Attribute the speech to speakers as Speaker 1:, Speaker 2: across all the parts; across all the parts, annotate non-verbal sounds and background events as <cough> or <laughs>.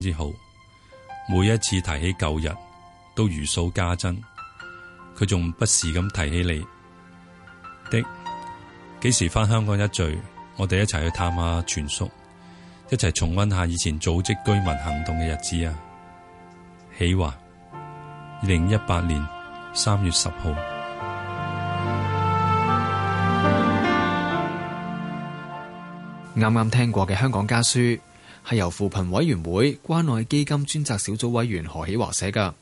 Speaker 1: 之好。每一次提起舊日，都如數家珍。佢仲不時咁提起你的，幾時返香港一聚，我哋一齊去探下全叔，一齊重溫下以前組織居民行動嘅日子啊！喜華，二零一八年三月十號。
Speaker 2: 啱啱聽過嘅香港家書係由扶貧委員會關愛基金專責小組委員何喜華寫㗎。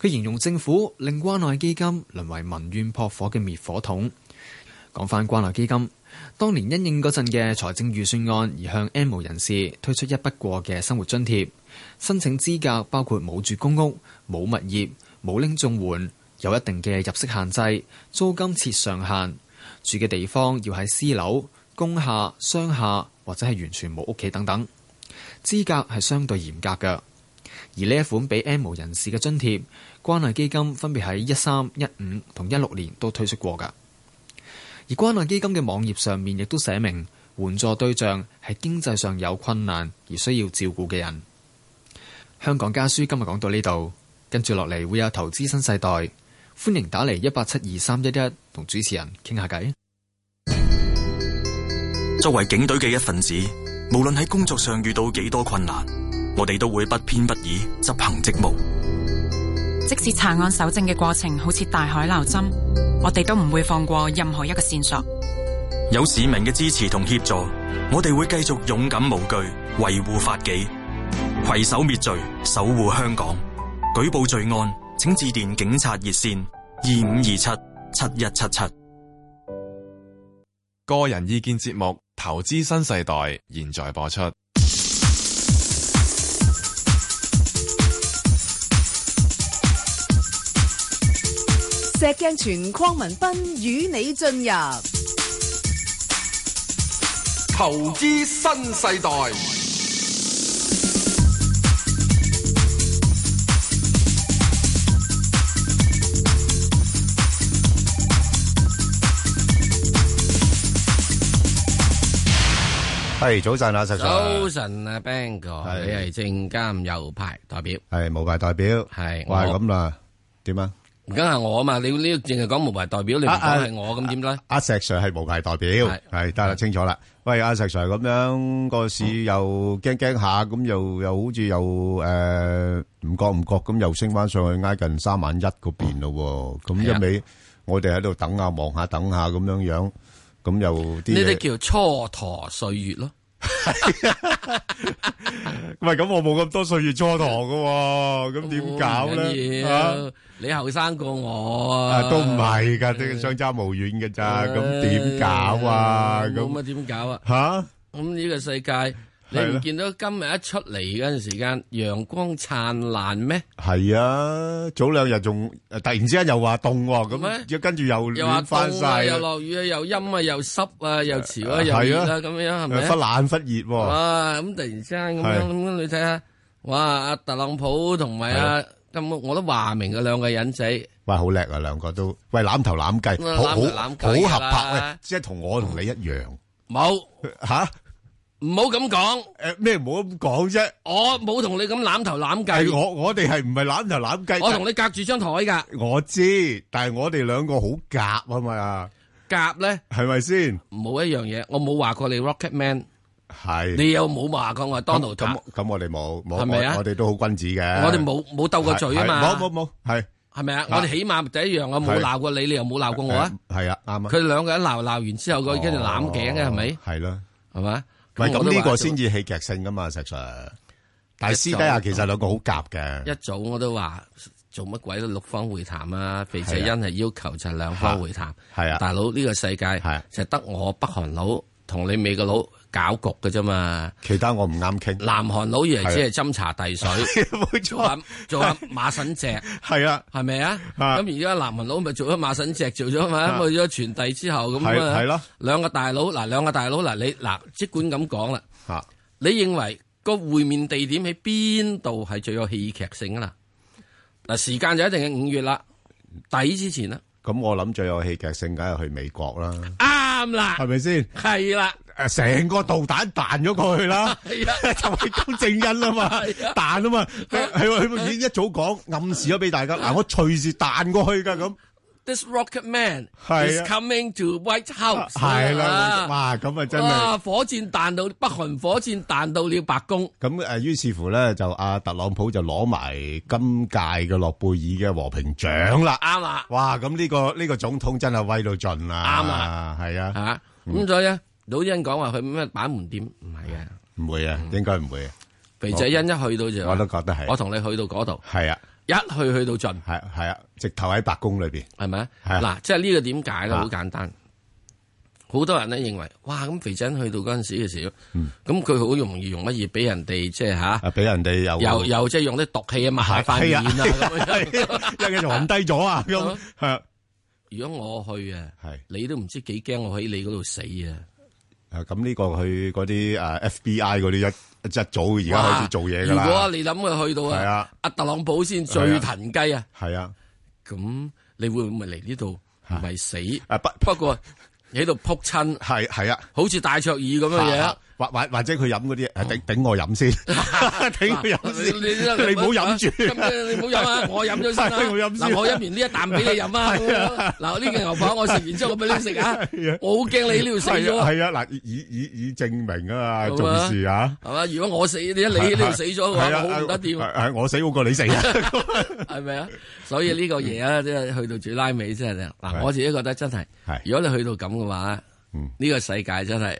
Speaker 2: 佢形容政府令關愛基金淪為民怨撲火嘅滅火筒。講返關愛基金，當年因應嗰陣嘅財政預算案而向 N 無人士推出一筆過嘅生活津貼，申請資格包括冇住公屋、冇物業、冇拎綜援，有一定嘅入息限制，租金設上限，住嘅地方要喺私樓、工廈、商廈或者係完全冇屋企等等。資格係相對嚴格嘅。而呢一款俾 N 無人士嘅津貼，關愛基金分別喺一三、一五同一六年都推出過㗎。而關愛基金嘅網頁上面亦都寫明，援助對象係經濟上有困難而需要照顧嘅人。香港家書今日講到呢度，跟住落嚟會有投資新世代，歡迎打嚟一八七二三一一同主持人傾下偈。
Speaker 3: 作為警隊嘅一份子，無論喺工作上遇到幾多困難，我哋都會不偏不倚執行職務。
Speaker 4: 即使查案搜證嘅過程好似大海撈針，我哋都唔會放過任何一個線索。
Speaker 3: 有市民嘅支持同協助，我哋會繼續勇敢無懼，維護法紀，攜手滅罪，守護香港。舉報罪案，請致電警察熱線二五二七七一七七。
Speaker 5: 個人意見節目《投資新世代》現在播出。
Speaker 6: 石鏡泉鄺民彬與你進入
Speaker 7: 投資新世代，
Speaker 8: 係早晨啊，石 Sir。
Speaker 9: 早晨啊，Bang à, 哥，
Speaker 8: 係
Speaker 9: 你係證監右派代表，
Speaker 8: 係無牌代表。
Speaker 9: 係
Speaker 8: 哇，
Speaker 9: 我
Speaker 8: 咁啦，點啊？
Speaker 9: 而家係我啊嘛，你呢淨係講無牌代表，你唔
Speaker 8: 啊啊
Speaker 9: 講係我咁點咧？
Speaker 8: 阿石 Sir 係無牌代表，
Speaker 9: 係
Speaker 8: 係得啦，清楚啦。喂，阿石 Sir 咁樣個市又驚驚下，咁又又好似又誒唔覺唔覺咁又升翻上去，挨近三萬一嗰邊咯喎。咁
Speaker 9: 係啊
Speaker 8: 一味我哋喺度等下望下等下咁樣樣，咁又啲
Speaker 9: 呢
Speaker 8: 嘢
Speaker 9: 啲叫蹉跎歲月咯。
Speaker 8: 喂，咁我冇咁多歲月蹉跎噶，咁點搞
Speaker 9: 唔緊
Speaker 8: 咧？
Speaker 9: 要
Speaker 8: 啊
Speaker 9: 你後生過我啊
Speaker 8: 啊，都
Speaker 9: Ờ.
Speaker 8: 唔係㗎，啲相差無遠㗎咋，咁點搞啊？
Speaker 9: 唉冇
Speaker 8: 咁
Speaker 9: 乜點搞啊？
Speaker 8: 吓，
Speaker 9: 咁呢個世界，你
Speaker 8: 係咯
Speaker 9: 唔見到今日一出嚟嗰陣時間，陽光燦爛咩？
Speaker 8: 係啊，早兩日仲突然之間又話凍喎，
Speaker 9: 咩
Speaker 8: 咁跟住又
Speaker 9: 又話
Speaker 8: 暖翻
Speaker 9: 凍啊，
Speaker 8: 晒
Speaker 9: 又
Speaker 8: 啦，
Speaker 9: 落雨啊，又陰啊，又濕啊，又潮啊，
Speaker 8: 誒係
Speaker 9: 又熱啊，
Speaker 8: 啊
Speaker 9: 咁樣係
Speaker 8: 誒
Speaker 9: 咪啊
Speaker 8: 忽？冷忽熱喎，
Speaker 9: 啊，咁突然之間咁
Speaker 8: 係
Speaker 9: 樣，咁你睇下，哇！阿特朗普同埋阿咁，我都話明嘅兩個人仔，
Speaker 8: 喂，好叻啊，兩個都，喂，攬頭攬計，
Speaker 9: 嗯
Speaker 8: 好
Speaker 9: 攬頭攬計
Speaker 8: 好好合
Speaker 9: 㗎
Speaker 8: 拍，
Speaker 9: 啦
Speaker 8: 喂，即係同我同你一樣
Speaker 9: 冇
Speaker 8: 吓，
Speaker 9: 唔好咁講，
Speaker 8: 誒咩唔好咁講啫，
Speaker 9: 我冇同你咁攬頭攬
Speaker 8: 係
Speaker 9: 計，
Speaker 8: 我我哋係唔係攬頭攬計？
Speaker 9: 我同你隔住張台㗎，
Speaker 8: 我知，但係我哋兩個好夾啊嘛，
Speaker 9: 夾咧
Speaker 8: 係咪先？
Speaker 9: 冇一樣嘢，我冇話過你 Rocket Man，
Speaker 8: 係。
Speaker 9: 你又冇話過我係 Donald
Speaker 8: 咁
Speaker 9: Trump，
Speaker 8: 咁咁我哋冇冇，
Speaker 9: 係咪啊？
Speaker 8: 我我哋都好君子嘅。
Speaker 9: 我哋冇冇鬥過嘴啊嘛，
Speaker 8: 係係冇冇冇，係
Speaker 9: 係咪啊？
Speaker 8: 啊
Speaker 9: 我哋起碼第一樣，我冇
Speaker 8: 係
Speaker 9: 鬧過你，你又冇鬧過我啊！
Speaker 8: 誒係啊，啱啊。
Speaker 9: 佢兩個人鬧鬧完之後，佢跟住攬頸嘅係咪
Speaker 8: 哦？係咯，
Speaker 9: 係咪？
Speaker 8: 喂，
Speaker 9: 我
Speaker 8: 咁
Speaker 9: 都
Speaker 8: 呢
Speaker 9: 話
Speaker 8: 個
Speaker 9: 做
Speaker 8: 先至戲劇性噶嘛，石 Sir。但係私底下其實兩個好夾嘅
Speaker 9: 一。早我都話做乜鬼都六方會談啊！肥仔
Speaker 8: 係
Speaker 9: 欣係要求就係兩方會談。
Speaker 8: 係啊
Speaker 9: 大佬呢個世界
Speaker 8: 係啊
Speaker 9: 就得我北韓佬同你美國佬搞局嘅啫嘛。
Speaker 8: 其他我唔啱傾。啊
Speaker 9: 南韓佬以為只係斟茶遞水，
Speaker 8: <laughs> 冇
Speaker 9: 做下
Speaker 8: 錯，
Speaker 9: 做下馬神隻，
Speaker 8: 係啊，
Speaker 9: 係咪啊？
Speaker 8: 啊
Speaker 9: 咁而家南韓佬咪做咗馬神隻，做咗嘛？
Speaker 8: 啊
Speaker 9: 咁去咗傳遞之後咁
Speaker 8: 係
Speaker 9: 啊，
Speaker 8: 係咯
Speaker 9: 兩個大佬嗱，兩個大佬嗱，你嗱，即管咁講啦，
Speaker 8: 嚇
Speaker 9: 你認為個會面地點喺邊度係最有戲劇性啊啦？嗱，時間就一定係五月啦，底之前啦。
Speaker 8: 咁我諗最有戲劇性，梗係去美國啦。
Speaker 9: 啱
Speaker 8: <laughs>
Speaker 9: 啱啦，
Speaker 8: 係咪先？
Speaker 9: 系啦，
Speaker 8: 诶，成個導彈彈咗過去啦，
Speaker 9: 系啦，
Speaker 8: <laughs> 就係高正恩啊嘛，彈啊嘛，係係
Speaker 9: 啊
Speaker 8: 喎，已經一早講暗示咗俾大家，嗱，我隨時彈過去㗎咁，
Speaker 9: This rocket man
Speaker 8: 係
Speaker 9: is
Speaker 8: 啊
Speaker 9: coming to White House。
Speaker 8: 係啦，
Speaker 9: 啊
Speaker 8: 哇，咁啊真係。
Speaker 9: 哇！火箭彈到北韓火箭彈到了白宮，
Speaker 8: 咁誒，於是乎咧，就阿特朗普就攞埋今屆嘅諾貝爾嘅和平獎啦。
Speaker 9: 啱啦
Speaker 8: 哇！咁呢個呢個總統真係威到盡啦。
Speaker 9: 啱啊，
Speaker 8: 係
Speaker 9: 吓。
Speaker 8: 啊，
Speaker 9: 啊咁所以咧，老欣講話佢咩板門店唔係嘅，
Speaker 8: 唔會
Speaker 9: 嗯
Speaker 8: 啊，應該唔會啊。
Speaker 9: 肥仔欣一去到就話
Speaker 8: 我都覺得係
Speaker 9: 我同你去到嗰度，
Speaker 8: 係啊，
Speaker 9: 一去去到盡，
Speaker 8: 係係啊，直頭喺白宮裏邊。
Speaker 9: 係咪啊？
Speaker 8: 係
Speaker 9: 嗱，即係呢個點解咧？
Speaker 8: 啊
Speaker 9: 好簡單，好多人咧認為，哇！咁肥仔欣去到嗰陣時嘅時候，咁佢好容易用乜嘢俾人哋即係吓，
Speaker 8: 嗯啊！俾人哋又
Speaker 9: 又又即係用啲毒氣啊嘛，下塊面啊
Speaker 8: <laughs>
Speaker 9: 咁樣
Speaker 8: 因啊為佢就暈低咗啊！咁係
Speaker 9: 如果我去啊，
Speaker 8: 係
Speaker 9: 你都唔知幾驚我喺你嗰度死啊！
Speaker 8: 啊咁呢個佢嗰啲啊 FBI 嗰啲一一早而家開始做嘢㗎
Speaker 9: 如果
Speaker 8: 啦。
Speaker 9: 你諗佢去到
Speaker 8: 係
Speaker 9: 啊
Speaker 8: 啊，
Speaker 9: 阿特朗普先最騰雞啊，
Speaker 8: 係啊，
Speaker 9: 咁你會唔會嚟呢度？唔係死，
Speaker 8: 啊不
Speaker 9: 不過喺度撲親，
Speaker 8: 係係啊。
Speaker 9: 好似戴卓爾咁樣嘢。
Speaker 8: 或或或者佢飲嗰啲，誒頂頂我飲
Speaker 9: <laughs>
Speaker 8: 先，頂我飲先，
Speaker 9: 你你
Speaker 8: 你唔好飲住，
Speaker 9: 咁你唔好飲啊！我飲咗先
Speaker 8: <laughs>
Speaker 9: 啦。
Speaker 8: 係我飲先
Speaker 9: 嗱，我飲完呢一啖俾你
Speaker 8: <laughs>
Speaker 9: 飲啊。嗱，呢件牛扒我食完之後，我俾你食啊。我好驚你呢度死
Speaker 8: 係
Speaker 9: 咗
Speaker 8: 啊
Speaker 9: 啊，
Speaker 8: 係啊，嗱以以以證明啊嘛，
Speaker 9: 好啊
Speaker 8: 重視啊，
Speaker 9: 係嘛？如果我死，你一你喺呢度死咗嘅話，我好唔得掂。
Speaker 8: 係我死好過你死啊，
Speaker 9: 系咪啊？所以呢個嘢啊，即係去到最拉尾，真係嗱，
Speaker 8: 係
Speaker 9: 我自己覺得真係
Speaker 8: 係，
Speaker 9: 如果你去到咁嘅話，呢個世界真係，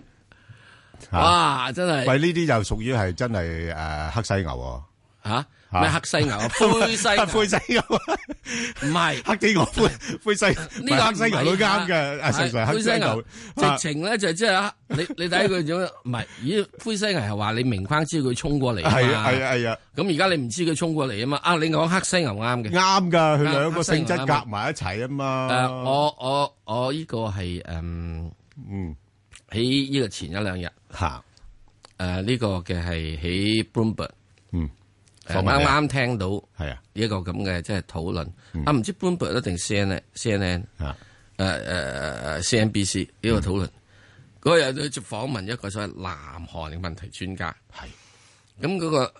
Speaker 8: 嚇
Speaker 9: 哇，真係
Speaker 8: 喂呢啲就屬於係真係誒黑犀牛喎。
Speaker 9: 吓
Speaker 8: 嚇
Speaker 9: 咩黑犀牛、
Speaker 8: <laughs>
Speaker 9: 灰犀牛
Speaker 8: 灰犀牛，
Speaker 9: 唔係
Speaker 8: 黑啲牛灰灰犀，
Speaker 9: 呢
Speaker 8: 呢
Speaker 9: 個
Speaker 8: 黑犀牛都啱嘅，啊，實在
Speaker 9: 係
Speaker 8: 黑
Speaker 9: 灰
Speaker 8: 犀
Speaker 9: 犀
Speaker 8: 牛
Speaker 9: 牛，
Speaker 8: 啊
Speaker 9: 直情咧就即係啊你你睇佢點樣唔係？咦，灰犀牛係話你明框知佢衝過嚟啊
Speaker 8: 係啊係
Speaker 9: 嘛，
Speaker 8: 啊係啊，
Speaker 9: 咁而家你唔知佢衝過嚟啊嘛，啊你講黑犀牛啱嘅，
Speaker 8: 啱㗎，佢兩個
Speaker 9: 黑犀
Speaker 8: 性
Speaker 9: 牛
Speaker 8: 質
Speaker 9: 啱
Speaker 8: 夾埋一齊啊嘛。
Speaker 9: 誒呃我我我呢個係誒
Speaker 8: 嗯
Speaker 9: 喺呢個前一兩日。
Speaker 8: 嚇
Speaker 9: 誒呢個嘅係喺 Bloomberg，
Speaker 8: 嗯
Speaker 9: 誒
Speaker 8: 訪問你
Speaker 9: 啱
Speaker 8: 啊
Speaker 9: 啱聽到呢
Speaker 8: 係啊嗯
Speaker 9: 一個咁嘅即係討論，啊唔知 Bloomberg 一定 CNN、CNN
Speaker 8: 嚇。嗯
Speaker 9: 誒誒誒 CNBC 呢個討論，嗰日都接訪問一個所謂南韓嘅問題專家，
Speaker 8: 係
Speaker 9: 咁嗰個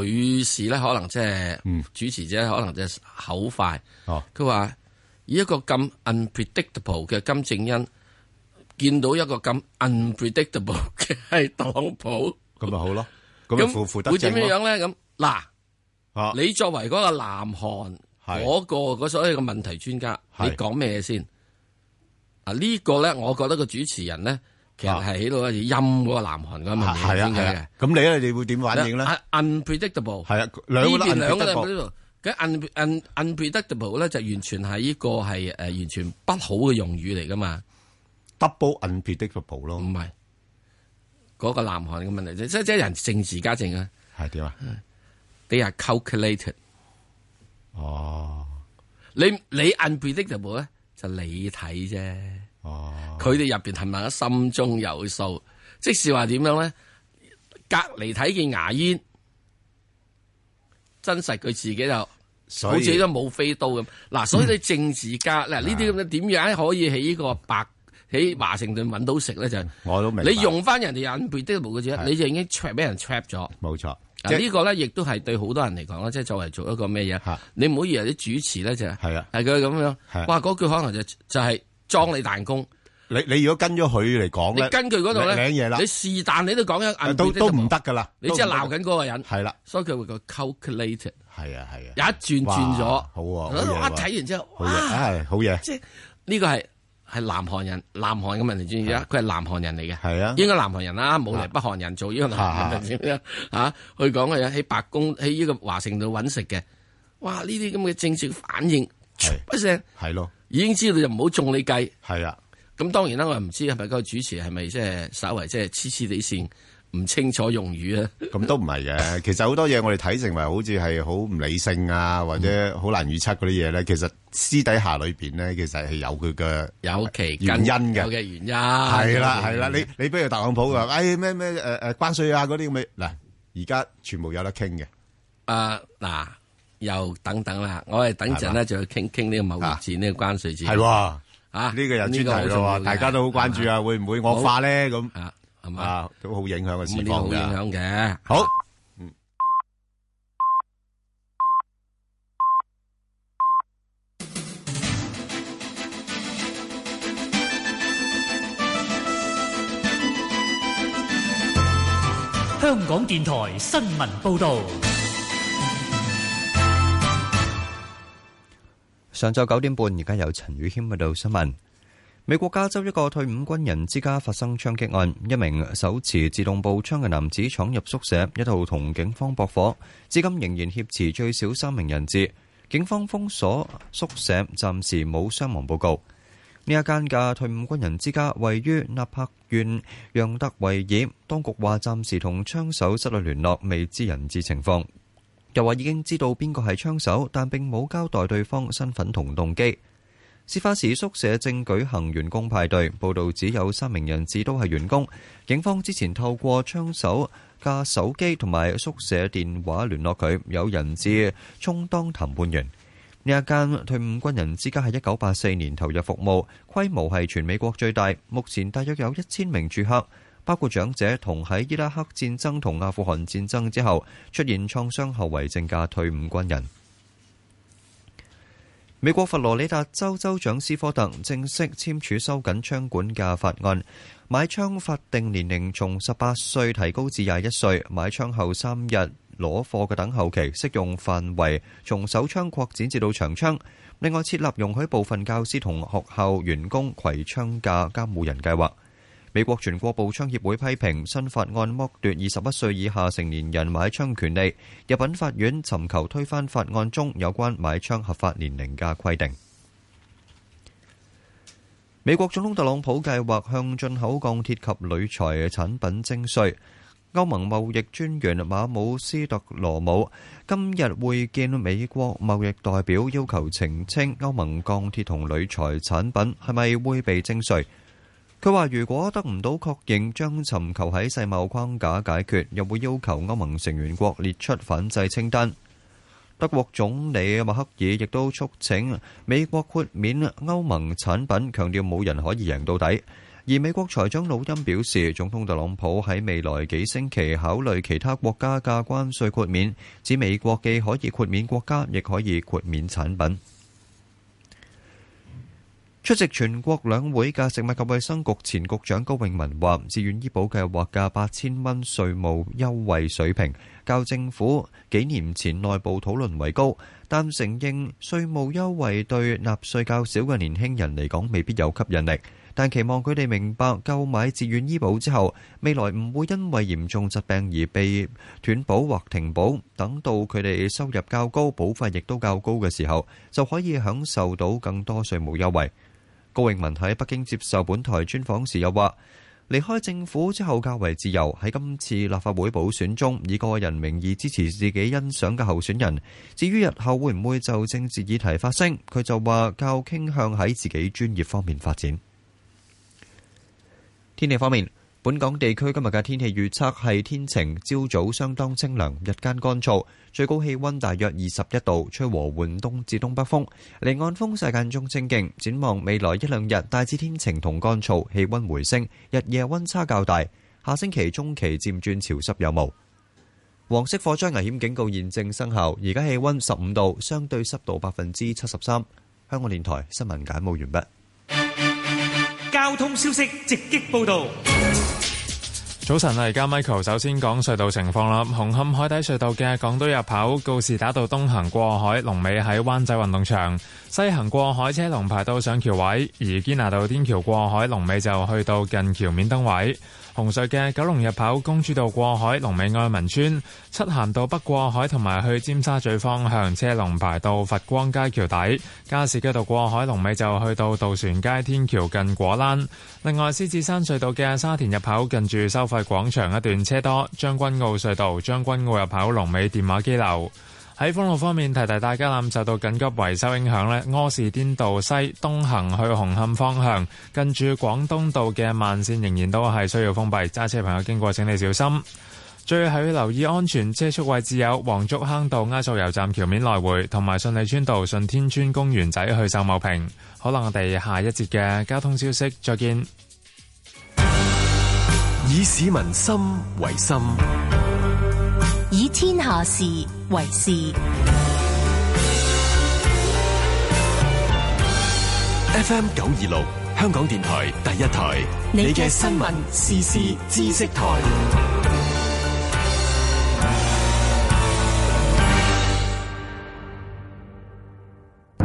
Speaker 9: 女士咧，可能即係主持者，可能即係口快，
Speaker 8: 嗯哦
Speaker 9: 佢話以一個咁 unpredictable 嘅金正恩，見到一個咁 unpredictable 嘅係特朗普。
Speaker 8: 咁咪好咯，咁咪負負得
Speaker 9: 會
Speaker 8: 正
Speaker 9: 點
Speaker 8: 咯。
Speaker 9: 樣咧？咁嗱，
Speaker 8: 啊
Speaker 9: 你作為嗰個南韓
Speaker 8: 係
Speaker 9: 嗰個嗰所謂嘅問題專家，你
Speaker 8: 係
Speaker 9: 講咩先？啊呢個咧，我覺得個主持人咧，其實
Speaker 8: 啊
Speaker 9: 係喺度陰嗰個南韓嗰個問題
Speaker 8: 係啊
Speaker 9: 專
Speaker 8: 係
Speaker 9: 家
Speaker 8: 啊，咁你咧你會點
Speaker 9: 嘅
Speaker 8: 反應咧？
Speaker 9: 啊，unpredictable
Speaker 8: 係啊，
Speaker 9: 呢
Speaker 8: 兩個都
Speaker 9: 邊兩
Speaker 8: unpredictable
Speaker 9: 個都 unpredictable 咁 un un unpredictable 咧就完全係呢個係誒完全不好嘅用語嚟噶嘛，
Speaker 8: double unpredictable
Speaker 9: 唔
Speaker 8: 咯，
Speaker 9: 係嗰個南韓嘅問題，即即係人政治家政啊
Speaker 8: 係點啊？
Speaker 9: ，they are calculated。
Speaker 8: 哦
Speaker 9: 你你 unpredictable 咧，就你睇啫。
Speaker 8: 哦，
Speaker 9: 佢哋入邊係咪喺心中有數？即是話點樣咧？隔離睇見牙煙，真實佢自己就好
Speaker 8: 所
Speaker 9: 似
Speaker 8: 以啊
Speaker 9: 都冇飛刀咁。
Speaker 8: <laughs>
Speaker 9: 嗱，所以你政治家嗱呢啲咁嘅點樣可以喺呢個白喺華盛頓揾到食咧？就係
Speaker 8: 我都明白。
Speaker 9: 你用翻人哋 unpredictable 嘅字，你就已經 trap 俾人 trap 咗。
Speaker 8: 冇錯，即
Speaker 9: 嗱
Speaker 8: 係
Speaker 9: 呢個咧，亦都係對好多人嚟講咧，即係作為做一個咩嘢
Speaker 8: 嚇？
Speaker 9: 你唔好以為啲主持咧就係
Speaker 8: 係啊
Speaker 9: 係佢咁
Speaker 8: 係
Speaker 9: 樣，
Speaker 8: 啊
Speaker 9: 哇！嗰句可能就就係裝你彈弓，
Speaker 8: 你你如果跟咗佢嚟講
Speaker 9: 你
Speaker 8: 咧，
Speaker 9: 根據嗰度咧，
Speaker 8: 領嘢啦
Speaker 9: 你，是但你都講一
Speaker 8: 都都唔，得噶啦，
Speaker 9: 你即係鬧緊嗰個人，
Speaker 8: 係啦，
Speaker 9: 所以佢會個 calculated
Speaker 8: 係啊係啊
Speaker 9: 一，轉轉咗，
Speaker 8: 哇好啊好嘢
Speaker 9: 我
Speaker 8: 喎
Speaker 9: 一睇完之後，
Speaker 8: 好嘢，
Speaker 9: 哇！
Speaker 8: 唉好嘢，
Speaker 9: 即係呢個係係南韓人，南韓嘅問題專家，啊佢係南韓人嚟嘅。
Speaker 8: 啊係啊，
Speaker 9: 應該南韓人啦，冇嚟北韓人做呢個南韓人點樣嚇？啊佢講嘅嘢喺白宮喺呢個華盛頓揾食嘅，哇！呢啲咁嘅政治反應，
Speaker 8: 係
Speaker 9: 唰一聲
Speaker 8: 係咯，
Speaker 9: 已經知道就唔好中你計。
Speaker 8: 係啊，
Speaker 9: 咁當然啦，我唔知係咪個主持係咪即係稍為即係黐黐地線，唔清楚用語啊？
Speaker 8: 咁都唔係
Speaker 9: <laughs>
Speaker 8: 嘅。其實好多嘢我哋睇成為好似係好唔理性啊，或者好難預測嗰啲嘢咧，其實私底下裏邊咧，其實係有佢嘅。
Speaker 9: 有其
Speaker 8: 原因嘅
Speaker 9: 有嘅原因
Speaker 8: 係啦，係啦，你你比如特朗普話，哎咩咩誒誒關税啊嗰啲咁嘅，嗱而家全部有得傾嘅，
Speaker 9: 啊嗱，又等等啦，我哋等陣
Speaker 8: 係
Speaker 9: 咧就要傾傾呢個貿易戰呢個關税戰。
Speaker 8: 係喎，
Speaker 9: 啊，
Speaker 8: 呢個又專題
Speaker 9: 呢
Speaker 8: 咯
Speaker 9: 個好
Speaker 8: 喎，
Speaker 9: 重要嘅
Speaker 8: 大家都好關注啊，會唔會惡化咧？咁
Speaker 9: 啊，係嘛？
Speaker 8: 啊，都好影響個市
Speaker 9: 咁呢個好
Speaker 8: 況㗎。
Speaker 9: 影響嘅。
Speaker 8: 好，
Speaker 10: 香港電台新聞報道，
Speaker 11: 上晝九點半，而家有陳宇軒報道新聞。美國加州一個退伍軍人之家發生槍擊案，一名手持自動步槍嘅男子闖入宿舍，一度同警方駁火，至今仍然挾持最少三名人質。警方封鎖宿舍，暫時冇傷亡報告。呢一間嘅退伍軍人之家位於納柏縣讓德維爾，當局話暫時同槍手失去聯絡，未知人質情況。又話已經知道邊個係槍手，但並冇交代對方身份同動機。事發時宿舍正舉行員工派對，報道指有三名人質都係員工。警方之前透過槍手嘅手機同埋宿舍電話聯絡佢，有人質充當談判員。呢一間退伍軍人之家喺一九八四年投入服務，規模係全美國最大，目前大約有一千名住客，包括長者同喺伊拉克戰爭同阿富汗戰爭之後出現創傷後遺症嘅退伍軍人。美國佛羅里達州州長斯科特正式簽署收緊槍管嘅法案，買槍法定年齡從十八歲提高至廿一歲，買槍後三日攞貨嘅等候期適用範圍從手槍擴展至到長槍。另外設立容許部分教師同學校員工攜槍嘅監護人計劃。美國全國步槍協會批評新法案剝奪二十一歲以下成年人買槍權利，入稟法院尋求推翻法案中有關買槍合法年齡嘅規定。美國總統特朗普計劃向進口鋼鐵及鋁材產品徵稅。歐盟貿易專員馬姆斯特羅姆今日會見美國貿易代表，要求澄清歐盟鋼鐵同鋁材產品係咪會被徵稅。佢話：如果得唔到確認，將尋求喺世貿框架解決，又會要求歐盟成員國列出反制清單。德國總理默克爾亦都促請美國豁免歐盟產品，強調冇人可以贏到底。而美國財長魯欽表示，總統特朗普喺未來幾星期考慮其他國家嘅關稅豁免，指美國既可以豁免國家，亦可以豁免產品。出席全國兩會嘅食物及衛生局前局長高永文話，自願醫保計劃嘅八千蚊稅務優惠水平，較政府幾年前內部討論為高，但承認稅務優惠對納稅較少嘅年輕人嚟講未必有吸引力，但期望佢哋明白購買自願醫保之後，未來唔會因為嚴重疾病而被斷保或停保，等到佢哋收入較高、保費亦都較高嘅時候，就可以享受到更多稅務優惠。高永文喺北京接受本台專訪時又話：離開政府之後較為自由，喺今次立法會補選中以個人名義支持自己欣賞嘅候選人。至於日後會唔會就政治議題發聲，佢就話較傾向喺自己專業方面發展。天氣方面，本港地區今日嘅天氣預測係天晴，朝早相當清涼，日間乾燥，最高氣溫大約二十一度，吹和緩東至東北風，離岸風勢間中清勁。展望未來一兩日，大致天晴同乾燥，氣溫回升，日夜溫差較大。下星期中期漸轉潮濕有霧。黃色火災危險警告現正生效，而家氣溫十五度，相對濕度百分之七十三。香港電台新聞簡報完畢。
Speaker 10: 交通消息直擊報道。
Speaker 12: 早晨啊，而家 Michael 首先講隧道情況啦。紅磡海底隧道嘅港島入口告士打道東行過海，龍尾喺灣仔運動場；西行過海車龍排到上橋位，而堅拿道天橋過海龍尾就去到近橋面燈位。紅隧嘅九龍入口公主道過海，龍尾愛民村；漆咸道北過海同埋去尖沙咀方向車龍排到佛光街橋底；加士居道過海龍尾就去到渡船街天橋近果欄。另外，獅子山隧道嘅沙田入口近住收費廣場一段車多；將軍澳隧道將軍澳入口龍尾電話機樓。喺封路方面，提提大家啦，受到緊急維修影響呢，柯士甸道西東行去紅磡方向，近住廣東道嘅慢線仍然都係需要封閉，揸車朋友經過請你小心。最後要留意安全車速位置有黃竹坑道埃索油站橋面來回，同埋順利村道順天村公園仔去秀茂坪。可能我哋下一節嘅交通消息再見。
Speaker 13: 以市民心為心，
Speaker 14: 以天下事為事。
Speaker 13: FM 九二六，香港電台第一台，你嘅新聞、時事、知識台。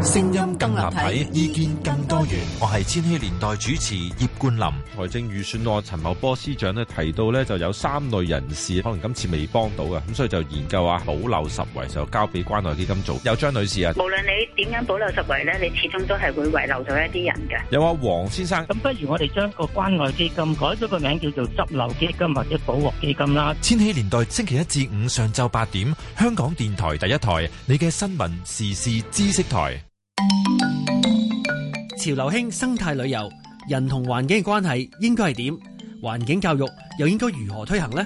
Speaker 15: 聲音更立體，意見更多元。
Speaker 16: 我係千禧年代主持葉冠霖。
Speaker 17: 財政預算案陳茂波司長咧提到咧，就有三類人士可能今次未幫到嘅，咁所以就研究下補漏拾遺，就交俾關愛基金做。有張女士啊，
Speaker 18: 無論你點樣保留十圍咧，你始終都係會遺留咗一啲人嘅。
Speaker 17: 有阿黃先生，
Speaker 19: 咁不如我哋將個關愛基金改咗個名叫做執漏基金或者保鑊基金啦。
Speaker 16: 千禧年代星期一至五上晝八點，香港電台第一台，你嘅新聞時事知識台。
Speaker 20: 潮流興生態旅遊，人同環境嘅關係應該係點？環境教育又應該如何推行呢？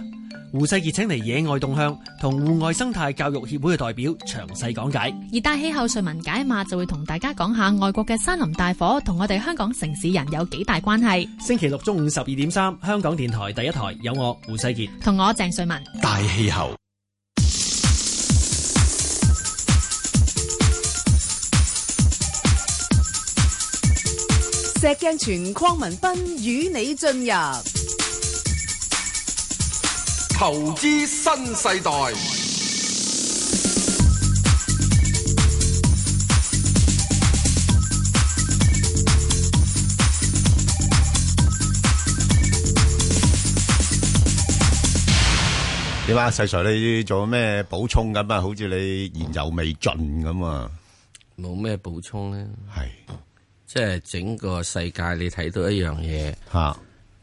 Speaker 20: 胡世傑請嚟野外動向同戶外生態教育協會嘅代表詳細講解。
Speaker 21: 熱帶氣候瑞文解碼就會同大家講下外國嘅山林大火同我哋香港城市人有幾大關係。
Speaker 20: 星期六中午十二點三，香港電台第一台有我胡世傑
Speaker 21: 同我鄭瑞文
Speaker 13: 大氣候。
Speaker 6: 石鏡泉鄺民彬與你進入
Speaker 7: 投資新世代。
Speaker 8: 點啊，細 Sir，你仲有咩補充咁啊？好似你言猶未盡咁啊！
Speaker 9: 冇咩補充咧，係。即係整個世界，你睇到一樣嘢，
Speaker 8: 嚇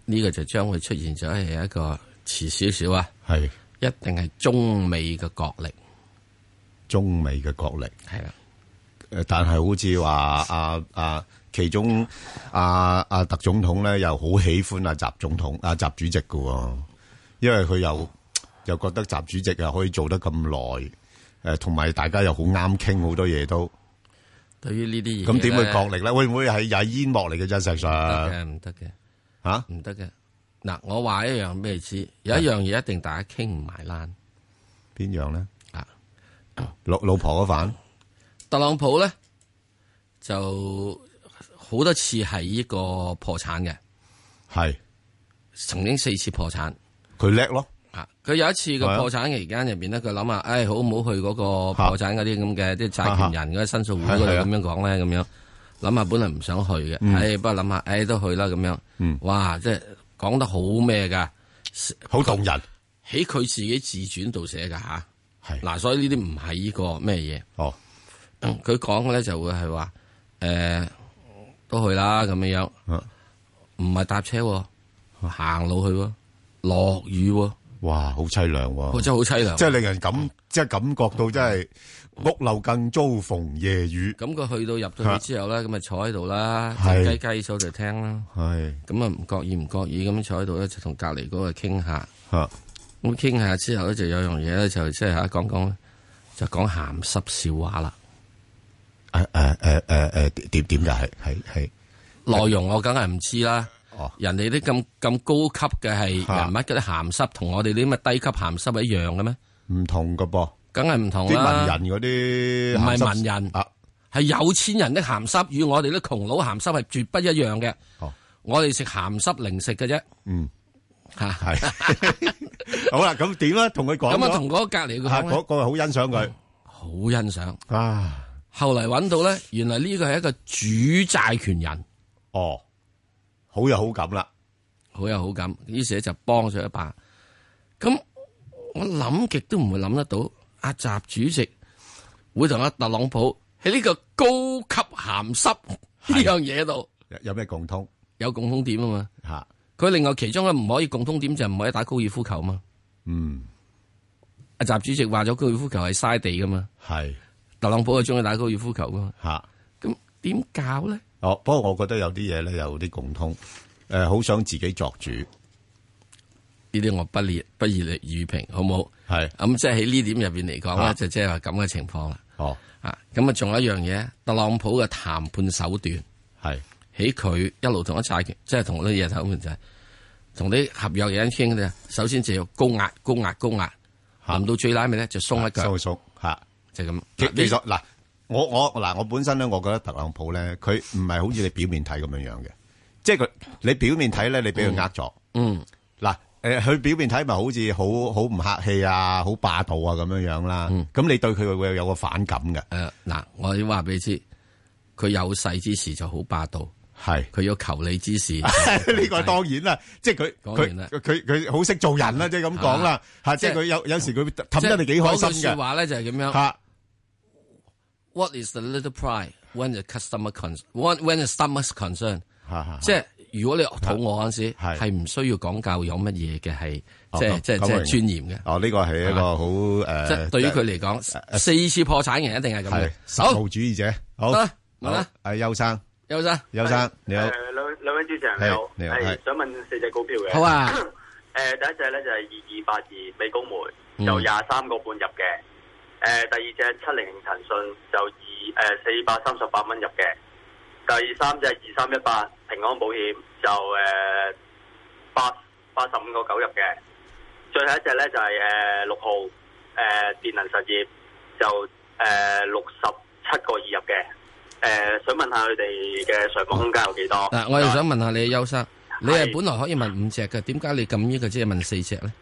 Speaker 9: 呢個就將會出現咗係一個遲少少啊，
Speaker 8: 係
Speaker 9: 一定係中美嘅角力，
Speaker 8: 中美嘅角力
Speaker 9: 係啦。
Speaker 8: 誒，但係好似話啊啊，其中啊啊特總統咧又好喜歡啊習總統啊習主席嘅喎，因為佢又又覺得習主席啊可以做得咁耐，誒同埋大家又好啱傾好多嘢都。
Speaker 9: 對於呢啲嘢，
Speaker 8: 咁點會角力咧？會唔會係又係煙幕嚟嘅啫？石 Sir，
Speaker 9: 唔得嘅，
Speaker 8: 嚇
Speaker 9: 唔得嘅。嗱，我話一樣俾你知，有一樣嘢一定大家傾唔埋欄。
Speaker 8: 邊樣咧？
Speaker 9: 啊，
Speaker 8: 老老婆嗰飯，
Speaker 9: 特朗普咧就好多次係呢個破產嘅，
Speaker 8: 係
Speaker 9: 曾經四次破產。
Speaker 8: 佢叻咯，
Speaker 9: 啊！佢有一次個破產嘅期間入邊咧，佢諗下，唉，好唔好去嗰個破產嗰啲咁嘅啲債權人嗰啲申訴會嗰度咁樣講咧？咁樣諗下，本來唔想去
Speaker 8: 嗯
Speaker 9: 嘅，唉，不過諗下，唉，都去啦咁樣。哇！即係講得好咩㗎，
Speaker 8: 好動人，
Speaker 9: 喺佢自己自傳度寫㗎吓。係嗱，所以呢啲唔係呢個咩嘢。嗯
Speaker 8: 哦，
Speaker 9: 佢講嘅咧就會係話，誒，呃都去啦咁樣樣，
Speaker 8: 啊
Speaker 9: 唔係搭車喎，行路去喎，落雨喎。
Speaker 8: 哇，好凄涼喎！
Speaker 9: 真係好凄涼，啊
Speaker 8: 即係令人感，即係感覺到真係屋漏更遭逢夜雨。
Speaker 9: 咁佢去到入到去之後咧，咁咪啊坐喺度啦，
Speaker 8: 係
Speaker 9: 雞雞手就聽啦。
Speaker 8: 係
Speaker 9: 咁啊，唔覺意唔覺意咁坐喺度咧，就同隔離嗰個傾下。
Speaker 8: 嚇
Speaker 9: 咁傾下之後咧，就有樣嘢咧，就即係嚇講講，就講鹹濕笑話啦。
Speaker 8: 誒誒誒誒誒，點點㗎？係係係
Speaker 9: 內容我梗係唔知啦。
Speaker 8: 哦
Speaker 9: 人哋啲咁咁高級嘅係人物嗰啲鹹濕，同我哋啲咁嘅低級鹹濕係一樣嘅咩？
Speaker 8: 唔同㗎噃，
Speaker 9: 梗係唔同啦。
Speaker 8: 哦啲文人嗰啲
Speaker 9: 唔係
Speaker 8: 鹹濕啊
Speaker 9: 文人，係有錢人的鹹濕與我哋啲窮佬鹹濕係絕不一樣嘅。
Speaker 8: 哦
Speaker 9: 我哋食鹹濕零食嘅啫。
Speaker 8: 嗯，
Speaker 9: 嚇
Speaker 8: 係 <laughs> 好啦，咁點咧？同佢講
Speaker 9: 咁啊
Speaker 8: 咗
Speaker 9: 同嗰個隔離佢講
Speaker 8: 啊
Speaker 9: 咧
Speaker 8: 嗰個好欣賞佢，
Speaker 9: 好欣賞
Speaker 8: 啊！
Speaker 9: 後嚟揾到咧，原來呢個係一個主債權人。
Speaker 8: 哦，好有好感啦，
Speaker 9: 好有好感，於是咧就幫咗一把。咁我諗極都唔會諗得到，阿習主席會同阿特朗普喺呢個高級鹹濕呢樣嘢度
Speaker 8: 有有咩共通？
Speaker 9: 有共通點啊嘛。
Speaker 8: 嚇！
Speaker 9: 佢另外其中嘅唔可以共通點就唔可以打高爾夫球嘛。
Speaker 8: 嗯，
Speaker 9: 阿啊習主席話咗高爾夫球係嘥地噶嘛，
Speaker 8: 係
Speaker 9: 特朗普係中意打高爾夫球噶嘛。
Speaker 8: 嚇！
Speaker 9: 咁點搞咧？
Speaker 8: 哦，不過我覺得有啲嘢咧有啲共通，誒、好想自己作主，
Speaker 9: 呢啲我不列不以列預評，好冇？
Speaker 8: 係
Speaker 9: 咁，即係喺呢點入邊嚟講
Speaker 8: 啊
Speaker 9: 咧，就即係話咁嘅情況啦。
Speaker 8: 哦，
Speaker 9: 啊，咁啊，仲有一樣嘢，特朗普嘅談判手段
Speaker 8: 係
Speaker 9: 喺佢一路同一債權，即係同呢啲嘢談判就係同啲合約人傾嘅，首先就要高壓、高壓、高壓，臨到最拉尾咧就鬆一腳，
Speaker 8: 收縮吓，
Speaker 9: 就係咁。
Speaker 8: 其
Speaker 9: 嗱
Speaker 8: 其實嗱，我我嗱，我本身咧，我覺得特朗普咧，佢唔係好似你表面睇咁樣樣嘅，即係佢你表面睇咧，你俾佢呃咗。
Speaker 9: 嗯，
Speaker 8: 嗱，誒，佢表面睇咪好似好好唔客氣啊，好霸道啊咁樣樣啦。
Speaker 9: 嗯
Speaker 8: 咁你對佢會有個反感
Speaker 9: <laughs>
Speaker 8: 嘅。
Speaker 9: 誒，呃嗱，我要話俾你知，佢有勢之時就好霸道，
Speaker 8: 係
Speaker 9: 佢要求你
Speaker 8: <laughs>
Speaker 9: 之時，
Speaker 8: 呢個當然啦，即係佢
Speaker 9: 當然啦
Speaker 8: 佢佢佢好識做人啦，即係咁講啦，嚇，
Speaker 9: 啊
Speaker 8: 即係佢有有時佢
Speaker 9: 即
Speaker 8: 氹
Speaker 9: 係
Speaker 8: 得你幾開
Speaker 9: 嗰
Speaker 8: 心
Speaker 9: 句説
Speaker 8: 嘅。
Speaker 9: 話咧就係咁樣。
Speaker 8: 嚇
Speaker 9: What is the little pride when the customer con when when the stomach's concern？即係如果你肚餓嗰陣時，係唔需要講究有乜嘢嘅係
Speaker 8: 哦
Speaker 9: 即係
Speaker 8: 咁
Speaker 9: 即係
Speaker 8: 咁
Speaker 9: 即係
Speaker 8: 明
Speaker 9: 尊嚴嘅。
Speaker 8: 哦，呢個係一個好呃誒，
Speaker 9: 即係對於佢嚟
Speaker 8: 呃
Speaker 9: 講，四次破產嘅人一定係咁
Speaker 8: 係
Speaker 9: 嘅。
Speaker 8: 實
Speaker 9: 好
Speaker 8: 務，主義者。好，
Speaker 9: 得啦問啦
Speaker 8: 好，誒，邱生，
Speaker 9: 邱生，
Speaker 8: 邱生你好
Speaker 1: 誒，兩兩位主持人你好
Speaker 8: 係，你好
Speaker 1: 係
Speaker 8: 係
Speaker 1: 想問四隻股票嘅。
Speaker 8: 好啊。
Speaker 1: <coughs> 誒，第一隻咧就係二二八二美高梅，
Speaker 22: 嗯
Speaker 1: 就廿三個半入嘅。誒，第二隻七零零騰訊就二誒四百三十八蚊入嘅。第三隻二三一八平安保險就誒八八十五個九入嘅。最後一隻咧就係誒呃六號誒電能實業就誒六十七個二入嘅。誒，想問下佢哋嘅上網空間有幾多？
Speaker 8: 嗯
Speaker 9: 嗱，我又想問下你，邱生，你係本來可以問五隻嘅，點解你咁呢個只係問四隻咧？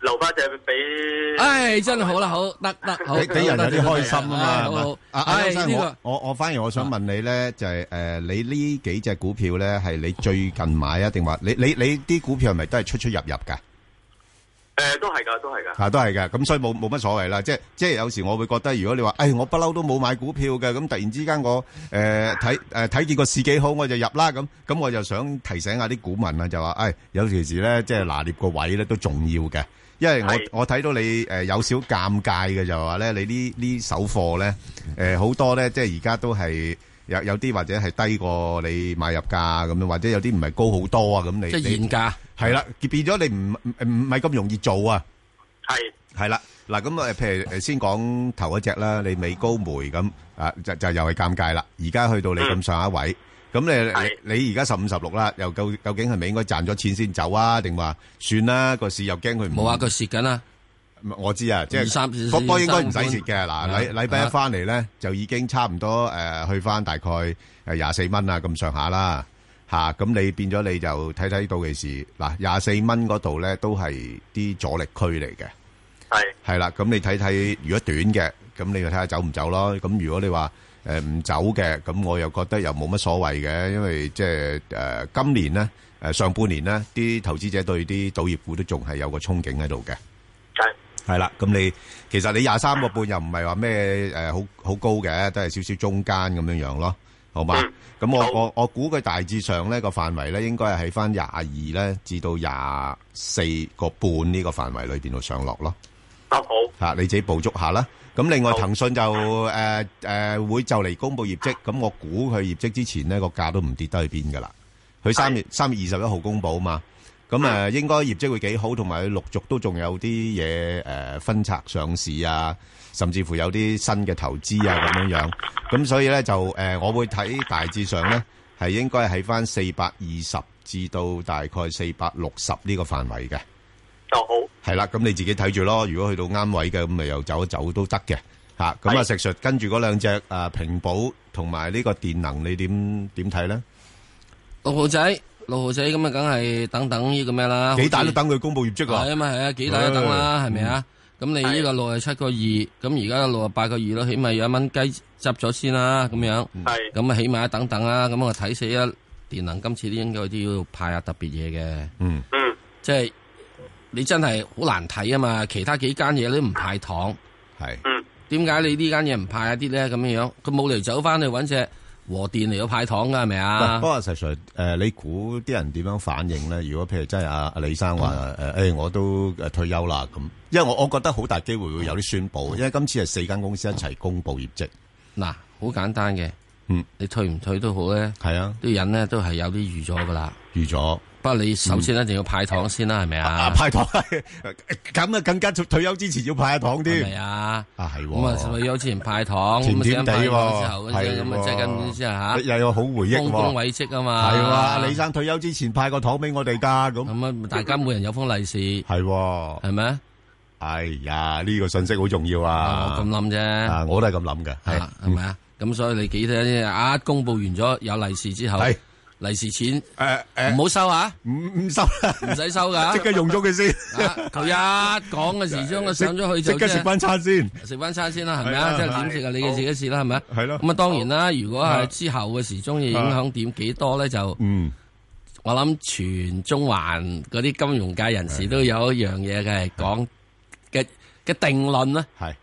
Speaker 1: 留翻隻俾。
Speaker 8: 啊
Speaker 9: 唉，真係好啦，好得得好，
Speaker 8: 俾俾人有啲開心
Speaker 9: 唉
Speaker 8: 啊
Speaker 9: 好
Speaker 8: 嘛
Speaker 9: 好。
Speaker 8: 啊啊
Speaker 9: 唉，
Speaker 8: 邱生
Speaker 9: 呢個
Speaker 8: 我。我我反而我想問你咧，就係誒，你呢幾隻股票咧，係你最近買啊，定話你你你啲股票係咪都係出出入入㗎？
Speaker 1: 誒，都係噶，都係噶。
Speaker 8: 啊，都係嘅，咁所以冇冇乜所謂啦。即係即係有時我會覺得，如果你話，誒我不嬲都冇買股票嘅，咁突然之間我誒睇誒睇見個市幾好，我就入啦。咁咁我就想提醒下啲股民啊，就話，誒有時時咧，即係拿捏個位咧都重要嘅，因為我我睇到你誒有少尷尬嘅，就話咧你呢呢手貨咧誒好多咧，即係而家都係。有有啲或者係低過你買入價咁樣，或者有啲唔係高好多啊咁你
Speaker 9: 即係
Speaker 8: 你
Speaker 9: 現價
Speaker 8: 係啦，變咗你唔唔唔係咁容易做啊。
Speaker 1: 係
Speaker 8: 係啦，嗱咁誒，譬如誒先講頭嗰只啦，你美高梅咁啊，就就又係尷尬啦。而家去到你咁上下位，咁你你你而家十五十六啦，又究究竟係咪應該賺咗錢先走啊？定話算啦，個市又驚佢唔
Speaker 9: 冇啊，佢蝕緊啦。
Speaker 8: 我知啊，即
Speaker 9: 二三
Speaker 8: 係波波應該唔使蝕嘅。
Speaker 9: 二
Speaker 8: 嗱，禮
Speaker 9: 三半
Speaker 8: 禮拜一翻嚟咧，就已經差唔多誒去翻大概誒廿四蚊啊咁上下啦。吓，咁你變咗你就睇睇到嘅時嗱廿四蚊嗰度咧，都係啲阻力區嚟嘅。
Speaker 1: 係
Speaker 8: 係啦，咁你睇睇，如果短嘅，咁你就睇下走唔走咯。咁如果你話誒唔走嘅，咁我又覺得又冇乜所謂嘅，因為即係誒今年咧，誒、上半年咧，啲投資者對啲賭業股都仲係有個憧憬喺度嘅。
Speaker 1: 係
Speaker 8: 係啦，咁你其實你廿三個半又唔係話咩誒好好高嘅，都係少少中間咁樣樣咯，好嘛？咁我我我估佢大致上呢個範圍咧，應該係喺翻廿二咧至到廿四個半呢個範圍裏邊度上落咯。吓啊你自己捕捉下啦。咁另外騰訊就誒誒會就嚟公布業績，咁我估佢業績之前呢個價都唔跌得去邊噶啦。佢三月三月二十一號公布啊嘛，咁誒應該業績會幾好，同埋佢陸續都仲有啲嘢誒分拆上市啊，甚至乎有啲新嘅投資啊咁樣樣。咁所以咧就誒、呃我會睇大致上咧係應該喺翻四百二十至到大概四百六十呢個範圍嘅。係啦，咁你自己睇住咯。如果去到啱位嘅，咁咪又走一走都得嘅吓。咁啊，石 Sir 跟住嗰兩隻啊平保同埋呢個電能，你點點睇咧？
Speaker 9: 六號仔，六號仔咁啊，梗係等等呢個咩啦？
Speaker 8: 幾大
Speaker 9: 好
Speaker 8: 都
Speaker 9: 似
Speaker 8: 等佢公布業績啊！
Speaker 9: 係啊嘛，係啊，幾大都等啦，
Speaker 8: 唉嗯
Speaker 9: 係咪啊？咁你呢個六十七個二，咁而家六十八個二咯，起碼有一蚊雞執咗先啦，咁樣。
Speaker 8: 嗯
Speaker 1: 係。
Speaker 9: 咁啊，起碼等等啦，咁我睇死啦，電能今次應該都要派下特別嘢嘅。
Speaker 8: 嗯。
Speaker 1: 嗯。
Speaker 9: 即係你真係好難睇啊嘛，其他幾間嘢都唔派糖。
Speaker 8: 係。
Speaker 1: 嗯。
Speaker 9: 點解你呢間嘢唔派一啲咧？咁樣樣，佢冇嚟走翻去揾只和電嚟到派糖㗎，係咪
Speaker 8: 喂
Speaker 9: 啊？
Speaker 8: 不過石 Sir，誒，你估啲人點樣反應咧？如果譬如真係阿阿李生話
Speaker 9: 嗯
Speaker 8: 誒，誒，我都誒退休啦咁，因為我我覺得好大機會會有啲宣佈，因為今次係四間公司一齊公布業績。
Speaker 9: 嗱，好簡單嘅，你退唔退都好咧，
Speaker 8: 系嗯啊，
Speaker 9: 啲人咧都係有啲預咗噶啦。
Speaker 8: 預咗，
Speaker 9: 不過你首先一定要派糖先啦，係咪啊？
Speaker 8: 派糖咁啊，更加退休之前要派下糖
Speaker 9: 係
Speaker 8: 添。
Speaker 9: 咪啊？
Speaker 8: 啊係喎
Speaker 9: 咁啊，退休之前派糖，
Speaker 8: 甜甜地
Speaker 9: 咁啊
Speaker 8: 喎
Speaker 9: 之後
Speaker 8: 係
Speaker 9: 咁啊，即係跟之後嚇，
Speaker 8: 又有好回憶喎
Speaker 9: 豐功偉績啊嘛，
Speaker 8: 係喎阿李生退休之前派個糖俾我哋㗎，咁
Speaker 9: 咁啊，大家每人有封利是，係
Speaker 8: 係
Speaker 9: 咪？
Speaker 8: 哎呀，呢個信息好重要啊！
Speaker 9: 我哦咁諗啫，
Speaker 8: 啊，我都係咁諗嘅，係
Speaker 9: 係咪啊？咁所以你記得啲啊，公佈完咗有利是之後，利是錢
Speaker 8: 誒
Speaker 9: 唔好收啊，
Speaker 8: 唔唔收，
Speaker 9: 唔使收
Speaker 8: <laughs>
Speaker 9: 噶，
Speaker 8: 即刻用咗佢先。
Speaker 9: 佢一講嘅時鐘，我上咗去
Speaker 8: <laughs>
Speaker 9: 就
Speaker 8: 即刻
Speaker 9: 即係
Speaker 8: 食翻餐先。
Speaker 9: 食翻餐先啦，係咪
Speaker 8: 係啊
Speaker 9: 啊？即係點食啊？你嘅自己事啦，係咪啊？
Speaker 8: 系咯。
Speaker 9: 咁啊，當然啦，如果
Speaker 8: 啊
Speaker 9: 係之後嘅時鐘要影響點幾多咧，就
Speaker 8: 嗯，
Speaker 9: 我諗全中環嗰啲金融界人士都有一樣嘢嘅係講嘅嘅定論啦。
Speaker 8: 係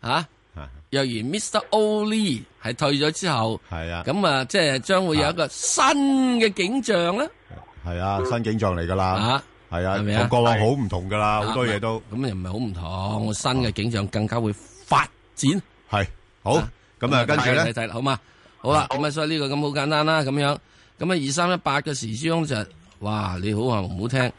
Speaker 9: 啊，若然 Mr. O'Lee 係退咗之後，
Speaker 8: 係啊，
Speaker 9: 咁啊，即係將會有一個新嘅景象啦。
Speaker 8: 係啊，新景象嚟㗎啦
Speaker 9: 啊，
Speaker 8: 係啊，
Speaker 9: 係咪啊啊
Speaker 8: 同過往好唔同㗎啦，好多嘢都。
Speaker 9: 咁又唔係好唔同，新嘅景象更加會發展。
Speaker 8: 哦係好，咁啊，跟住咧
Speaker 9: 睇。睇啦，好嘛？好啦，咁啊，所以呢個咁好簡單啦，咁樣咁啊，二三一八嘅時鐘就係哇，你好話唔好聽，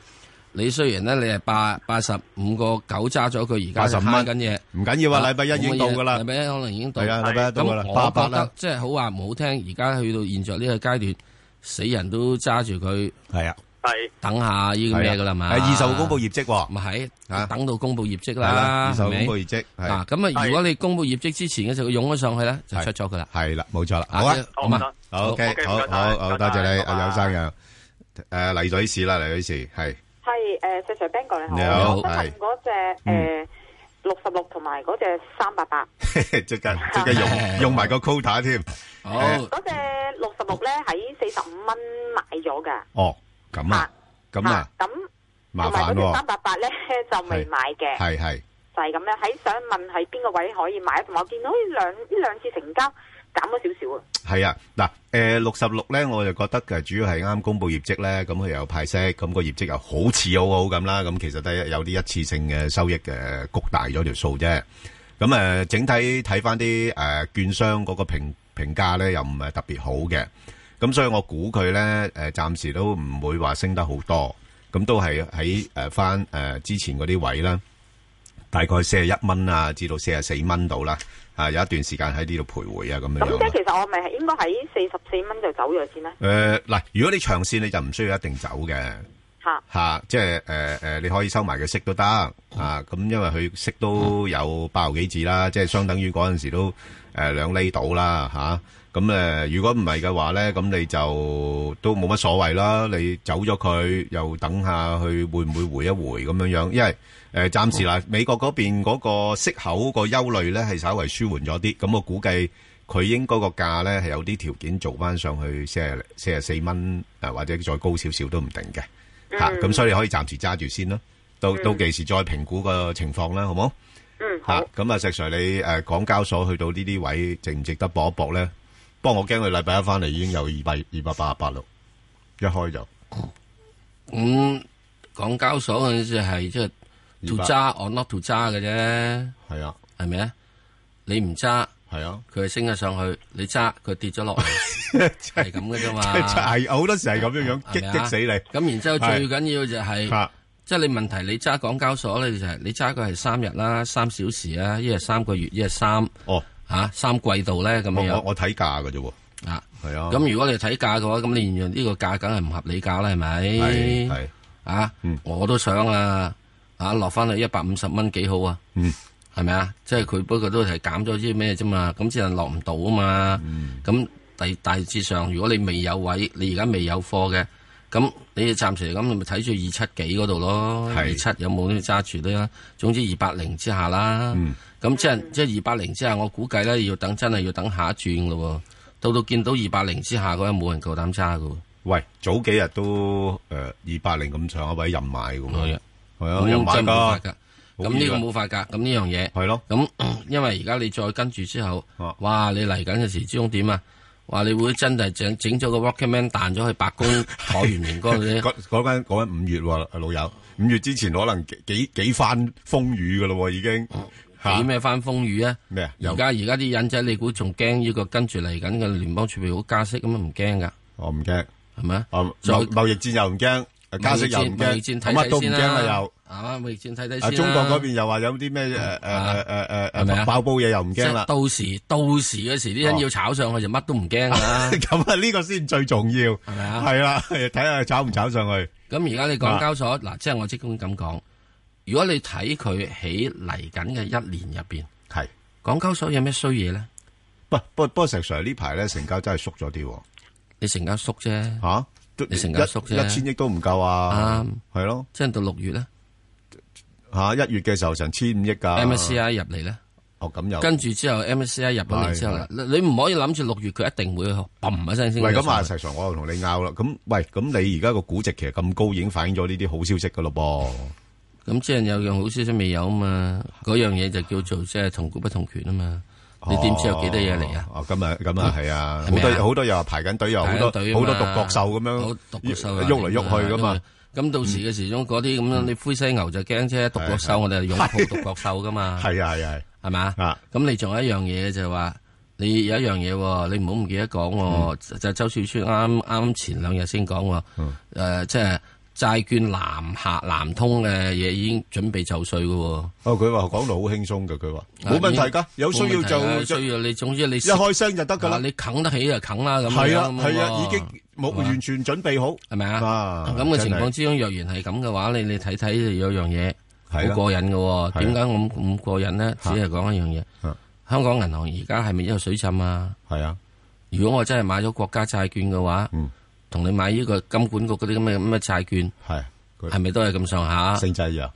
Speaker 9: 你雖然咧你係八八十五個九揸咗佢，而家就
Speaker 8: 85蚊
Speaker 9: 慳緊嘢，
Speaker 8: 唔緊要啊禮拜一已經到㗎啦
Speaker 9: 禮拜一可能已經到，
Speaker 8: 係啊禮拜一到㗎啦88
Speaker 9: 咁我覺
Speaker 8: 啦
Speaker 9: 得即係好話唔好聽，而家去到現在呢個階段，死人都揸住佢，
Speaker 8: 係啊，
Speaker 1: 係
Speaker 9: 等下呢個咩㗎啦嘛，
Speaker 8: 係二十號公佈業績喎，啊
Speaker 9: 咪係等到公佈業績
Speaker 8: 係啦
Speaker 9: 啦，
Speaker 8: 二十號
Speaker 9: 係咪
Speaker 8: 公佈業績係
Speaker 9: 嗱咁啊，如果你公佈業績之前嘅時候，佢湧咗上去咧，就出咗佢啦。
Speaker 8: 係啦，冇錯啦，好啊，
Speaker 9: 好嘛
Speaker 8: 好
Speaker 9: 好
Speaker 8: OK，
Speaker 9: OK，
Speaker 8: 好
Speaker 9: 唔該晒
Speaker 8: 好好，
Speaker 9: 唔該
Speaker 8: 多
Speaker 9: 晒
Speaker 8: 謝你，
Speaker 9: 拜拜
Speaker 8: 阿有生嘅，誒黎女士啦，黎女士係
Speaker 2: 係誒，石 Sir Ben 哥你好，
Speaker 8: 你好
Speaker 2: 我想問
Speaker 8: 係嗯
Speaker 2: 嗰只誒六十六同埋嗰只三八八，
Speaker 8: <laughs>
Speaker 2: <laughs>
Speaker 8: 即刻即刻用用埋個 quota 添，好
Speaker 2: 嗰只六十六咧喺四十五蚊買咗㗎，
Speaker 8: 哦，咁啊，咁啊，
Speaker 2: 咁
Speaker 8: 麻
Speaker 2: 同埋
Speaker 8: 煩
Speaker 2: 嗰只
Speaker 8: 喎
Speaker 2: 三，八八咧就未買嘅，
Speaker 8: 哦係係。
Speaker 2: 就係咁咧，喺想問喺邊個位可以買，同埋我見到呢兩呢兩次成交減咗少少啊，
Speaker 8: 系啊，嗱，诶，六十六咧，我就覺得誒主要係啱公布業績咧，咁佢又派息，咁個業績又好似好好咁啦，咁其實都係有啲一次性嘅收益嘅谷大咗條數啫。咁誒、呃整體睇翻啲誒券商嗰個評評價咧，又唔係特別好嘅。咁所以我估佢咧誒，暫時都唔會話升得好多，咁都係喺誒翻誒之前嗰啲位啦。大概四十一蚊啊，至到四十四蚊度啦，啊有一段時間喺呢度徘徊啊，咁樣樣
Speaker 2: 咁
Speaker 8: 咯
Speaker 2: 即係其實我咪係應該喺四十四蚊就走咗先咧，
Speaker 8: 诶，嗱、如果你長線你就唔需要一定走嘅
Speaker 2: 嚇
Speaker 8: 吓、即係诶诶，誒你可以收埋佢息都得啊。咁因為佢息都有八毫幾字啦，即係相等於嗰阵时都诶两、厘到啦吓。咁、诶、如果唔係嘅話咧，咁你就都冇乜所謂啦。你走咗佢，又等下佢會唔會回一回咁樣樣？因為誒暫時嗱，美國嗰邊嗰個息口個憂慮咧係稍為舒緩咗啲，咁我估計佢應該個價咧係有啲條件做翻上去四十四十四蚊啊，或者再高少少都唔定嘅嚇。咁、所以你可以暫時揸住先咯，到、
Speaker 2: 嗯
Speaker 8: 到幾時再評估個情況啦，好冇？
Speaker 2: 嗯
Speaker 8: 嚇
Speaker 2: 好，
Speaker 8: 咁啊，石 Sir 你誒、呃港交所去到呢啲位值唔值得搏一搏咧？不過我驚佢禮拜一翻嚟已經有二百二百八十八六，一開就
Speaker 9: 咁港交所嗰陣時係即係 to
Speaker 8: 200
Speaker 9: 揸 or not to 揸嘅啫，
Speaker 8: 係啊，
Speaker 9: 係咪啊？你唔揸，
Speaker 8: 係啊，
Speaker 9: 佢係升咗上去，你揸佢跌咗
Speaker 8: <laughs>
Speaker 9: 落嚟，係咁嘅啫嘛。
Speaker 8: 係好多時係咁樣樣激
Speaker 9: 係咪啊
Speaker 8: 激死你。
Speaker 9: 咁然之後
Speaker 8: 係
Speaker 9: 最緊要就係
Speaker 8: 啊，
Speaker 9: 即係你問題，你揸港交所咧就係你揸佢係三日啦、三小時啊，一日三個月，一日三
Speaker 8: 哦
Speaker 9: 嚇三季度咧咁樣。
Speaker 8: 我我睇價嘅啫喎。
Speaker 9: 啊，
Speaker 8: 系啊。
Speaker 9: 咁如果你睇價嘅話，咁你現呢個價梗係唔合理價啦，係咪？
Speaker 8: 係係嗯
Speaker 9: 啊，我都想啊，啊落翻去一百五十蚊幾好啊，
Speaker 8: 嗯，
Speaker 9: 係咪啊？即係佢不過都係減咗啲咩啫嘛，咁只係落唔到啊嘛。
Speaker 8: 嗯
Speaker 9: 咁第大致上，如果你未有位，你而家未有貨嘅，咁你暫時嚟講，你咪睇住二七幾嗰度咯。二七有冇呢揸住呢？總之二百零之下啦。
Speaker 8: 嗯
Speaker 9: 咁即係即係二百零之下，我估計咧要等真係要等下一轉咯喎。到到見到二百零之下嗰陣，冇人夠膽揸嘅喎。
Speaker 8: 喂，早幾日都誒二百零咁上下位任買嘅喎，係啊，
Speaker 9: 咁
Speaker 8: 任買
Speaker 9: 真係冇法
Speaker 8: 㗎，
Speaker 9: 㗎。咁呢個冇法㗎。咁呢樣嘢
Speaker 8: 係咯。啊
Speaker 9: 咁 <clears throat> 因為而家你再跟住之後，哇！你嚟緊嘅時鐘點啊？話你會真係整整咗個 Rockman 彈咗去白
Speaker 8: <laughs>
Speaker 9: 宮橢圓形嗰度咧。
Speaker 8: 嗰嗰間嗰
Speaker 9: <laughs>
Speaker 8: 間五月喎，老友，五月之前可能幾幾幾番風雨嘅咯喎，已經
Speaker 9: 點咩翻風雨啊？
Speaker 8: 咩啊？
Speaker 9: 而家而家啲人仔，你估仲驚呢個跟住嚟緊嘅聯邦儲備局加息咁啊？唔驚噶，
Speaker 8: 我哦唔驚，
Speaker 9: 係咪啊？
Speaker 8: 貿
Speaker 9: 再
Speaker 8: 貿易戰又唔驚，加息又唔
Speaker 9: 貿易戰
Speaker 8: 驚，
Speaker 9: 睇
Speaker 8: 乜都
Speaker 9: 睇
Speaker 8: 唔
Speaker 9: 先
Speaker 8: 驚
Speaker 9: 啦
Speaker 8: 啦又。
Speaker 9: 係嘛？貿易戰睇睇先
Speaker 8: 啊，
Speaker 9: 啦
Speaker 8: 中國嗰邊又話有啲咩誒誒誒誒
Speaker 9: 係咪啊
Speaker 8: 誒爆煲嘢又唔驚啦。
Speaker 9: 即係到時到時嗰時
Speaker 8: 哦
Speaker 9: 啲人要炒上去就乜都唔驚
Speaker 8: <laughs>
Speaker 9: 啦。
Speaker 8: 咁啊，呢個先最重要，係咪
Speaker 9: 啊
Speaker 8: 係啦，睇下炒唔炒上去。
Speaker 9: 咁而家你
Speaker 8: 啊
Speaker 9: 港交所嗱，即係我即管咁講，如果你睇佢喺嚟緊嘅一年入邊，
Speaker 8: 係
Speaker 9: 港交所有咩衰嘢咧？
Speaker 8: 不不不過石 Sir 呢排咧成交真係縮咗啲喎。
Speaker 9: 你成交縮啫，
Speaker 8: 吓，都
Speaker 9: 你成交縮啫
Speaker 8: 一一千億都唔夠啊。啱，係咯。
Speaker 9: 即係到六月咧，
Speaker 8: 吓一月嘅時候成千五億噶。
Speaker 9: MSCI 入嚟咧，
Speaker 8: 哦咁又
Speaker 9: 跟住之後 MSCI 入咗嚟之後啦，你你唔可以諗住六月佢一定會砰一聲先。
Speaker 8: 喂，咁啊，石 Sir，我又同你拗啦。咁喂，咁你而家個估值其實咁高，已經反映咗呢啲好消息噶咯噃。
Speaker 9: 咁即係有樣好消息未有啊嘛？嗰樣嘢就叫做即係同股不同權啊嘛。你點知有幾多嘢嚟啊？
Speaker 8: 哦，咁啊，咁啊，係啊，好
Speaker 9: 係咪啊
Speaker 8: 多好多又話排緊隊，又好多
Speaker 9: 排緊隊啊嘛
Speaker 8: 好多獨角獸咁
Speaker 9: 好
Speaker 8: 樣，
Speaker 9: 獨角獸啊
Speaker 8: 喐嚟喐去噶嘛。。嗯
Speaker 9: 咁到時嘅時鐘嗰啲咁樣，你灰犀牛就驚啫，獨角獸我哋係擁抱獨角獸噶嘛。
Speaker 8: 啊 <laughs> 係啊係啊
Speaker 9: 係嘛？咁你仲有一樣嘢就係話，你有一樣嘢喎，你唔好唔記得講喎，
Speaker 8: 嗯
Speaker 9: 就就周小川啱啱前兩日先講喎，誒即係債券南下南通嘅嘢已經準備就税嘅喎。
Speaker 8: 哦，佢話講到好輕鬆嘅，佢話冇問題㗎，有需要
Speaker 9: 啊冇問
Speaker 8: 就
Speaker 9: 題㗎需要你，總之你一
Speaker 8: 開聲就得㗎啦
Speaker 9: 啊你啃得起就啃啦咁樣。
Speaker 8: 係啊
Speaker 9: 咁
Speaker 8: 係
Speaker 9: 喎
Speaker 8: 啊，已經冇
Speaker 9: 係嘛
Speaker 8: 完全準備好，
Speaker 9: 係咪
Speaker 8: 啊
Speaker 9: 咁嘅情況
Speaker 8: 真係
Speaker 9: 之中，若然係咁嘅話，你你睇睇有樣嘢
Speaker 8: 係啊
Speaker 9: 好過癮嘅
Speaker 8: 係啊
Speaker 9: 喎。點解咁咁過癮呢？只係講一樣嘢，香港銀行而家係咪一個水浸啊？
Speaker 8: 係啊！嗯
Speaker 9: 如果我真係買咗國家債券嘅話，同你買呢個金管局嗰啲咁嘅咁嘅債券，
Speaker 8: 係
Speaker 9: 係咪都係咁上下？
Speaker 8: 性質一樣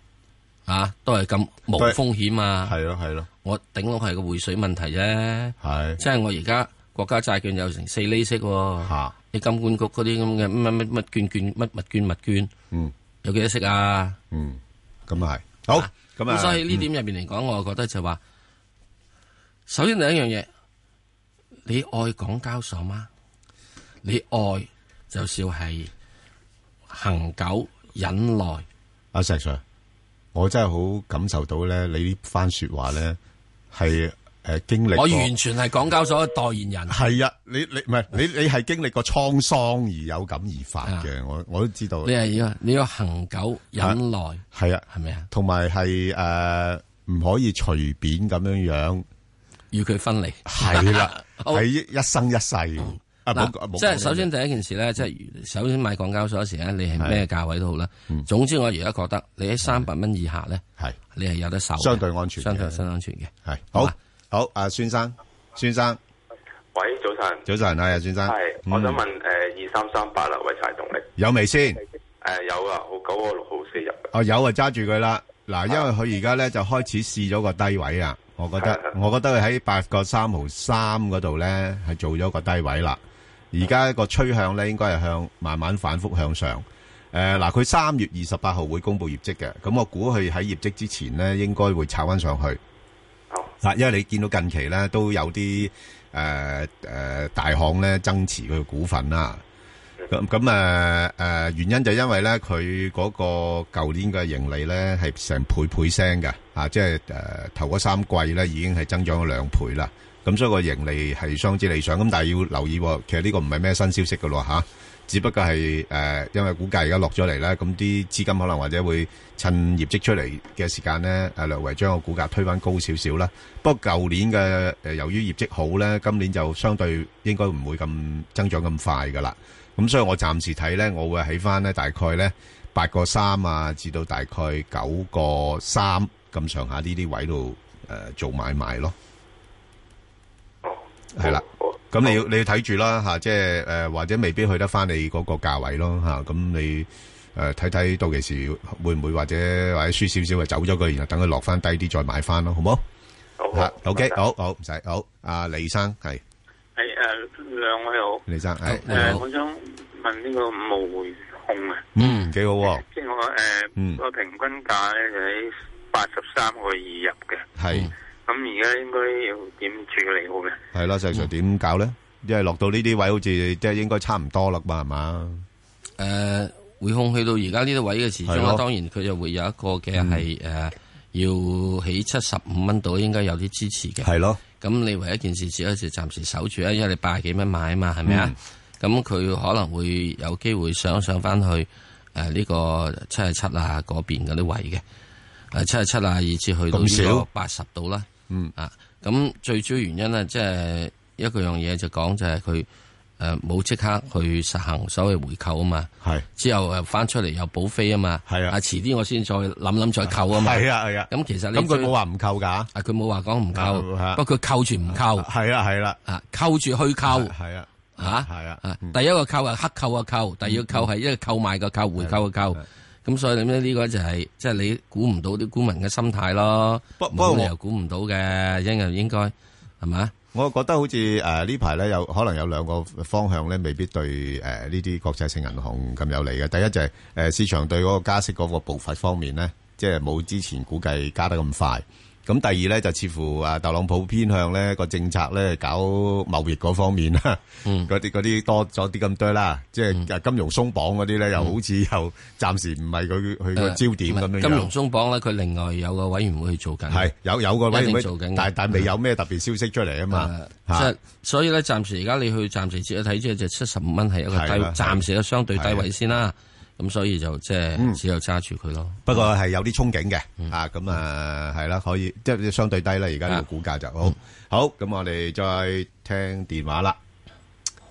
Speaker 9: 啊，都係咁無
Speaker 8: 都係
Speaker 9: 風險啊！
Speaker 8: 係咯係咯，
Speaker 9: 我頂籠係個匯水問題啫。
Speaker 8: 係，
Speaker 9: 即係我而家國家債券有成四厘息喎。你金管局嗰啲咁嘅乜乜乜券券乜物券物券，
Speaker 8: 嗯，
Speaker 9: 有幾多息啊？
Speaker 8: 嗯，咁啊係，好咁啊，
Speaker 9: 所以呢點入邊嚟講，我覺得就話，首先第一樣嘢，你愛港交所嗎？你愛就少係恒久忍耐。
Speaker 8: 阿石 Sir，我真係好感受到咧，你呢番說話咧係誒經歷過。
Speaker 9: 我完全係港交所嘅代言人。
Speaker 8: 係啊，你你唔係你你係經歷過滄桑而有感而發嘅，我我都知道。
Speaker 9: 啊你係要你要恒久忍耐，
Speaker 8: 係啊，
Speaker 9: 係咪啊？
Speaker 8: 同埋係诶唔可以隨便咁樣樣
Speaker 9: 與佢分離。
Speaker 8: 係啦，
Speaker 9: <laughs> 好
Speaker 8: 係一一生一世。啊，冇
Speaker 9: 嗱，
Speaker 8: 冇
Speaker 9: 即係首先第一件事咧，即係首先買港交所嗰時咧，你係咩價位都好啦。總之我而家覺得你喺三百蚊以下咧，
Speaker 8: 嗯係
Speaker 9: 你係有得受嘅，
Speaker 8: 相對安全嘅
Speaker 9: 相對相對安全嘅。
Speaker 8: 係好好，阿孫生，孫生，
Speaker 4: 喂，早晨，
Speaker 8: 早晨啊，阿孫生，
Speaker 4: 係，
Speaker 8: 嗯
Speaker 4: 我想問呃誒二三三八啦，喂，柴動力
Speaker 8: 有未先？
Speaker 4: 誒有啊，我九個六號四入，
Speaker 8: 哦，有啊，揸住佢啦。嗱，因為佢而家咧就開始試咗個低位啊，我覺得，我覺得佢喺八個三毫三嗰度咧係做咗個低位啦。而家個趨向咧應該係向慢慢反覆向上。誒、嗱，佢三月二十八號會公布業績嘅，咁我估佢喺業績之前咧應該會炒翻上去。嗱，因為你見到近期咧都有啲誒誒大行咧增持佢嘅股份啦。咁咁誒誒，原因就因為咧佢嗰個舊年嘅盈利咧係成倍倍升嘅，啊，即係誒、呃、頭嗰三季咧已經係增長咗兩倍啦。咁所以個盈利係相之理想，咁但係要留意喎，其實呢個唔係咩新消息嘅咯嚇，只不過係誒、呃因為股價而家落咗嚟啦，咁啲資金可能或者會趁業績出嚟嘅時間咧，誒呃略為將個股價推返高少少啦。不過舊年嘅誒、呃由於業績好咧，今年就相對應該唔會咁增長咁快噶啦。咁所以我暫時睇咧，我會喺翻咧大概咧八個三啊，至到大概九個三咁上下呢啲位度誒、呃做買賣咯。係啦，咁你要你要睇住啦嚇，即係誒、呃或者未必去得翻你嗰個價位咯嚇，咁、你。誒睇睇到期時會唔會或者或者輸少少就走咗佢，然後等佢落翻低啲再買翻咯，好冇？好，OK，好好唔使好。阿李生係
Speaker 22: 係誒兩位好，
Speaker 8: 李生係
Speaker 22: 誒我想問呢個五號匯控啊，
Speaker 8: 嗯幾好喎，
Speaker 22: 即係我
Speaker 8: 嗯
Speaker 22: 誒個平均價咧就喺八十三個二入嘅，
Speaker 8: 係。
Speaker 22: 咁而家應該要點處理好咧？
Speaker 8: 係啦，石 Sir 點搞咧？因為落到呢啲位，好似即係應該差唔多啦嘛，係嘛？
Speaker 9: 誒匯控去到而家呢啲位嘅時
Speaker 8: 係咯嗯
Speaker 9: 鐘，當然佢就會有一個嘅係誒要喺七十五蚊度應該有啲支持嘅。
Speaker 8: 係咯。
Speaker 9: 咁你唯一件事只可以就暫時守住啊，因為你八十幾蚊買啊嘛，係咪啊？
Speaker 8: 嗯
Speaker 9: 咁佢、可能會有機會上上翻去誒呢、個七十七啊嗰邊嗰啲位嘅，誒七十七啊，以至去到
Speaker 8: 咁
Speaker 9: 呢
Speaker 8: 少
Speaker 9: 個八十度啦。
Speaker 8: 嗯
Speaker 9: 啊，咁最主要原因咧，即係一個樣嘢就講就係佢誒冇即刻去實行所謂回購啊嘛。
Speaker 8: 係
Speaker 9: 之後誒翻出嚟又補飛啊嘛。係啊，遲啲我先再諗諗再購啊嘛。
Speaker 8: 係啊係啊
Speaker 9: 咁其實你
Speaker 8: 咁佢
Speaker 9: 最
Speaker 8: 冇話唔購㗎。啊，
Speaker 9: 佢冇話講唔
Speaker 8: 啊
Speaker 9: 購，不過佢扣住唔購。
Speaker 8: 係啦係啦。
Speaker 9: 啊，扣住去購。
Speaker 8: 係啊。
Speaker 9: 吓
Speaker 8: 係啊。
Speaker 9: 啊，第一個扣係黑扣啊扣，第二個扣係一個購買個扣，回購個扣。咁所以你咧呢個就係即係你估唔到啲股民嘅心態咯，
Speaker 8: 不不過
Speaker 9: 冇
Speaker 8: 我
Speaker 9: 理由估唔到嘅，應該應該係嘛？
Speaker 8: 我覺得好似誒呢排咧有可能有兩個方向咧，未必對誒呃呢啲國際性銀行咁有利嘅。第一就係、呃市場對嗰個加息嗰個步伐方面咧，即係冇之前估計加得咁快。咁第二咧就似乎啊特朗普偏向咧個政策咧搞貿易嗰方面啦，
Speaker 9: 嗯
Speaker 8: 嗰啲嗰啲多咗啲咁多啦，即係金融鬆綁嗰啲咧又好似又暫時唔係佢佢個焦點咁樣樣。
Speaker 9: 嗯呃金融鬆綁咧，佢另外有個委員會去做緊。
Speaker 8: 係有有個委員會
Speaker 9: 一定做緊嘅，嗯啊
Speaker 8: 但但未有咩特別消息出嚟啊嘛。
Speaker 9: 即
Speaker 8: 嚇
Speaker 9: 係所以咧，暫時而家你去暫時只睇即係就七十五蚊係一個
Speaker 8: 係
Speaker 9: 低
Speaker 8: 啦，
Speaker 9: 暫時嘅相對低
Speaker 8: 係啊
Speaker 9: 位先啦。咁所以就即
Speaker 8: 嗯
Speaker 9: 係只有揸住佢咯。
Speaker 8: 不過係有啲憧憬嘅，
Speaker 3: 嗯
Speaker 8: 啊咁啊係啦，可以即係相對低啦，而家呢個股價就
Speaker 3: 嗯
Speaker 8: 好。好，咁我哋再聽電話啦。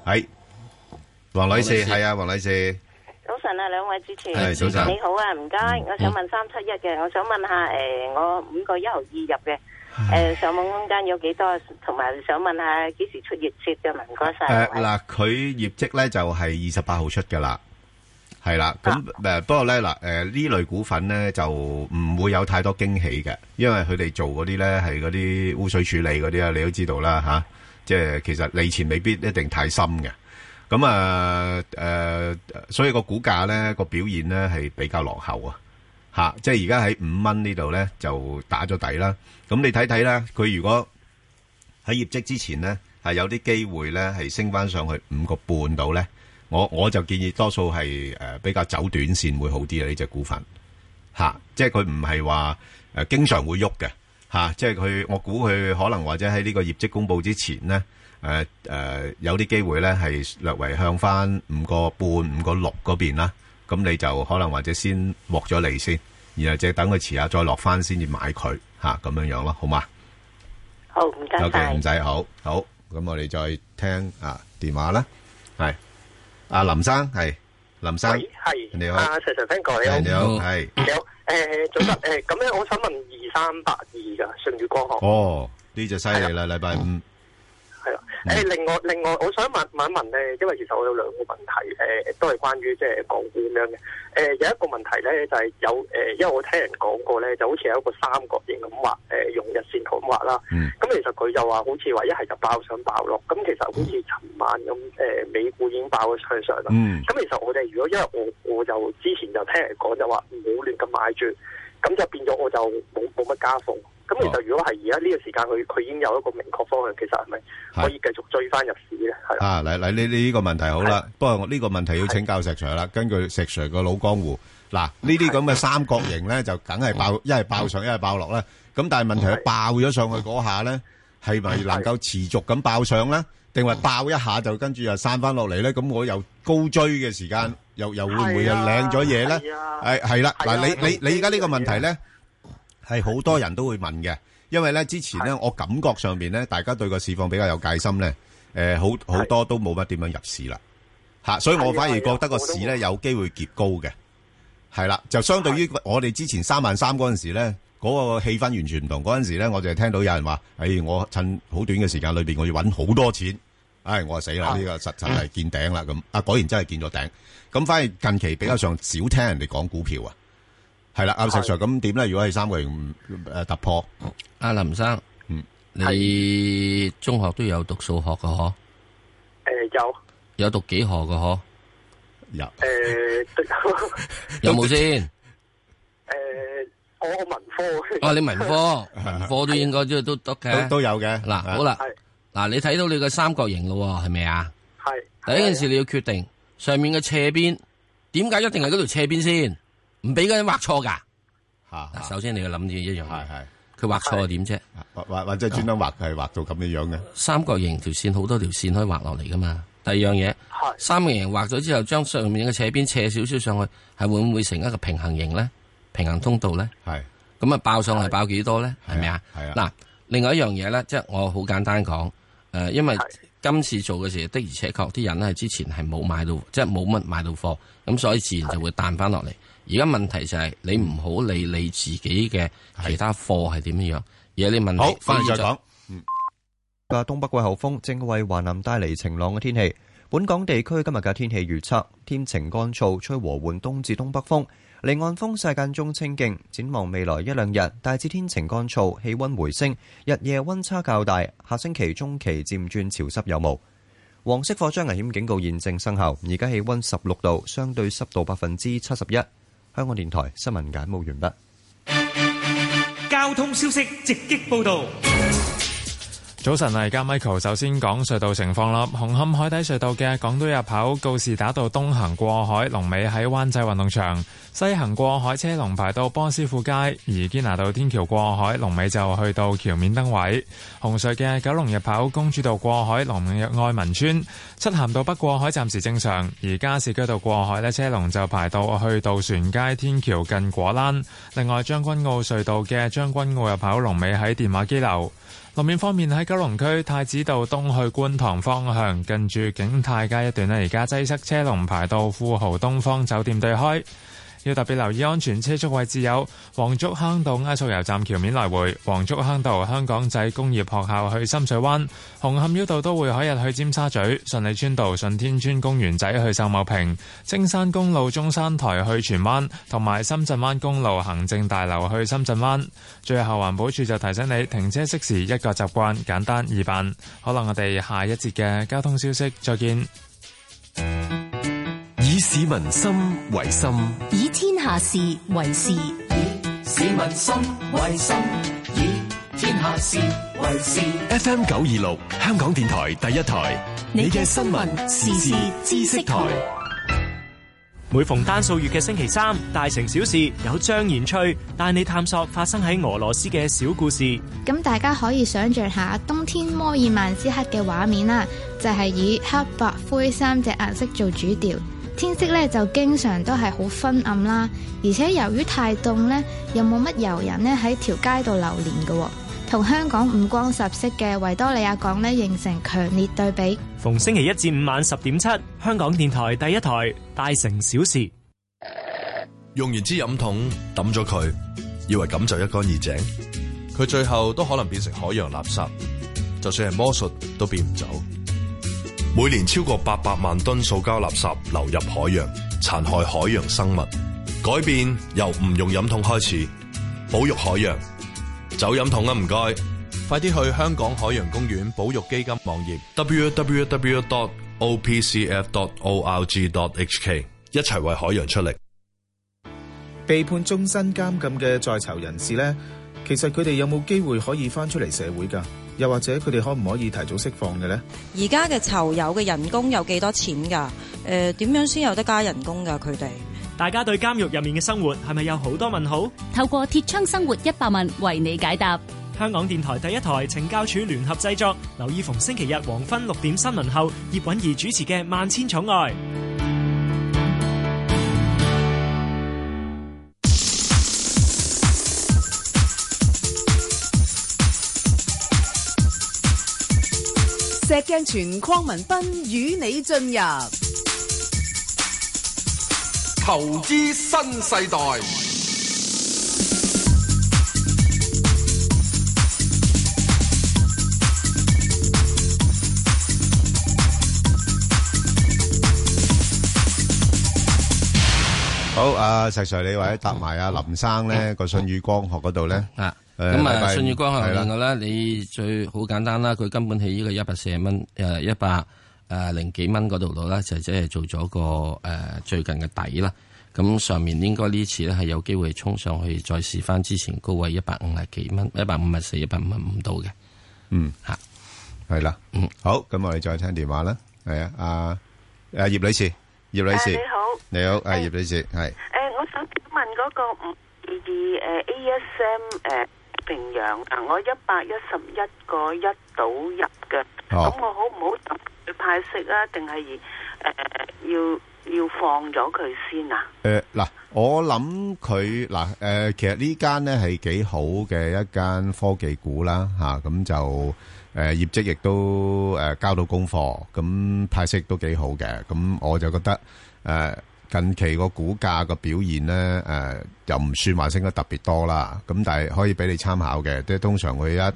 Speaker 8: 係，黃女士，
Speaker 3: 黃女士
Speaker 8: 係啊，黃女士，
Speaker 3: 早晨啊，兩位主持，
Speaker 8: 係早晨
Speaker 3: 你好啊，唔該，我想問三七一嘅，我想問下誒、我五個一毫二入嘅，誒、上網空間有幾多，同埋想問下幾時出業績嘅，唔該晒。
Speaker 8: 誒嗱，佢業績咧就係二十八號出㗎啦。係啦，咁誒不過咧嗱，誒呢類股份咧就唔會有太多驚喜嘅，因為佢哋做嗰啲咧係嗰啲污水處理嗰啲啊，你都知道啦吓、即係其實利錢未必一定太深嘅。咁啊誒，所以個股價咧個表現咧係比較落後啊。吓、即係而家喺五蚊呢度咧就打咗底啦。咁你睇睇啦，佢如果喺業績之前呢，係有啲機會呢，係升翻上去五個半度呢。我我就建議多數係誒比較走短線會好啲啊呢只股份嚇、即係佢唔係話誒經常會喐嘅嚇，即係佢我估佢可能或者喺呢個業績公佈之前呢，誒、誒、有啲機會呢係略為向翻五個半、五個六嗰邊啦，咁你就可能或者先獲咗利先，然後就等佢遲下再落翻先至買佢嚇咁樣樣咯，好嘛？
Speaker 3: 好，唔該
Speaker 8: O
Speaker 3: 晒
Speaker 8: K，唔。使好，好，咁我哋再聽啊電話啦，係阿林生，係林生，
Speaker 5: 系
Speaker 8: 你好
Speaker 5: 啊，石 Sir 聽過你好，
Speaker 8: 係你好，係，
Speaker 5: 你好，诶，早晨，诶，咁咧，我想問二三八二噶舜宇光學，
Speaker 8: 哦，呢就犀利啦，禮拜五，
Speaker 5: 係啦，诶，
Speaker 8: 嗯
Speaker 5: 另外另外，我想問問一問咧，因為其實我有兩個問題，诶，都係關於即係港股咁樣嘅，诶，有一個問題咧就係有诶，因為我聽人講過咧，就好似有一個三角形咁畫，诶，用日線圖咁畫啦，
Speaker 8: 嗯
Speaker 5: 咁其實佢就話好似話一係就爆上爆落，咁其實好似尋晚咁，誒美股已經爆咗向上啦。
Speaker 23: 嗯
Speaker 5: 咁其實我哋如果因為我我就之前就聽人講就話唔好亂咁買住，咁就變咗我就冇冇乜家貨。咁其實如果係而家呢個時間，佢佢已經有一個明確方向，其實係咪可以繼續追翻入市咧？係啦，
Speaker 8: 啊，嚟嚟呢呢個問題好啦，不過我呢個問題要請教石 Sir 啦，根據石 Sir 個老江湖，嗱呢啲咁嘅三角形咧就梗係爆，一係爆上，一係爆落啦，咁但係問題佢爆咗上去嗰下咧，係咪能夠持續咁爆上咧？定話爆一下就跟住又散翻落嚟咧？咁我又高追嘅時間，又又會唔會又領咗嘢咧？係係啦，嗱你你你而家呢個問題咧。係好多人都會問嘅，因為咧之前咧我感覺上面咧，大家對個市況比較有戒心咧，誒好好多都冇乜點樣入市啦，嚇，所以啊我反而覺得個市咧有機會結高嘅，係啦，就相對於我哋之前三萬三嗰陣時咧。嗰個氣氛完全唔同，嗰陣時咧，我就係聽到有人話：，誒、我趁好短嘅時間裏邊，我要揾好多錢。唉、我死啦！呢、個實實係見頂啦咁。啊，果然真係見咗頂。咁反而近期比較上少聽人哋講股票啊。係啦，阿石 Sir，咁點咧？如果係三個形誒突破，
Speaker 9: 阿啊林生，
Speaker 8: 嗯，
Speaker 9: 你中學都有讀數學嘅嗬？
Speaker 5: 誒有
Speaker 9: 有讀幾何嘅嗬？
Speaker 8: 有
Speaker 5: 誒
Speaker 9: 有冇先？
Speaker 5: 誒，我我文科
Speaker 9: 哦，你文
Speaker 5: <laughs>
Speaker 9: 科，文科都應該都都得嘅，
Speaker 8: 都都有嘅啊
Speaker 9: 嗱，好啦，嗱，你睇到你個三角形咯喎，係咪啊？
Speaker 5: 係
Speaker 9: 第一件事你要決定上面嘅斜邊，點解一定係嗰條斜邊先？唔俾嗰人畫錯㗎。嗱首先你要諗住一樣嘢，佢畫錯點啫？
Speaker 8: 或或或者專登畫係畫到咁樣樣嘅。
Speaker 9: 三角形條線好多條線可以畫落嚟噶嘛。第二樣嘢，三角形畫咗之後，將上面嘅斜邊斜少少上去，係會唔會成一個平衡形咧？平衡通道咧？
Speaker 8: 係
Speaker 9: 咁啊，爆上係爆幾多咧？係咪啊？
Speaker 8: 係啊。
Speaker 9: 嗱，另外一樣嘢咧，即係我好簡單講，誒，因為今次做嘅時的而且確啲人咧之前係冇買到，即係冇乜買到貨，咁所以自然就會彈翻落嚟。而家問題就係你唔好理你自己嘅其他貨係點樣樣，而係你問題
Speaker 8: 好翻嚟再講。
Speaker 1: 嗯
Speaker 23: 嗯
Speaker 11: 嘅東北季候風正為華南帶嚟晴朗嘅天氣。本港地區今日嘅天氣預測：天晴乾燥，吹和緩東至東北風，離岸風勢間中清勁。展望未來一兩日，大致天晴乾燥，氣温回升，日夜温差較大。下星期中期漸轉潮濕有霧。黃色火災危險警告現正生效。而家氣温十六度，相對濕度百分之七十一。香港電台新聞簡報完畢。
Speaker 10: 交通消息直擊報導。
Speaker 12: 早晨，而家 Michael 首先講隧道情況啦。紅磡海底隧道嘅港島入口告士打道東行過海，龍尾喺灣仔運動場；西行過海車龍排到波斯富街，而堅拿道天橋過海龍尾就去到橋面燈位。紅隧嘅九龍入口公主道過海，龍尾愛民村；漆咸道北過海暫時正常，而加士居道過海呢車龍就排到去渡船街天橋近果欄。另外將軍澳隧道嘅將軍澳入口龍尾喺電話機樓。路面方面喺九龍區太子道東去觀塘方向，近住景泰街一段呢，而家擠塞車龍排到富豪東方酒店對開。要特別留意安全車速位置有黃竹坑道埃索油站橋面來回、黃竹坑道香港仔工業學校去深水灣、紅磡繞道都會海日去尖沙咀、順利村道順天村公園仔去秀茂坪、青山公路中山台去荃灣，同埋深圳灣公路行政大樓去深圳灣。最後環保署就提醒你停車熄匙一個習慣，簡單易辦。好啦，我哋下一節嘅交通消息再見。
Speaker 13: 以市民心為心，
Speaker 24: 以天下事為事，
Speaker 14: 市民心為心，以天下事為事。
Speaker 13: FM 九二六，香港電台第一台，你嘅新聞時事知識台。
Speaker 25: 每逢單數月嘅星期三，大城小事有張延翠帶你探索發生喺俄羅斯嘅小故事。
Speaker 26: 咁大家可以想象下冬天摩爾曼斯克嘅畫面啦，就係以黑白灰三隻顏色做主調。天色咧就經常都係好昏暗啦，而且由於太凍咧，又冇乜遊人咧喺條街度流連嘅喎，同香港五光十色嘅維多利亞港咧形成強烈對比。
Speaker 25: 逢星期一至五晚十點七，香港電台第一台《大城小事》。
Speaker 27: 用完支飲筒抌咗佢，以為咁就一乾二淨，佢最後都可能變成海洋垃圾，就算係魔術都變唔走。每年超過八百萬噸塑膠垃圾流入海洋，殘害海洋生物。改變由唔用飲筒開始，保育海洋。走飲筒啊，唔該！快啲去香港海洋公園保育基金網頁 www.opcf.org.hk，一齊為海洋出力。
Speaker 28: 被判終身監禁嘅在囚人士呢，其實佢哋有冇機會可以翻出嚟社會㗎？又或者佢哋可唔可以提早釋放嘅呢？
Speaker 29: 而家嘅囚友嘅人工有幾多錢㗎？誒、呃、點樣先有得加人工㗎？佢哋
Speaker 25: 大家對監獄入面嘅生活係咪有好多問號？
Speaker 30: 透過鐵窗生活一百問為你解答。
Speaker 25: 香港電台第一台懲教署聯合製作，留意逢星期日黃昏六點新聞後，葉韻儀主持嘅《萬千寵愛》。
Speaker 6: 石鏡泉鄺民彬與你進入
Speaker 7: 投資新世代。
Speaker 8: 好，阿石 Sir，你或者答埋阿林生咧個信宇光學嗰度咧。
Speaker 9: 嗯啊，
Speaker 8: 誒
Speaker 9: 咁
Speaker 8: 禮
Speaker 9: 啊，
Speaker 8: 拜五
Speaker 9: 信譽光
Speaker 8: 係
Speaker 9: 學
Speaker 8: 啦
Speaker 9: 另外咧，你最好簡單啦，佢根本喺呢個一百四十蚊誒一百誒零幾蚊嗰度度啦，就即係做咗個誒、呃最近嘅底啦。咁上面應該呢次咧係有機會衝上去，再試翻之前高位一百五十幾蚊、一百五十四、一百五十五度嘅。
Speaker 8: 嗯，係啦，嗯，好，咁我哋再聽電話啦，係啊，阿阿葉女士，葉女士，
Speaker 16: 誒你好
Speaker 3: 呃
Speaker 8: 你好，阿葉女士，係
Speaker 16: 誒，我想問嗰個五
Speaker 3: 二呃誒 ASM 誒呃平陽啊，我一百一十一個一到入嘅，咁、
Speaker 1: 哦
Speaker 3: 我好唔好等佢派息啊？定係誒要要放咗佢先啊？
Speaker 8: 诶，呃嗱、我諗佢嗱，诶、其實呢間咧係幾好嘅一間科技股啦，吓、咁就诶、呃、业绩亦都诶、呃交到功課，咁派息都幾好嘅，咁我就覺得诶、呃近期個股價個表現咧，诶、又唔算話升得特別多啦，咁但係可以俾你參考嘅，即係通常佢一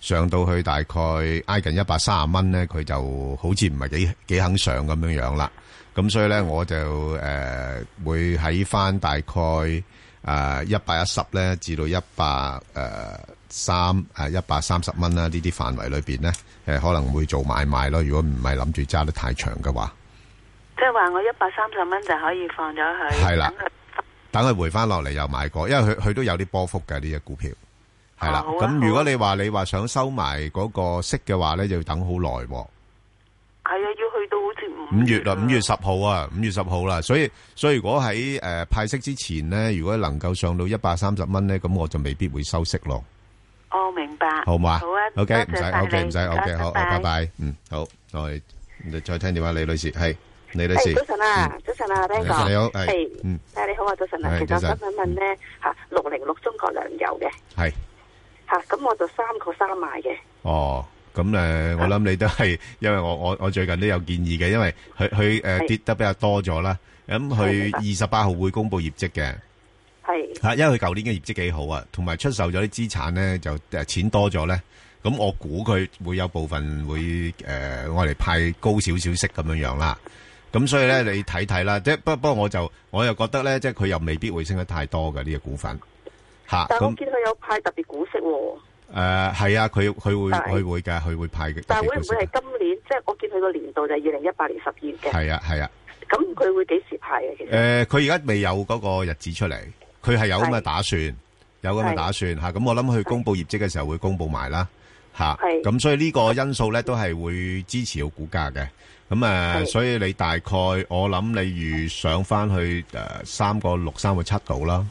Speaker 8: 上到去大概挨近一百三十蚊咧，佢就好似唔係幾幾肯上咁樣樣啦。咁所以咧，我就誒、呃、會喺翻大概誒一百一十咧，至到一百誒三誒一百三十蚊啦，呢啲範圍裏邊咧，誒、可能會做買賣咯。如果唔係諗住揸得太長嘅話，
Speaker 3: 即係話我一百三十蚊就可以放咗佢，
Speaker 8: 係啦，等佢回翻落嚟又買過，因為佢佢都有啲波幅嘅呢只股票，係啦。咁、如果你話你話想收埋嗰個息嘅話咧，就要等好耐喎。
Speaker 3: 係啊，要去到好似五
Speaker 8: 五月啦，五月十號啊，五月十號啦，所以所以如果喺诶派息之前咧，如果能夠上到一百三十蚊咧，咁我就未必會收息咯，
Speaker 3: 哦，明白，
Speaker 8: 好嘛？
Speaker 3: 好啊
Speaker 8: o k 唔
Speaker 3: 多
Speaker 8: 使
Speaker 3: 謝晒
Speaker 8: ，OK 唔使
Speaker 3: 你
Speaker 8: ，OK 好，好
Speaker 3: 多謝
Speaker 8: 拜拜，嗯，好，我哋再聽電話，李女士係李女
Speaker 2: 係
Speaker 8: 士，
Speaker 2: 早晨
Speaker 8: 嗯
Speaker 2: 啊，早晨啊，Ben
Speaker 8: 你
Speaker 2: 哥，
Speaker 8: 好，
Speaker 2: 係
Speaker 8: 係，嗯，
Speaker 2: 誒你好啊，早晨啊，
Speaker 8: 係
Speaker 2: 其實我
Speaker 8: 早晨
Speaker 2: 想
Speaker 8: 嗯
Speaker 2: 問問咧嚇六零六中國糧油嘅
Speaker 8: 係，
Speaker 2: 嚇，咁我就三個三買嘅，
Speaker 8: 哦。咁誒，呃我諗你都係，因為我我我最近都有建議嘅，因為佢佢誒
Speaker 2: 係
Speaker 8: 跌得比較多咗啦。咁
Speaker 2: 明
Speaker 8: 佢
Speaker 2: 白
Speaker 8: 二十八號會公布業績嘅，
Speaker 2: 係
Speaker 8: 吓，因為佢舊年嘅業績幾好啊，同埋出售咗啲資產咧，就诶錢多咗咧，咁我估佢會有部分會诶我嚟派高少少息咁樣樣啦。咁所以咧，
Speaker 2: 嗯
Speaker 8: 你睇睇啦，即係不不過我就我又覺得咧，即係佢又未必會升得太多嘅呢、個股份吓。
Speaker 2: 但我
Speaker 8: 咁
Speaker 2: 見佢有派特別股息喎，
Speaker 8: 诶係啊，佢佢會
Speaker 2: 但係
Speaker 8: 佢會嘅，佢會派嘅。
Speaker 2: 但係會唔會係今年？即係我見佢個年度就係二零一八年十二月嘅，
Speaker 8: 係啊係啊？
Speaker 2: 咁佢會幾時派嘅？其實哦
Speaker 8: 诶，佢而家未有嗰個日子出嚟，佢係有咁嘅打算，有咁嘅打算吓。咁我諗佢公布業績嘅時候會公布埋啦吓。
Speaker 2: 係
Speaker 8: 咁所以呢個因素咧都係會支持到股價嘅。咁诶，
Speaker 2: 係
Speaker 8: 所以你大概我諗你預上翻去诶三個六、三個七度啦。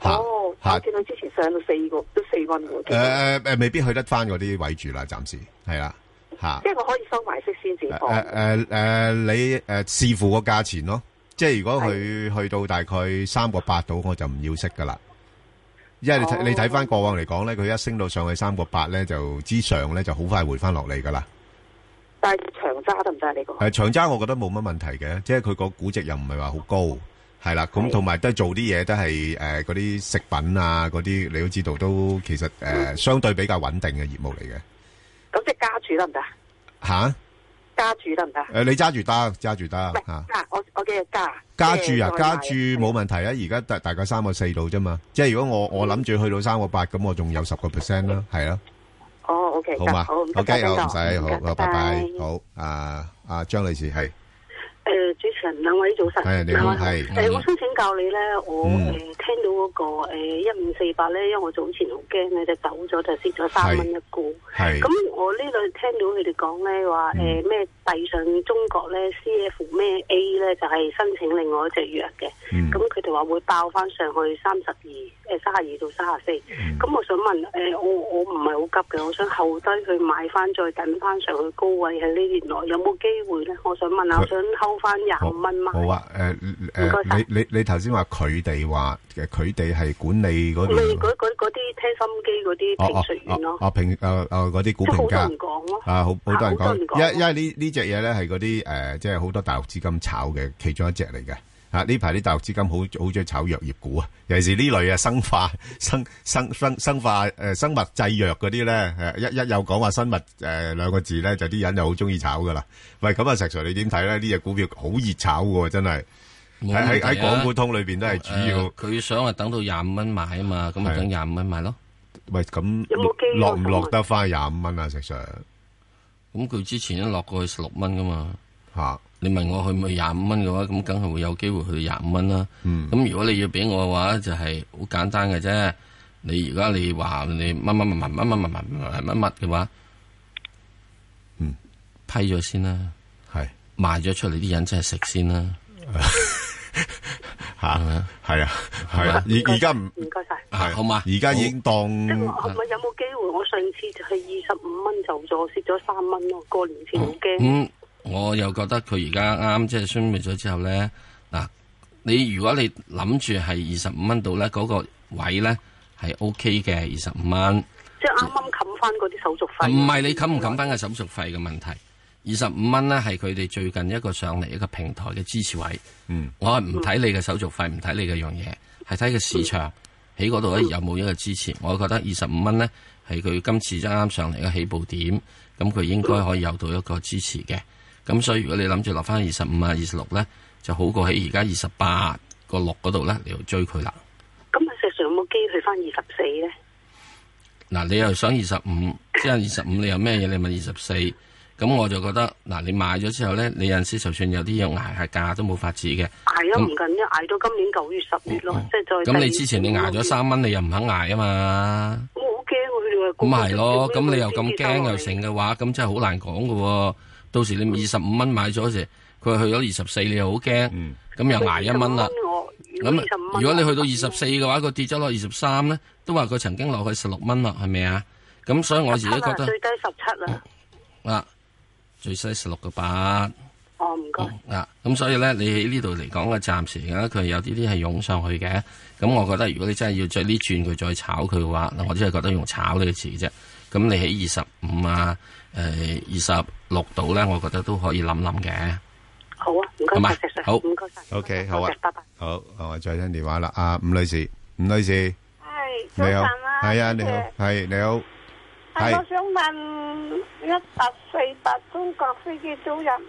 Speaker 2: 哦，我見佢之前上到四個都四蚊喎，其實
Speaker 8: 诶呃诶，未必去得翻嗰啲位住啦，暫時係啦吓。
Speaker 2: 即係我可以收埋息先至
Speaker 8: 哦
Speaker 2: 放，
Speaker 8: 誒誒誒，呃你誒視乎個價錢咯，即係如果佢去到大概三個八到，我就唔要息噶啦。因為你睇、
Speaker 2: 哦
Speaker 8: 你睇翻過往嚟講咧，佢一升到上去三個八咧，就之上咧就好快回翻落嚟噶啦。
Speaker 2: 但係長揸得唔得啊？呢個
Speaker 8: 誒、長揸我覺得冇乜問題嘅，即係佢個估值又唔係話好高，係啦。咁同埋都係做啲嘢都係誒嗰啲食品啊嗰啲，你都知道都其實誒、呃相對比較穩定嘅業務嚟嘅
Speaker 2: 咁即係加住得唔得啊？
Speaker 8: 嚇。呃
Speaker 2: 加住得唔得啊？
Speaker 8: 誒你揸住得，揸住得嚇。
Speaker 2: 加我我嘅加
Speaker 8: 加注啊，
Speaker 2: 即係再買
Speaker 8: 加注冇問題啊！而家大大概三個四度啫嘛，即係如果我
Speaker 2: 嗯
Speaker 8: 我諗住去到三個八，咁我仲有十個 percent 啦，係啦，
Speaker 2: 哦，OK，
Speaker 8: 好嘛
Speaker 2: 好唔
Speaker 8: ？OK，
Speaker 2: 該晒
Speaker 8: 好唔
Speaker 2: 邊
Speaker 8: 使，
Speaker 2: 個唔該
Speaker 8: 好，
Speaker 2: 拜
Speaker 8: 拜拜
Speaker 2: 拜，
Speaker 8: 好，啊啊張女士係，
Speaker 16: 诶、呃主持人兩位早晨，
Speaker 8: 係你好係
Speaker 16: 诶、我想請教你咧，我
Speaker 8: 嗯
Speaker 16: 诶、聽到嗰、個个一五四八咧，因為我早前好驚咧，就走咗就蝕咗三蚊一股。
Speaker 8: 係嗯
Speaker 16: 咁我呢度聽到佢哋講咧話诶咩遞上中國咧 C F 咩 A 咧就係申請另外一隻藥嘅，
Speaker 8: 嗯
Speaker 16: 咁佢哋話會爆翻上去三十二诶三十二到三十四。
Speaker 8: 嗯
Speaker 16: 咁我想問诶、我我唔係好急嘅，我想後低去買翻，再等翻上去高位喺呢年內有冇機會咧？我想問啊下，我想睺翻廿五蚊買。
Speaker 8: 好啊，誒
Speaker 16: 唔該
Speaker 8: 誒，
Speaker 16: 晒
Speaker 8: 你你你頭先話佢哋話誒佢哋係管理嗰
Speaker 16: 咪
Speaker 8: 邊，
Speaker 16: 嗰嗰嗰啲聽心機嗰
Speaker 8: 哦
Speaker 16: 啲評
Speaker 8: 哦
Speaker 16: 述員
Speaker 8: 哦
Speaker 16: 咯，
Speaker 8: 哦評誒誒嗰啲股評價
Speaker 16: 即係好多人講咯
Speaker 8: 啊，好好多人
Speaker 16: 啊好多
Speaker 8: 講，
Speaker 16: 人講
Speaker 8: 因因為呢呢只嘢咧係嗰啲誒，即係好多大陸資金炒嘅其中一隻嚟嘅。啊！呢排啲大陸資金好好中意炒藥業股啊，尤其是呢類啊生化 <laughs> 生生生生化誒、呃生物製藥嗰啲咧，誒一一有講話生物誒、呃、兩個字咧，就啲人就好中意炒噶啦。喂，咁啊石 Sir 你點睇咧？呢只股票好熱炒嘅喎，真係喺喺
Speaker 9: 冇問題啊
Speaker 8: 喺港股通裏邊都係主要
Speaker 9: 誒。佢想話等到廿五蚊買啊嘛，咁咪等廿五蚊買咯。
Speaker 8: 喂，咁
Speaker 9: 有冇啊機會
Speaker 8: 落唔落得翻廿五蚊啊？石 Sir，
Speaker 9: 咁佢之前一落過去十六蚊噶嘛，
Speaker 8: 吓
Speaker 9: 你問我去唔去廿五蚊嘅話，咁梗係會有機會去到廿五蚊啦。
Speaker 8: 嗯
Speaker 9: 咁如果你要俾我嘅話，就係好簡單嘅啫。你而家你話你乜乜乜乜乜乜乜乜乜乜乜嘅話，
Speaker 8: 嗯，
Speaker 9: 批咗先啦，
Speaker 8: 係 <laughs>
Speaker 9: 賣咗出嚟啲人真係食先啦。啊
Speaker 8: 吓，系啊，系啊，而而家唔
Speaker 16: 唔該晒。
Speaker 8: 系
Speaker 9: 好嘛？
Speaker 8: 而家已經當
Speaker 16: 即係
Speaker 9: 嗯
Speaker 16: 我我啊有冇機會？我上次就係二十五蚊走咗，我蝕咗三蚊咯。過年前
Speaker 9: 嗯
Speaker 16: 好驚。
Speaker 9: 咁我又覺得佢而家啱即係宣布咗之後咧，嗱，你如果你諗住係二十五蚊度咧，嗰、個位咧係 O K 嘅，二十五蚊。
Speaker 16: 即係啱啱冚翻嗰啲手續費。啊
Speaker 9: 唔係你冚唔冚翻個手續費嘅問題，二十五蚊咧係佢哋最近一個上嚟一個平台嘅支持位。
Speaker 8: 嗯，
Speaker 9: 我係唔睇你嘅手續費，唔睇你嘅樣嘢，係睇個市場喺嗰度咧有冇一個支持。我覺得二十五蚊咧係佢今次啱啱上嚟嘅起步點，咁佢應該可以有到一個支持嘅。咁所以如果你諗住落翻二十五啊、二十六咧，就好過喺而家二十八個六嗰度咧嚟到追佢啦。
Speaker 16: 咁啊，石 Sir 有冇機去翻二十四咧？
Speaker 9: 嗱，你又想二十五，即係二十五，你有咩嘢？你問二十四，咁我就覺得嗱，你買咗之後咧，你有陣時就算有啲嘢捱下價都冇法子嘅。
Speaker 16: 捱都
Speaker 9: 咁
Speaker 16: 啊唔緊要，捱到今年九月十月咯，即係再。
Speaker 9: 嗯咁你之前你捱咗。三蚊，你又唔肯捱啊嘛？
Speaker 16: 我好驚佢啊！
Speaker 9: 咁咪係咯，咁你又咁驚又成嘅話，咁真係好難講嘅喎。到時你二十五蚊買咗時，佢去咗二十四，你又好驚，咁又捱一蚊啦。
Speaker 16: 我如
Speaker 9: 咁
Speaker 16: 果
Speaker 9: 啊
Speaker 16: 25蚊
Speaker 9: 如果你去到二十四嘅話，佢跌咗落二十三咧，都話佢曾經落去十六蚊啦，係咪啊？咁所以我自己覺
Speaker 16: 啊
Speaker 9: 得。
Speaker 16: 最低十七啦。
Speaker 9: 啊，最西十六個八
Speaker 16: 哦，唔該。
Speaker 9: 啊，咁所以咧，你喺呢度嚟講嘅，暫時而家佢有啲啲係湧上去嘅。咁我覺得如果你真係要着呢轉佢再炒佢嘅話，嗱我真係覺得用炒呢個詞啫。咁你喺二十五啊，誒二十六度咧，我覺得都可以諗諗嘅。
Speaker 16: 好啊，唔
Speaker 9: 好
Speaker 16: 該
Speaker 9: 嘛
Speaker 16: 晒，石 Sir。
Speaker 9: 好
Speaker 16: 唔該晒。
Speaker 8: OK，好啊
Speaker 16: 多謝拜拜。
Speaker 8: 好，我再聽電話啦。阿伍女士，伍女士，你好，係啊，你好，係你好，
Speaker 1: 係，
Speaker 8: 係
Speaker 1: 我想問一八四八中國飛機租賃，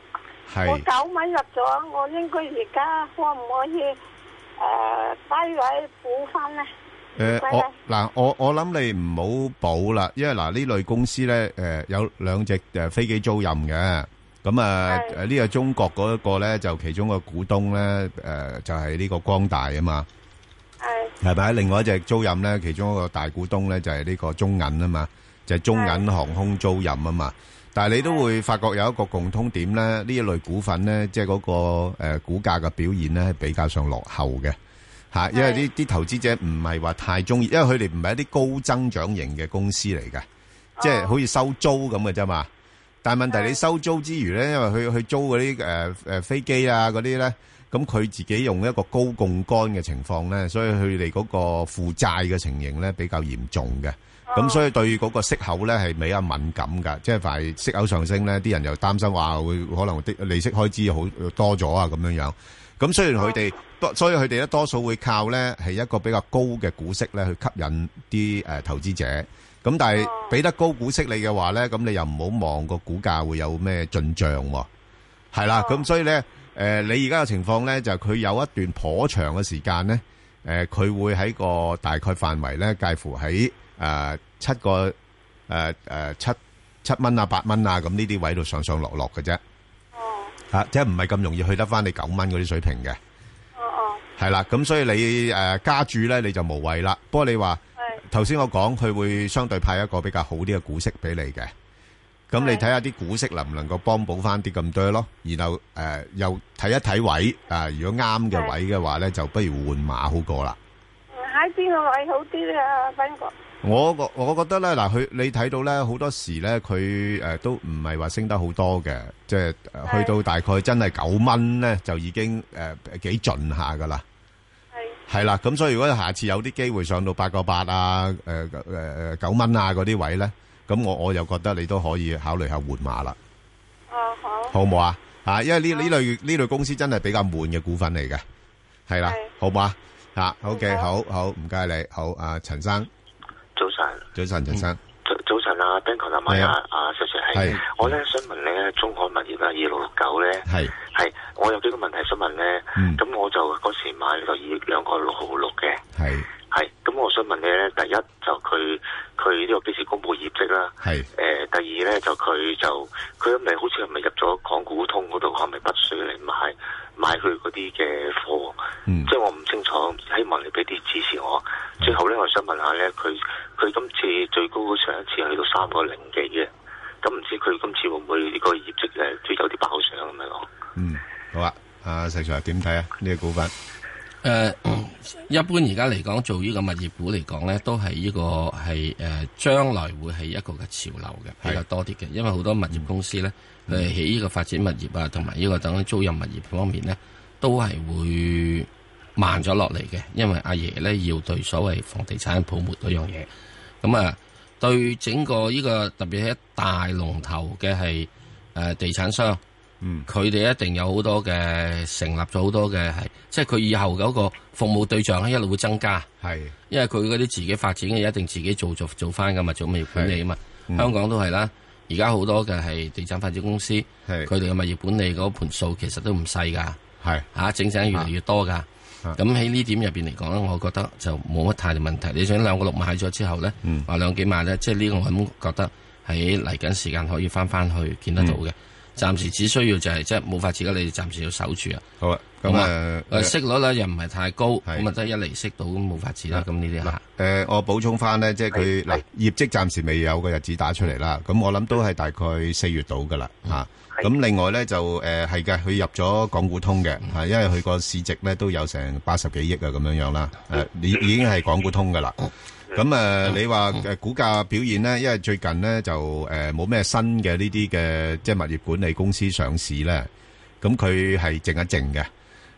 Speaker 1: 我
Speaker 8: 係
Speaker 1: 九蚊入咗，我應該而家可唔可以誒、呃低位補翻咧？
Speaker 8: 诶，我嗱，我我諗你唔好補啦，因為嗱呢類公司咧，诶有兩隻诶飛機租賃嘅，咁啊诶呢個中國嗰一個咧就其中個股東咧，诶就係呢個光大啊嘛。係咪？另外一隻租賃咧，其中一個大股東咧就係呢個中銀啊嘛，就係、中銀航空租賃啊嘛。但係你都會發覺有一個共通點咧，呢一類股份咧，即係嗰個、呃、股價嘅表現咧係比較上落後嘅嚇、因為呢啲投資者唔係話太中意，因為佢哋唔係一啲高增長型嘅公司嚟嘅，即係好似收租咁嘅啫嘛。但係問題你收租之餘咧，因為佢佢租嗰啲誒誒飛機啊嗰啲咧，咁佢自己用一個高槓桿嘅情況咧，所以佢哋嗰個負債嘅情形咧比較嚴重嘅。咁所以對嗰個息口咧係比較敏感㗎，即係凡息口上升咧，啲人又擔心話會可能啲利息開支好多咗啊咁樣樣。咁雖然佢哋多，所以佢哋咧多數會靠咧係一個比較高嘅股息咧去吸引啲誒投資者。咁但係俾得高股息你嘅話咧，咁你又唔好望個股價會有咩進漲喎。係啦，咁所以咧，誒、你而家嘅情況咧，就係佢有一段頗長嘅時間咧，誒、佢會喺個大概範圍咧，介乎喺誒七個誒誒七七蚊啊、八蚊啊咁呢啲位度上上落落嘅啫。哦。啊，即係唔係咁容易去得翻你九蚊嗰啲水平嘅。係啦，咁所以你誒、呃加注咧，你就無謂啦。不過你話頭先我講，佢會相對派一個比較好啲嘅股息俾你嘅。咁你睇下啲股息能唔能夠幫補翻啲咁多咯，然後誒、呃又睇一睇位啊、如果啱嘅位嘅話咧，就不如換馬好過啦。
Speaker 1: 喺邊個位好啲咧？啊，斌哥，
Speaker 8: 我覺我覺得咧，嗱，佢你睇到咧，好多時咧，佢誒都唔係話升得好多嘅，即係呃去到大概真係九蚊咧，就已經誒幾盡下噶啦。係啦，咁所以如果下次有啲機會上到八個八啊，誒誒誒九蚊啊嗰啲位咧，咁我我又覺得你都可以考慮下換馬啦。
Speaker 1: 哦好，
Speaker 8: 好唔好啊？啊，因為呢呢類呢類公司真係比較悶嘅股份嚟嘅，係啦，好唔好啊？啊，OK，好好，唔該你，好啊，陳生，
Speaker 4: 早晨，
Speaker 8: 早晨，陳生，
Speaker 4: 早早晨啊 b a n k 同埋
Speaker 8: 係
Speaker 4: 啊
Speaker 8: 啊
Speaker 4: 啊 Sir Sir
Speaker 8: 係
Speaker 4: 係，我咧想問咧中海物業啊二六六九咧
Speaker 8: 係
Speaker 4: 係，我有幾個問題想問咧，
Speaker 8: 嗯
Speaker 4: 咁、我就嗰時買就二兩個六號六嘅，
Speaker 8: 係
Speaker 4: 係，咁我想問你咧，第一就佢佢呢個幾時公佈業績啦？
Speaker 8: 係
Speaker 4: 誒、第二咧就佢就佢係咪好似係咪入咗港股通嗰度，係咪不需嚟買買佢嗰啲嘅貨？
Speaker 8: 嗯
Speaker 4: 即係我唔清楚，希望你俾啲支持我。最後咧，我想問下咧，佢佢今次最高上一次去到三個零幾嘅，咁唔知佢今次會唔會呢個業績誒都有啲爆上咁樣講？
Speaker 8: 嗯，好啊，阿石 Sir 點睇啊？呢個股份
Speaker 9: 诶、呃一般而家嚟講，做呢個物業股嚟講咧，都係呢個係诶將來會係一個嘅潮流嘅，比較多啲嘅。因為好多物業公司咧，
Speaker 8: 嗯
Speaker 9: 佢係喺呢個發展物業啊，同埋呢個等於租賃物業方面咧，都係會慢咗落嚟嘅。因為阿爺咧要對所謂房地產泡沫嗰樣嘢，咁啊對整個呢、個特別係一大龍頭嘅係诶地產商。
Speaker 8: 嗯
Speaker 9: 佢哋一定有好多嘅成立咗好多嘅係，即係佢以後嗰個服務對象咧一路會增加，
Speaker 8: 係
Speaker 9: 因為佢嗰啲自己發展嘅嘢一定自己做做做翻噶嘛，做物業管理啊嘛。
Speaker 8: 嗯
Speaker 9: 香港都係啦，而家好多嘅係地產發展公司，佢哋嘅物業管理嗰盤數其實都唔細㗎，
Speaker 8: 係
Speaker 9: 嚇整整越嚟越多㗎。
Speaker 8: 啊
Speaker 9: 咁喺呢點入邊嚟講咧，我覺得就冇乜太大問題。你想兩個六買咗之後咧，
Speaker 8: 嗯
Speaker 9: 話兩幾萬咧，即係呢個我咁覺得喺嚟緊時間可以翻翻去見得到
Speaker 8: 嗯
Speaker 9: 嘅。暫時只需要就係即係冇法子嘅，你哋暫時要守住啊。
Speaker 8: 好啊，咁
Speaker 9: 咁
Speaker 8: 啊
Speaker 9: 啊，
Speaker 8: 誒
Speaker 9: 誒息率咧又唔係太高，咁啊得一厘息到，咁冇法子
Speaker 8: 啊
Speaker 9: 啦。咁呢啲嚇，
Speaker 8: 诶、我補充翻咧，即係佢嗱業績暫時未有個日子打出嚟啦，咁我諗都係大概四月到噶啦吓。咁、另外咧就诶係嘅，佢入咗港股通嘅吓、因為佢個市值咧都有成八十幾億啊咁樣樣啦，诶、已已經係港股通噶啦。咁誒、呃你話誒股價表現咧，因為最近咧就誒冇咩新嘅呢啲嘅即係物業管理公司上市咧，咁佢係靜一靜嘅。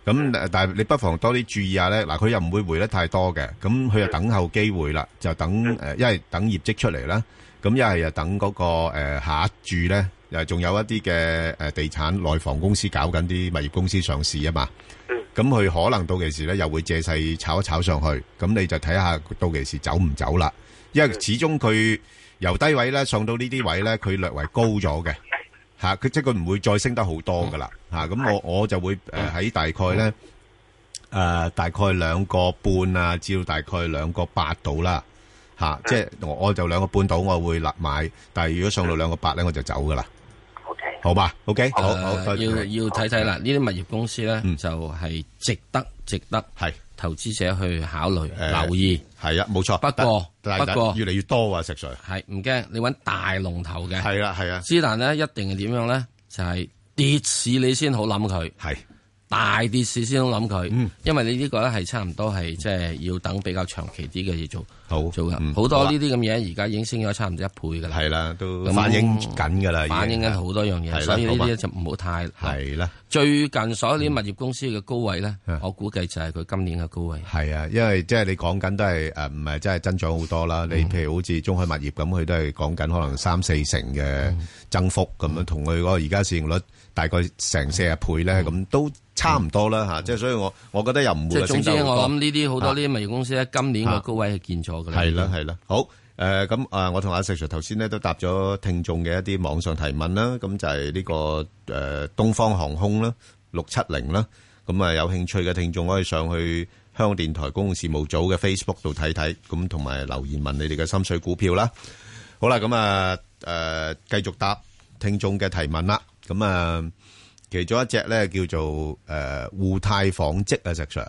Speaker 8: 咁呃但係你不妨多啲注意下咧，嗱佢又唔會回得太多嘅，咁佢就等候機會啦，就等誒，因為等業績出嚟啦，咁一係又等嗰、個、呃、下一注咧，又仲有一啲嘅誒地產內房公司搞緊啲物業公司上市啊嘛。咁佢可能到期時咧又會借勢炒一炒上去，咁你就睇下到期時走唔走啦。因為始終佢由低位咧上到呢啲位咧，佢略為高咗嘅嚇，佢、即係佢唔會再升得好多噶啦
Speaker 9: 嗯
Speaker 8: 嚇。咁、我我就會誒喺、大概咧誒、大概兩個半啊，至到大概兩個八度啦
Speaker 9: 嗯
Speaker 8: 嚇，即係我我就兩個半度我會立買，但係如果上
Speaker 9: 嗯
Speaker 8: 到兩個八咧我就走噶啦。好吧，OK，好
Speaker 9: 誒
Speaker 8: 好，多謝
Speaker 9: 呃
Speaker 8: 嗯
Speaker 9: 要
Speaker 8: 你
Speaker 9: 要睇睇啦。呢啲物業公司咧就係值得值得
Speaker 8: 係
Speaker 9: 投資者去考慮留意。
Speaker 8: 係啊，冇錯。
Speaker 9: 不過
Speaker 8: 但但
Speaker 9: 不過
Speaker 8: 越嚟越多啊，石 Sir。
Speaker 9: 係唔驚，你揾大龍頭嘅。
Speaker 8: 係啦係啊。
Speaker 9: 之但咧，一定係點樣咧？就係跌市你先好諗佢。
Speaker 8: 係。嗯
Speaker 9: 大跌市先好諗佢，因為你呢個咧係差唔多係即係要等比較長期啲嘅嘢做，
Speaker 8: 好
Speaker 9: 做
Speaker 8: 嗯
Speaker 9: 㗎。好多
Speaker 8: 好啊
Speaker 9: 呢啲咁嘢而家已經升咗差唔多一倍㗎啦。
Speaker 8: 係啦，都
Speaker 9: 咁
Speaker 8: 反映緊㗎啦已經
Speaker 9: 反映緊好多樣
Speaker 8: 係
Speaker 9: 嘢，
Speaker 8: 啦
Speaker 9: 所以呢
Speaker 8: 好
Speaker 9: 啲
Speaker 8: 吧
Speaker 9: 咧就唔好太
Speaker 8: 係啦。
Speaker 9: 最近所有啲物業公司嘅高位咧，我估計就係佢今年嘅高位。
Speaker 8: 啊係啊，因為即係你講緊都係誒，唔係真係增長好多啦。
Speaker 9: 嗯
Speaker 8: 你譬如好似中海物業咁，佢都係講緊可能三四成嘅
Speaker 9: 嗯
Speaker 8: 增幅咁樣，同佢嗰個而家市盈率大概成四十倍咧，咁都差唔多啦嚇。即係所以我我覺得又唔
Speaker 9: 嗯即
Speaker 8: 會
Speaker 9: 係
Speaker 8: 話升
Speaker 9: 總之，
Speaker 8: 得好多啊
Speaker 9: 我諗呢啲好多呢啲物業公司咧，今年個高位係見咗㗎啦。
Speaker 8: 係啦，係啦，好。誒咁啊，我同阿石 Sir 頭先咧都答咗聽眾嘅一啲網上提問啦，咁就係呢、個誒、東方航空啦，六七零啦，咁啊有興趣嘅聽眾可以上去香港電台公共事務組嘅 Facebook 度睇睇，咁同埋留言問你哋嘅心水股票啦。好啦，咁啊誒繼續答聽眾嘅提問啦，咁啊其中一隻咧叫做誒、互泰紡織啊，石 Sir。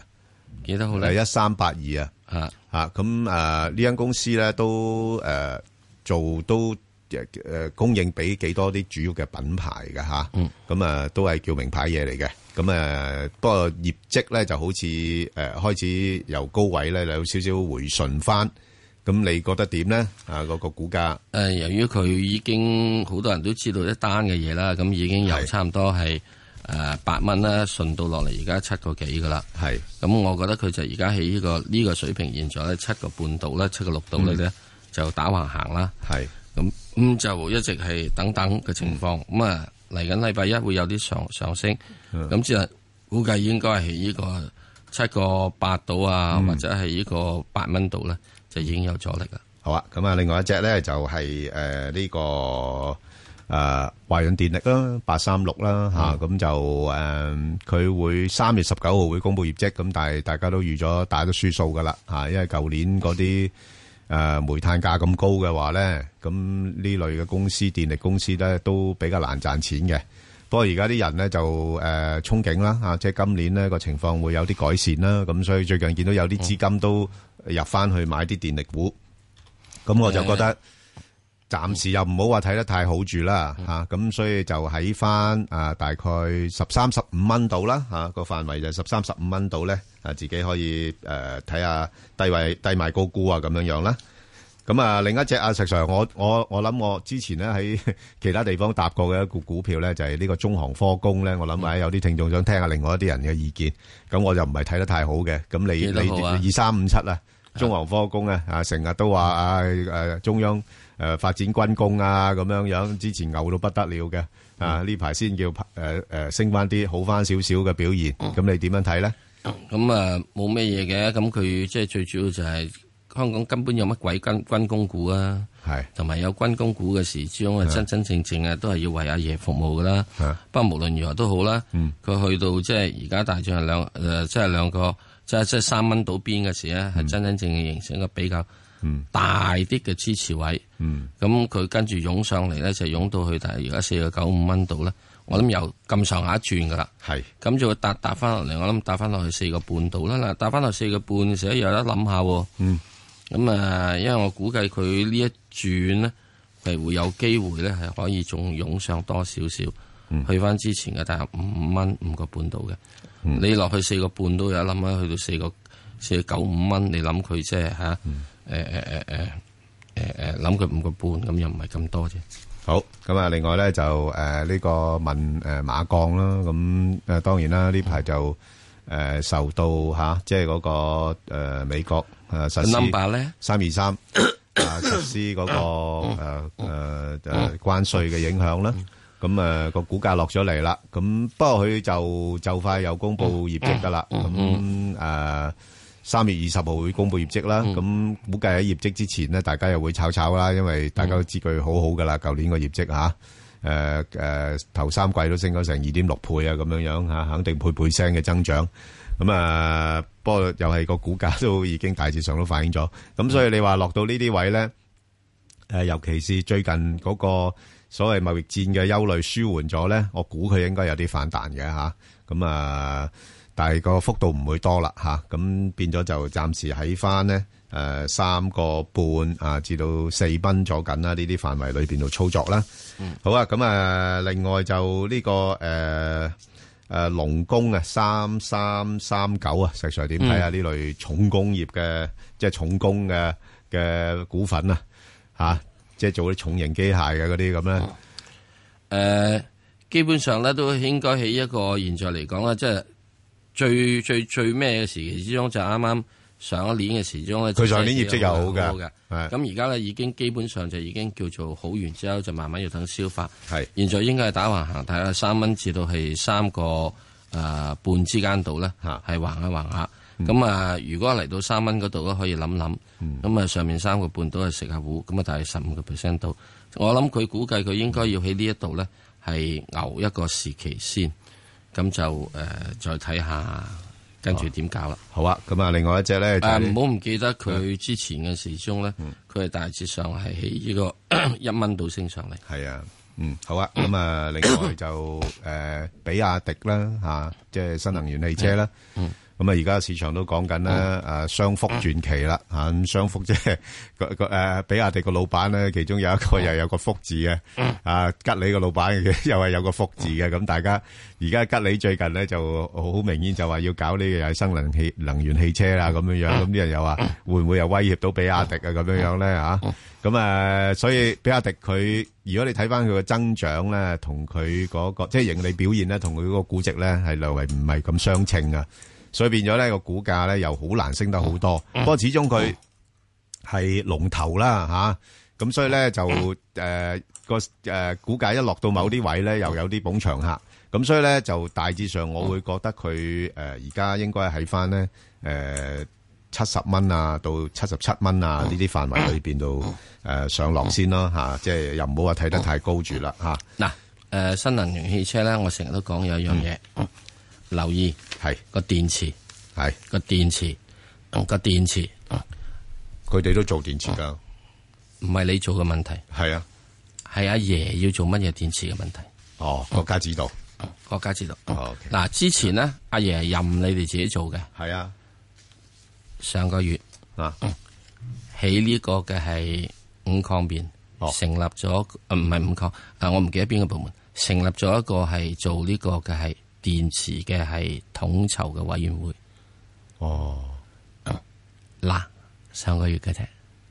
Speaker 9: 幾多號
Speaker 8: 係
Speaker 9: 咧
Speaker 8: 一？三八二啊，
Speaker 9: 啊
Speaker 8: 啊咁誒呢間公司咧都誒、呃做都誒、呃供應俾幾多啲主要嘅品牌嘅嚇，咁啊、都係叫名牌嘢嚟嘅。咁誒、呃不過業績咧就好似誒、呃、開始由高位咧有少少回順翻。咁你覺得點咧？啊，嗰、個股價
Speaker 9: 誒、呃由於佢已經好多人都知道一單嘅嘢啦，咁已經由差唔多係誒八蚊啦，順到落嚟而家七個幾噶啦。
Speaker 8: 係，
Speaker 9: 咁我覺得佢就而家喺呢個呢、個水平現在咧七個半度啦，七個六度咧、
Speaker 8: 嗯
Speaker 9: 就打橫行啦。
Speaker 8: 係，
Speaker 9: 咁咁就一直係等等嘅情況。
Speaker 8: 嗯
Speaker 9: 咁啊嚟緊禮拜一會有啲上上升，咁之後估計應該係喺呢個七個八度啊，
Speaker 8: 嗯
Speaker 9: 或者係呢個八蚊度咧，就已經有阻力啦。
Speaker 8: 好啊，咁啊，另外一隻咧就係誒呢個誒、呃、華潤電力啦，八三六啦嚇，咁、就誒佢、會三月十九號會公布業績，咁但係大家都預咗打咗輸數噶啦嚇，因為舊年嗰啲誒煤炭價咁高嘅話咧，咁呢類嘅公司電力公司咧都比較難賺錢嘅。不過而家啲人咧就誒、呃憧憬啦嚇、啊即係今年呢個情況會有啲改善啦，咁所以最近見到有啲資金都入翻去買啲電力股。咁我就覺得暫時又唔好話睇得太好住啦嚇，咁、所以就喺翻啊大概十三十五蚊度啦嚇，個範圍就十三十五蚊度咧，啊自己可以誒睇下低位低賣高估啊咁樣樣啦。咁啊，另一隻啊石 Sir，我我我諗我之前咧喺 <laughs> 其他地方搭過嘅一股股票咧，就係、呢個中航科工咧，我諗啊有啲聽眾想聽下另外一啲人嘅意見，咁我就唔係睇得太好嘅，咁你
Speaker 9: 幾多號啊
Speaker 8: 你二三五七啊，中航科工啊，啊成日都話啊誒中央誒發展軍工啊咁樣樣，之前牛到不得了嘅，啊呢排先叫誒誒升翻啲好翻少少嘅表現，咁你點樣睇咧？
Speaker 9: 咁啊冇咩嘢嘅，咁佢即係最主要就係香港根本有乜鬼軍軍工股啊？
Speaker 8: 係
Speaker 9: 同埋有軍工股嘅時之中啊，
Speaker 5: 係
Speaker 9: 真真正正啊，都係要為阿爺服務噶啦。
Speaker 8: 啊
Speaker 9: 不過無論如何都好啦，佢去到即係而家大致係兩誒，即係兩個即係即係三蚊到邊嘅時咧，係真真正正形成一個比較大啲嘅支持位。咁佢跟住湧上嚟咧，就湧到去，但係而家四個九五蚊度咧，我諗又咁上下轉噶啦。
Speaker 8: 係
Speaker 9: 咁就會搭搭翻落嚟，我諗搭翻落去四個半度啦。嗱，搭翻落四個半嘅時候，又有得諗下喎。
Speaker 8: 嗯。
Speaker 9: 咁啊，因為我估計佢呢一轉咧，係會有機會咧，係可以仲湧上多少少，去翻之前嘅大約五蚊五個半度嘅。
Speaker 10: 嗯
Speaker 9: 你落去四個半都有諗啦，去到四個四個九五蚊，你諗佢即係嚇誒誒誒誒誒誒諗佢五個半，咁又唔係咁多啫。
Speaker 8: 好，咁啊，另外咧就誒呢、個問誒、馬鋼啦，咁、誒當然啦，呢排就誒、受到嚇、即係嗰、個、誒美國誒、實施
Speaker 9: number 咧
Speaker 8: 三二
Speaker 9: <coughs>
Speaker 8: 三啊實施嗰、個誒誒誒關税嘅影響啦。咁誒個股價落咗嚟啦，咁不過佢就就快又公布業績噶啦，咁誒三月二十號會公布業績啦，咁估計喺業績之前呢，大家又會炒炒啦，因為大家都知佢好好噶啦，舊年個業績嚇。誒誒頭三季都升咗成二點六倍啊，咁樣樣嚇，肯定倍倍聲嘅增長。咁啊，不過又係個股價都已經大致上都反映咗。咁所以你話落到呢啲位咧，誒、尤其是最近嗰個所謂貿易戰嘅憂慮舒緩咗咧，我估佢應該有啲反彈嘅嚇。咁啊，但係個幅度唔會多啦嚇。咁、變咗就暫時喺翻咧誒三個半啊至到四蚊左緊啦，呢啲範圍裏邊度操作啦。好啊，咁啊，另外就呢、個誒誒龍工啊，三三三九啊，石 Sir 點睇啊？呢、
Speaker 5: 嗯
Speaker 8: 類重工業嘅即係重工嘅嘅股份啊，吓、即係做啲重型機械嘅嗰啲咁咧。
Speaker 9: 啊誒、基本上咧都應該喺一個現在嚟講咧，啊即係最最最咩嘅時期之中，就啱啱上一年嘅時鐘咧。
Speaker 8: 佢上年業績又好嘅
Speaker 9: 嘅，
Speaker 8: 係
Speaker 9: 咁而家咧已經基本上就已經叫做好完之後，就慢慢要等消化。
Speaker 8: 係
Speaker 9: 現在應該係打橫行，大概三蚊至到係三個誒、呃半之間度咧，係橫一橫下。
Speaker 8: 嗯
Speaker 9: 咁啊，如果嚟到三蚊嗰度咧，可以諗諗。咁啊，上面三個半都係食下糊，咁啊，大概十五個 percent 度。我諗佢估計佢應該要喺呢一度咧，係牛一個時期先，咁就誒、呃再睇下啊跟住點搞啦。
Speaker 8: 好啊，咁啊，另外一隻咧就係
Speaker 9: 啊
Speaker 8: 嗯
Speaker 9: 唔好唔記得佢之前嘅時鐘咧，佢係大致上係喺呢個 <coughs> 一蚊度升上嚟。
Speaker 8: 係啊，嗯，好啊，咁啊，另外就誒呃比亞迪啦嚇，即係新能源汽車啦。
Speaker 9: 嗯
Speaker 8: 咁啊，而家市場都講緊啦，誒雙福傳奇啦嚇，咁雙福即係個個誒比亞迪個老闆咧，其中有一個又有個福字嘅，啊吉利個老闆嘅 <laughs> 又係有個福字嘅，咁大家而家吉利最近咧就好明顯就話要搞呢個又係新能氣能源汽車啦咁樣樣，咁啲人又話會唔會又威脅到比亞迪啊咁樣樣咧嚇？咁啊，所以比亞迪佢如果你睇翻佢嘅增長咧，同佢嗰個即係盈利表現咧，同佢嗰個估值咧係略為唔係咁相稱啊，所以變咗咧個股價咧又好難升得好多。
Speaker 9: 嗯
Speaker 8: 不過始終佢係龍頭啦吓，咁、所以咧就
Speaker 9: 嗯
Speaker 8: 誒個誒股價一落到某啲位咧，又有啲捧場客，咁所以咧就大致上我會覺得佢誒而家應該喺翻咧誒七十蚊啊到七十七蚊
Speaker 9: 嗯
Speaker 8: 啊呢啲範圍裏邊度誒上落先咯吓、即係又唔好話睇得太高住啦吓。
Speaker 9: 嗱、誒新能源汽車咧，我成日都講有一樣嘢，留意
Speaker 8: 嗯係
Speaker 9: 個電池，
Speaker 8: 係
Speaker 9: 個電池，嗯個電池，哦
Speaker 8: 佢哋都做電池噶，
Speaker 9: 唔係你做嘅問題，
Speaker 8: 係啊，
Speaker 9: 係阿爺要做乜嘢電池嘅問題。嗯
Speaker 8: 哦，國家指導，
Speaker 9: 國家指導。
Speaker 8: 哦
Speaker 9: 嗱，之前呢，阿爺係任你哋自己做嘅，
Speaker 8: 係啊，
Speaker 9: 上個月嗯
Speaker 8: 啊，
Speaker 9: 喺呢個嘅係五礦邊，
Speaker 8: 哦
Speaker 9: 成立咗呃唔係五礦啊，我唔記得邊個部門成立咗一個係做呢個嘅係電池嘅係統籌嘅委員會。
Speaker 8: 哦，
Speaker 9: 嗱，上個月嘅啫。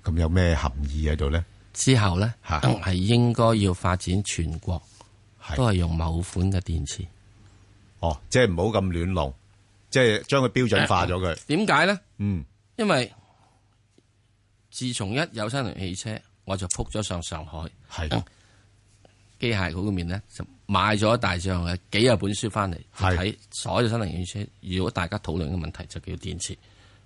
Speaker 8: 咁有咩含義喺度咧？
Speaker 9: 之後咧係應該要發展全國，都係用某款嘅電池。
Speaker 8: 哦，即係唔好咁亂弄，即係將佢標準化咗佢。
Speaker 9: 點解咧？
Speaker 8: 嗯，
Speaker 9: 因為自從一有新能源汽車，我就撲咗上上海，
Speaker 8: 係
Speaker 9: 機械股嗰面咧就買咗大量嘅幾廿本書翻嚟睇所有新能源汽車。如果大家討論嘅問題就叫電池。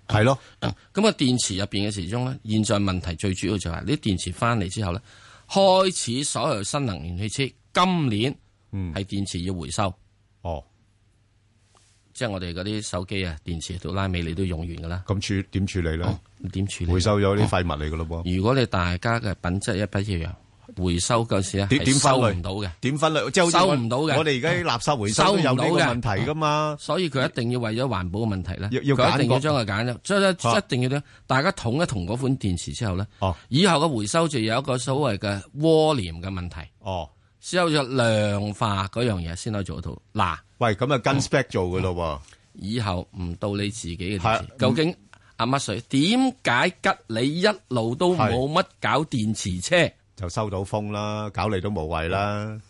Speaker 8: 係咯，
Speaker 9: 咁啊電池入邊嘅時鐘咧，現在問題最主要就係呢啲電池翻嚟之後咧，開始所有新能源汽車今年係電池要回收。
Speaker 8: 嗯哦，
Speaker 9: 即係我哋嗰啲手機啊，電池到拉尾你都用完噶啦。哦
Speaker 8: 咁處點處理咧？
Speaker 9: 點處理？啊哦
Speaker 8: 回收咗啲廢物嚟噶咯
Speaker 9: 噃。如果你大家嘅品質一不一樣，回收嗰時咧
Speaker 8: 點點分
Speaker 9: 收
Speaker 8: 類
Speaker 9: 唔到嘅，
Speaker 8: 點分類即係好似
Speaker 9: 收唔到嘅。
Speaker 8: 我哋而家啲垃圾回收
Speaker 9: 收
Speaker 8: 都
Speaker 9: 唔
Speaker 8: 有
Speaker 9: 到
Speaker 8: 呢個
Speaker 9: 嘅
Speaker 8: 問題噶嘛。
Speaker 9: 所以佢一定要為咗環保嘅問題咧，
Speaker 8: 要要
Speaker 9: 佢一定要
Speaker 8: 揀
Speaker 9: 將佢揀咗，所以
Speaker 8: 啊
Speaker 9: 咧一定要咧，大家統一同嗰款電池之後咧，以後嘅回收就有一個所謂嘅窩廉嘅問題，
Speaker 8: 哦，
Speaker 9: 先有量化嗰樣嘢先可以做得到。嗱，嗯
Speaker 8: 喂，咁啊跟 spec 做噶咯
Speaker 9: 以後唔到你自己嘅電
Speaker 8: 係
Speaker 9: 池，究竟阿乜水點解吉你一路都冇乜搞電池車？
Speaker 8: 就收到風啦，搞嚟都無謂啦，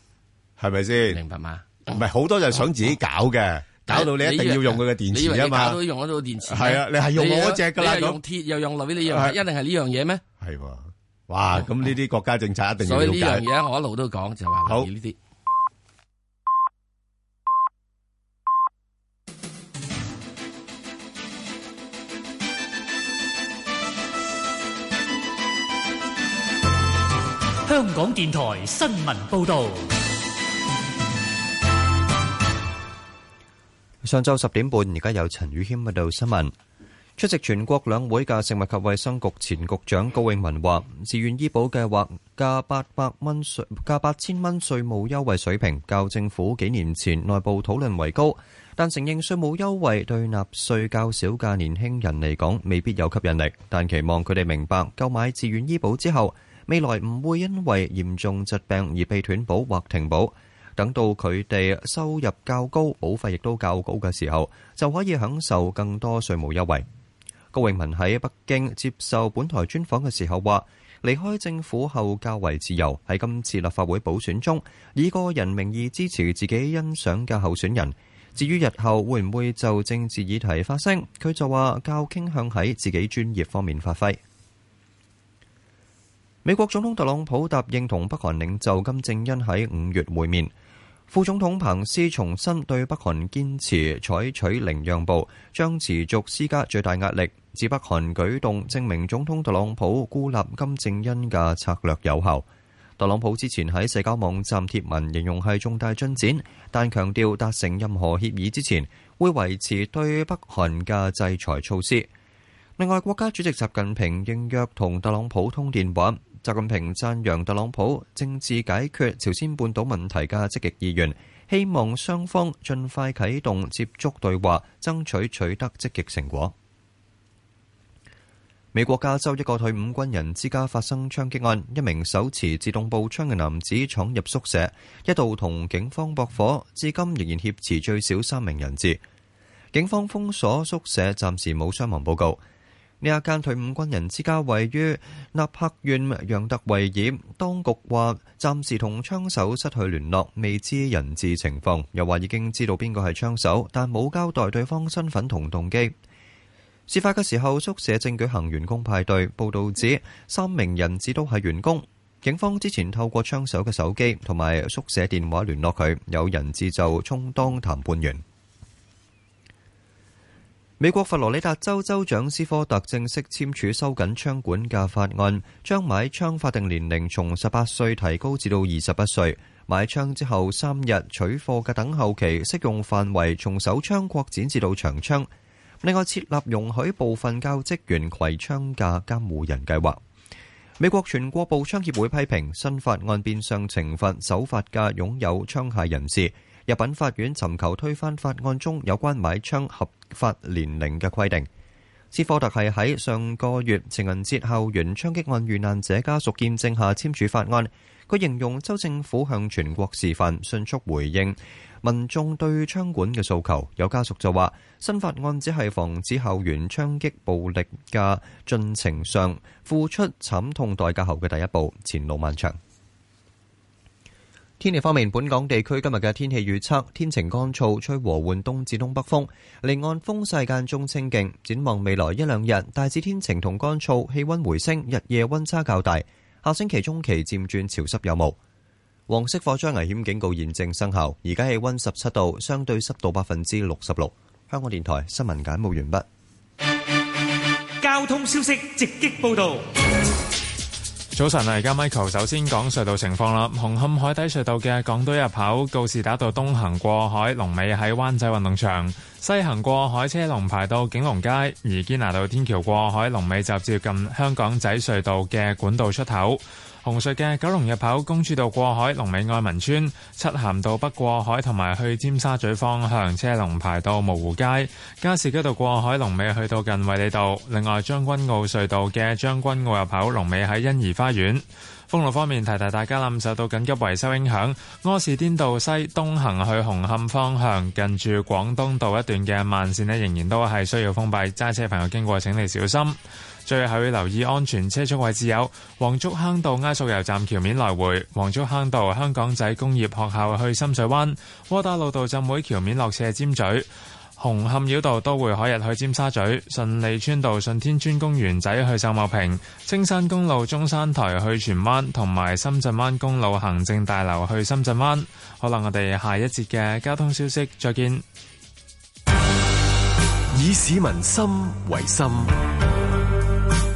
Speaker 8: 係咪先？明
Speaker 9: 白嘛？
Speaker 8: 唔係好多就係想自己搞嘅，搞到你一定要用佢嘅電
Speaker 9: 你以為
Speaker 8: 池啊
Speaker 9: 你搞
Speaker 8: 嘛
Speaker 9: 到。用得到電池咩，
Speaker 8: 係啊你係用
Speaker 9: 你又
Speaker 8: 我嗰隻㗎啦
Speaker 9: 你又
Speaker 8: 咁
Speaker 9: 用鐵又用鋁，你又
Speaker 8: 係
Speaker 9: 一定係呢樣嘢咩？
Speaker 8: 係喎，哇！咁呢啲國家政策一定要
Speaker 9: 所以
Speaker 8: 了
Speaker 9: 呢樣
Speaker 8: 解。
Speaker 9: 嘢我一路都講就話留意呢啲。
Speaker 31: 香港電台新聞報導，
Speaker 11: 上晝十點半，而家有陳宇軒報道新聞。出席全國兩會嘅食物及衛生局前局長高永文話，自願醫保計劃加八百蚊稅加八千蚊稅務優惠水平，較政府幾年前內部討論為高，但承認稅務優惠對納稅較少嘅年輕人嚟講未必有吸引力，但期望佢哋明白購買自願醫保之後，未來唔會因為嚴重疾病而被斷保或停保。等到佢哋收入較高、保費亦都較高嘅時候，就可以享受更多稅務優惠。高永文喺北京接受本台專訪嘅時候話：離開政府後較為自由，喺今次立法會補選中，以個人名義支持自己欣賞嘅候選人。至於日後會唔會就政治議題發聲，佢就話較傾向喺自己專業方面發揮。美國總統特朗普答應同北韓領袖金正恩喺五月會面。副總統彭斯重申對北韓堅持採取零讓步，將持續施加最大壓力，指北韓舉動證明總統特朗普孤立金正恩嘅策略有效。特朗普之前喺社交網站貼文形容係重大進展，但強調達成任何協議之前會維持對北韓嘅制裁措施。另外，國家主席習近平應約同特朗普通電話。習近平讚揚特朗普政治解決朝鮮半島問題嘅積極意願，希望雙方盡快啟動接觸對話，爭取取得積極成果。美國加州一個退伍軍人之家發生槍擊案，一名手持自動步槍嘅男子闖入宿舍，一度同警方駁火，至今仍然挾持最少三名人質。警方封鎖宿舍，暫時冇傷亡報告。呢一間退伍軍人之家位於納克縣楊特維爾，當局話暫時同槍手失去聯絡，未知人質情況，又話已經知道邊個係槍手，但冇交代對方身份同動機。事發嘅時候，宿舍正舉行員工派對，報道指三名人質都係員工。警方之前透過槍手嘅手機同埋宿舍電話聯絡佢，有人質就充當談判員。美國佛羅里達州州長斯科特正式簽署收緊槍管嘅法案，將買槍法定年齡從十八歲提高至到二十一歲。買槍之後三日取貨嘅等候期適用範圍從手槍擴展至到長槍。另外設立容許部分教職員攜槍嘅監護人計劃。美國全國步槍協會批評新法案變相懲罰守法嘅擁有槍械人士。入稟法院尋求推翻法案中有關買槍合法年齡嘅規定。斯科特係喺上個月情人節後原槍擊案遇難者家屬見證下簽署法案。佢形容州政府向全國示範，迅速回應民眾對槍管嘅訴求。有家屬就話：新法案只係防止校園槍擊暴力嘅進程上付出慘痛代價後嘅第一步，前路漫長。天氣方面，本港地區今日嘅天氣預測天晴乾燥，吹和緩東至東北風，離岸風勢間中清勁。展望未來一兩日，大致天晴同乾燥，氣温回升，日夜温差較大。下星期中期漸轉潮濕有霧。黃色火災危險警告現正生效。而家氣温十七度，相對濕度百分之六十六。香港電台新聞簡報完
Speaker 10: 畢。交通消息直擊報導。
Speaker 12: 早晨啊，而家 Michael 首先講隧道情況啦。紅磡海底隧道嘅港島入口告士打道東行過海，龍尾喺灣仔運動場；西行過海車龍排到景隆街。而堅拿道天橋過海龍尾就接近香港仔隧道嘅管道出口。紅隧嘅九龍入口公主道過海，龍尾愛民村；漆咸道北過海同埋去尖沙咀方向車龍排到蕪湖街；加士居道過海龍尾去到近衛理道。另外將軍澳隧道嘅將軍澳入口龍尾喺欣怡花園。封路方面，提提大家啦，受到緊急維修影響，柯士甸道西東行去紅磡方向，近住廣東道一段嘅慢線呢，仍然都係需要封閉，揸車朋友經過請你小心。最後要留意安全車速位置有黃竹坑道埃索油站橋面來回、黃竹坑道香港仔工業學校去深水灣、窩打老道浸會橋面落斜尖咀、紅磡繞道都會海日去尖沙咀、順利村道順天村公園仔去秀茂坪、青山公路中山台去荃灣同埋深圳灣公路行政大樓去深圳灣。好啦，我哋下一節嘅交通消息再見。
Speaker 19: 以市民心為心。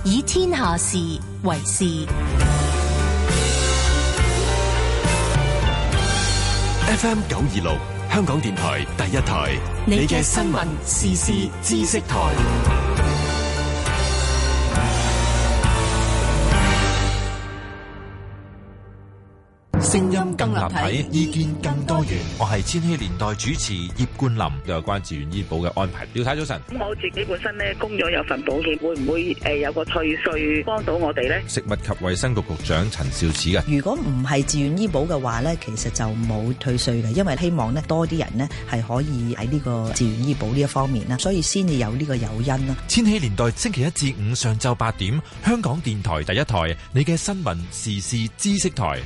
Speaker 14: 以天下事為事。
Speaker 19: FM 九二六，香港電台第一台，你嘅新聞、時事、知識台。
Speaker 13: 聲音更立體，意見更多元。
Speaker 32: 我係千禧年代主持葉冠霖，
Speaker 17: 有關自願醫保嘅安排。
Speaker 32: 廖太早晨，
Speaker 16: 咁我自己本身咧供咗有份保險，會唔會誒有個退稅幫到我哋咧？
Speaker 17: 食物及衛生局局長陳肇始嘅，
Speaker 20: 如果唔係自願醫保嘅話咧，其實就冇退稅嘅，因為希望咧多啲人咧係可以喺呢個自願醫保呢一方面啦，所以先至有呢個誘因啦。
Speaker 19: 千禧年代星期一至五上晝八點，香港電台第一台，你嘅新聞時事知識台。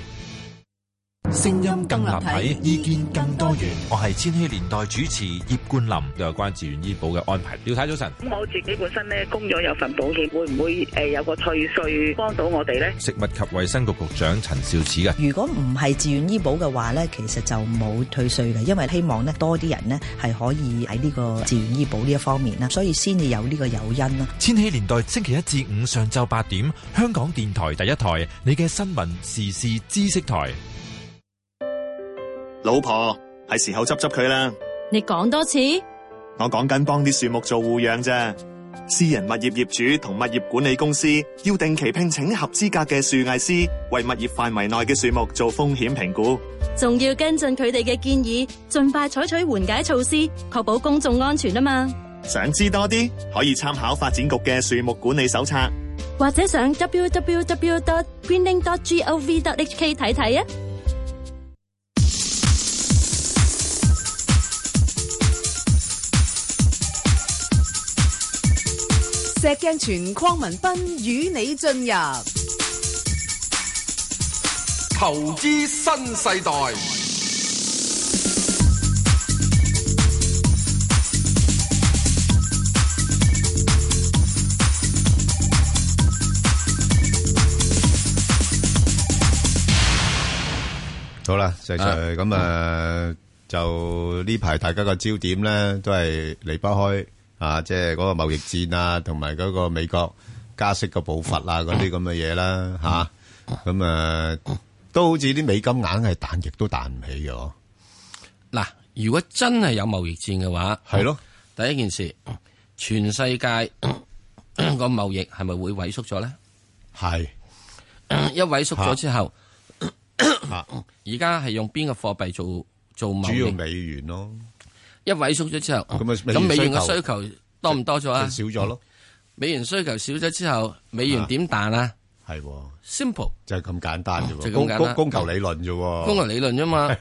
Speaker 13: 聲音更立體，意見更多元。
Speaker 32: 我係千禧年代主持葉冠霖，
Speaker 17: 有關自願醫保嘅安排。
Speaker 16: 廖太早晨，咁我自己本身咧供咗有份保險，會唔會誒有個退稅幫到我哋咧？
Speaker 17: 食物及衛生局局長陳肇始嘅，
Speaker 20: 如果唔係自願醫保嘅話咧，其實就冇退稅嘅，因為希望咧多啲人咧係可以喺呢個自願醫保呢一方面啦，所以先至有呢個誘因啦。
Speaker 19: 千禧年代星期一至五上晝八點，香港電台第一台，你嘅新聞時事知識台。
Speaker 21: 老婆，係時候執執佢啦。
Speaker 33: 你講多次，
Speaker 21: 我講緊幫啲樹木做護養啫。私人物業業主同物業管理公司要定期聘請合資格嘅樹藝師，為物業範圍內嘅樹木做風險評估，
Speaker 33: 仲要跟進佢哋嘅建議，盡快採取緩解措施，確保公眾安全啊嘛。
Speaker 21: 想知多啲，可以參考發展局嘅樹木管理手冊，
Speaker 33: 或者上 www.greening.gov.hk 睇睇啊。
Speaker 6: 石鏡泉鄺民彬與你進入
Speaker 7: 投資新世代。
Speaker 8: 好啦，石 Sir，咁啊，就呢排大家個焦點咧，都係離不開。啊，即係嗰個貿易戰啊，同埋嗰個美國加息嘅步伐
Speaker 9: 嗯
Speaker 8: 啊，嗰啲咁嘅嘢啦，吓咁啊，都好似啲美金硬係彈極都彈唔起嘅。
Speaker 9: 嗱，如果真係有貿易戰嘅話，
Speaker 8: 係咯，
Speaker 9: 第一件事，全世界 <clears throat> 個貿易係咪會萎縮咗咧？
Speaker 8: 係
Speaker 9: <clears throat> 一萎縮咗之後， <clears throat> 而家係用邊個貨幣做做貿易？
Speaker 8: 主要美元咯。
Speaker 9: 一萎縮咗之後，
Speaker 8: 咁
Speaker 9: 美元嘅需求多唔多咗啊？
Speaker 8: 少咗咯。
Speaker 9: 美元需求少咗之後，美元點彈啊？
Speaker 8: 係
Speaker 9: simple 哦
Speaker 8: 就係咁簡單啫喎，
Speaker 9: 就係咁
Speaker 8: 供
Speaker 9: 簡單
Speaker 8: 供供求理論啫喎，
Speaker 9: 供求理論
Speaker 8: <laughs>
Speaker 9: 啫嘛，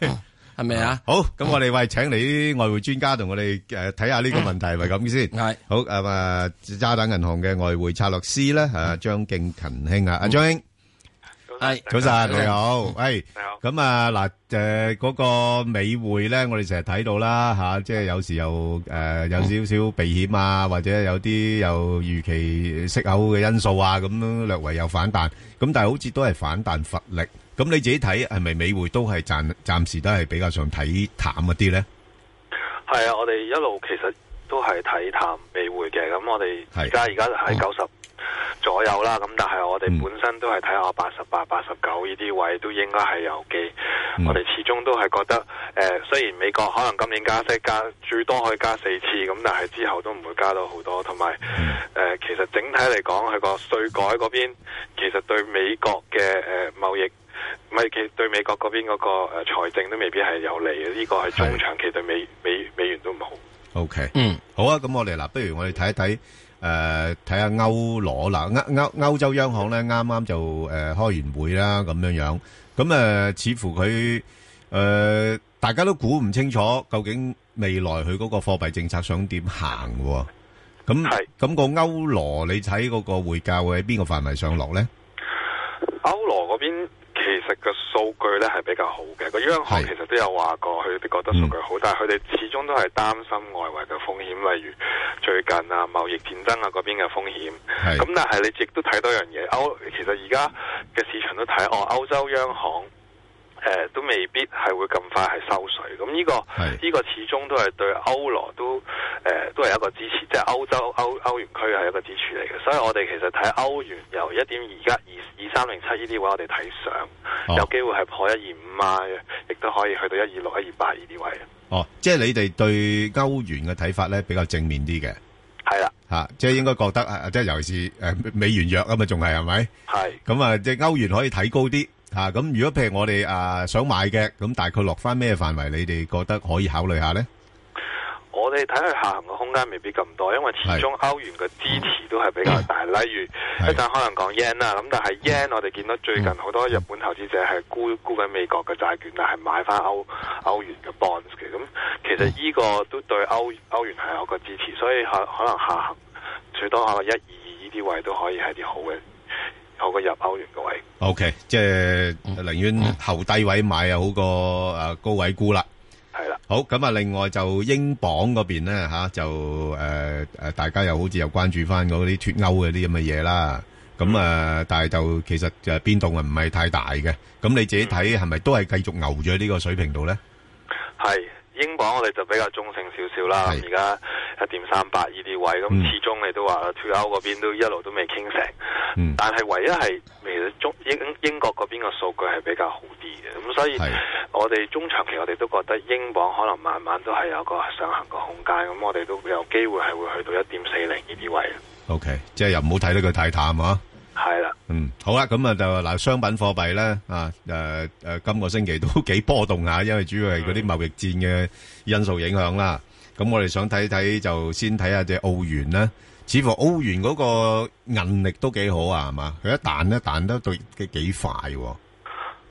Speaker 9: 係咪啊？
Speaker 8: 好，咁我哋喂請嚟啲外匯專家同我哋誒睇下呢個問題係咪咁先。
Speaker 9: 係
Speaker 8: 好咁啊，渣打銀行嘅外匯策略師咧，誒張敬勤兄啊，阿張兄。
Speaker 9: 係
Speaker 8: 早晨，你好，喂，咁啊嗱，誒嗰個美匯咧，我哋成日睇到啦吓，即係有時又誒有少少避險啊，或者有啲又預期息口嘅因素啊，咁樣略為有反彈，咁但係好似都係反彈乏力，咁你自己睇係咪美匯都係暫暫時都係比較上睇淡一啲咧？
Speaker 3: 係啊，我哋一路其實都係睇淡美匯嘅，咁我哋而家而家係九十左右啦，咁但係我哋本身都係睇下八十八、八十九呢啲位都應該係有機。我哋始終都係覺得，誒、雖然美國可能今年加息加最多可以加四次，咁但係之後都唔會加到好多，同埋誒其實整體嚟講，佢個稅改嗰邊其實對美國嘅誒、呃、貿易。唔係，其實對美國嗰邊嗰個誒財政都未必係有利嘅，呢、個係中長期對美美美元都唔好。
Speaker 8: OK，嗯，好啊，咁我哋嗱，不如我哋睇一睇誒，睇下歐羅啦，歐歐歐洲央行咧，啱啱就誒、呃、開完會啦，咁樣樣，咁誒、呃似乎佢誒、呃大家都估唔清楚究竟未來佢嗰個貨幣政策想點行喎，咁咁個歐羅你睇嗰個匯價會喺邊個範圍上落咧？
Speaker 3: 歐羅嗰邊其實個數據咧係比較好嘅，個央行其實都有話過，佢哋覺得數據好，但係佢哋始終都係擔心外圍嘅風險，例如最近啊貿易戰爭啊嗰邊嘅風險。咁但係你亦都睇到一樣嘢，歐其實而家嘅市場都睇，哦歐洲央行。誒、都未必係會咁快係收水，咁呢、個呢個始終都係對歐羅都誒、呃都係一個支持，即係歐洲歐歐元區係一個支柱嚟嘅，所以我哋其實睇歐元由一點而家二二三零七呢啲位，我哋睇上、有機會係破一二五啊，亦都可以去到一二六、一二八呢啲位。
Speaker 8: 哦，即係你哋對歐元嘅睇法咧比較正面啲嘅，
Speaker 3: 係啦，
Speaker 8: 吓，即係應該覺得啊，即係尤其是诶美元弱啊嘛，仲係係咪？
Speaker 3: 係。
Speaker 8: 咁啊，即係歐元可以睇高啲吓。咁、如果譬如我哋啊想買嘅，咁大概落翻咩範圍？你哋覺得可以考慮下咧？
Speaker 3: 我哋睇佢下行嘅空間未必咁多，因為始終歐元嘅支持都係比較大。例如一陣可能講 yen 啦，咁但係 yen 我哋見到最近好多日本投資者係沽沽緊美國嘅債券，但係買翻歐歐元嘅 bonds 嘅。咁其實呢個都對歐歐元係有個支持，所以可可能下行最多可能一二呢啲位都可以係啲好嘅好嘅入歐元嘅位。
Speaker 8: O、k 即係寧願後低位買又好過诶高位沽啦。
Speaker 3: 係啦。
Speaker 8: 好，咁啊，另外就英鎊嗰邊咧吓，就诶诶、呃大家又好似又關注翻嗰啲脱歐嗰啲咁嘅嘢啦。咁啊、呃但係就其實诶变动啊唔係太大嘅。咁你自己睇係咪都係繼續牛咗喺呢個水平度咧？
Speaker 3: 係英鎊，我哋就比較中性少少啦。咁而家一點三八呢啲位，咁始終你都話啦脱歐嗰邊都一路都未傾成。但係唯一係其實中英英國嗰邊個數據係比較好啲嘅，咁所以我哋中長期我哋都覺得英鎊可能慢慢都係有個上行嘅空間，咁我哋都有機會係會去到一點四零呢啲位。
Speaker 8: O、k 即係又唔好睇得佢太淡啊。
Speaker 3: 係啦，
Speaker 8: 嗯，好啦，咁啊就嗱，商品貨幣咧啊，誒、誒、今個星期都幾波動下， <laughs> 因為主要係嗰啲貿易戰嘅因素影響啦。咁我哋想睇睇就先睇下只澳元啦，似乎澳元嗰個韌力都幾好啊，係嘛？佢一彈咧彈得對幾幾快喎、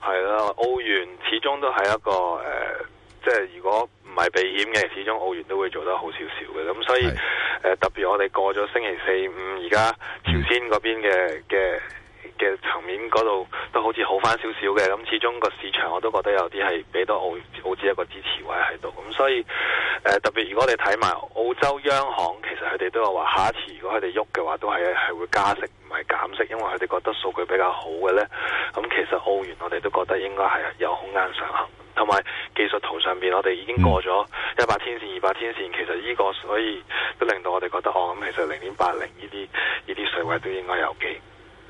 Speaker 3: 係啦，澳元始終都係一個誒、呃即係如果唔係避險嘅，始終澳元都會做得好少少嘅。咁所以誒、呃特別我哋過咗星期四五，而家朝鮮嗰邊嘅嘅。嘅層面嗰度都好似好翻少少嘅，咁始終個市場我都覺得有啲係俾到澳澳紙一個支持位喺度，咁所以誒、呃特別如果你睇埋澳洲央行，其實佢哋都有話下一次如果佢哋喐嘅話，都係係會加息唔係減息，因為佢哋覺得數據比較好嘅咧，咁其實澳元我哋都覺得應該係有空間上行。同埋技術圖上邊，我哋已經過咗一百天線、二百天線，其實呢個所以都令到我哋覺得哦，咁其實零點八零呢啲呢啲水位都應該有機。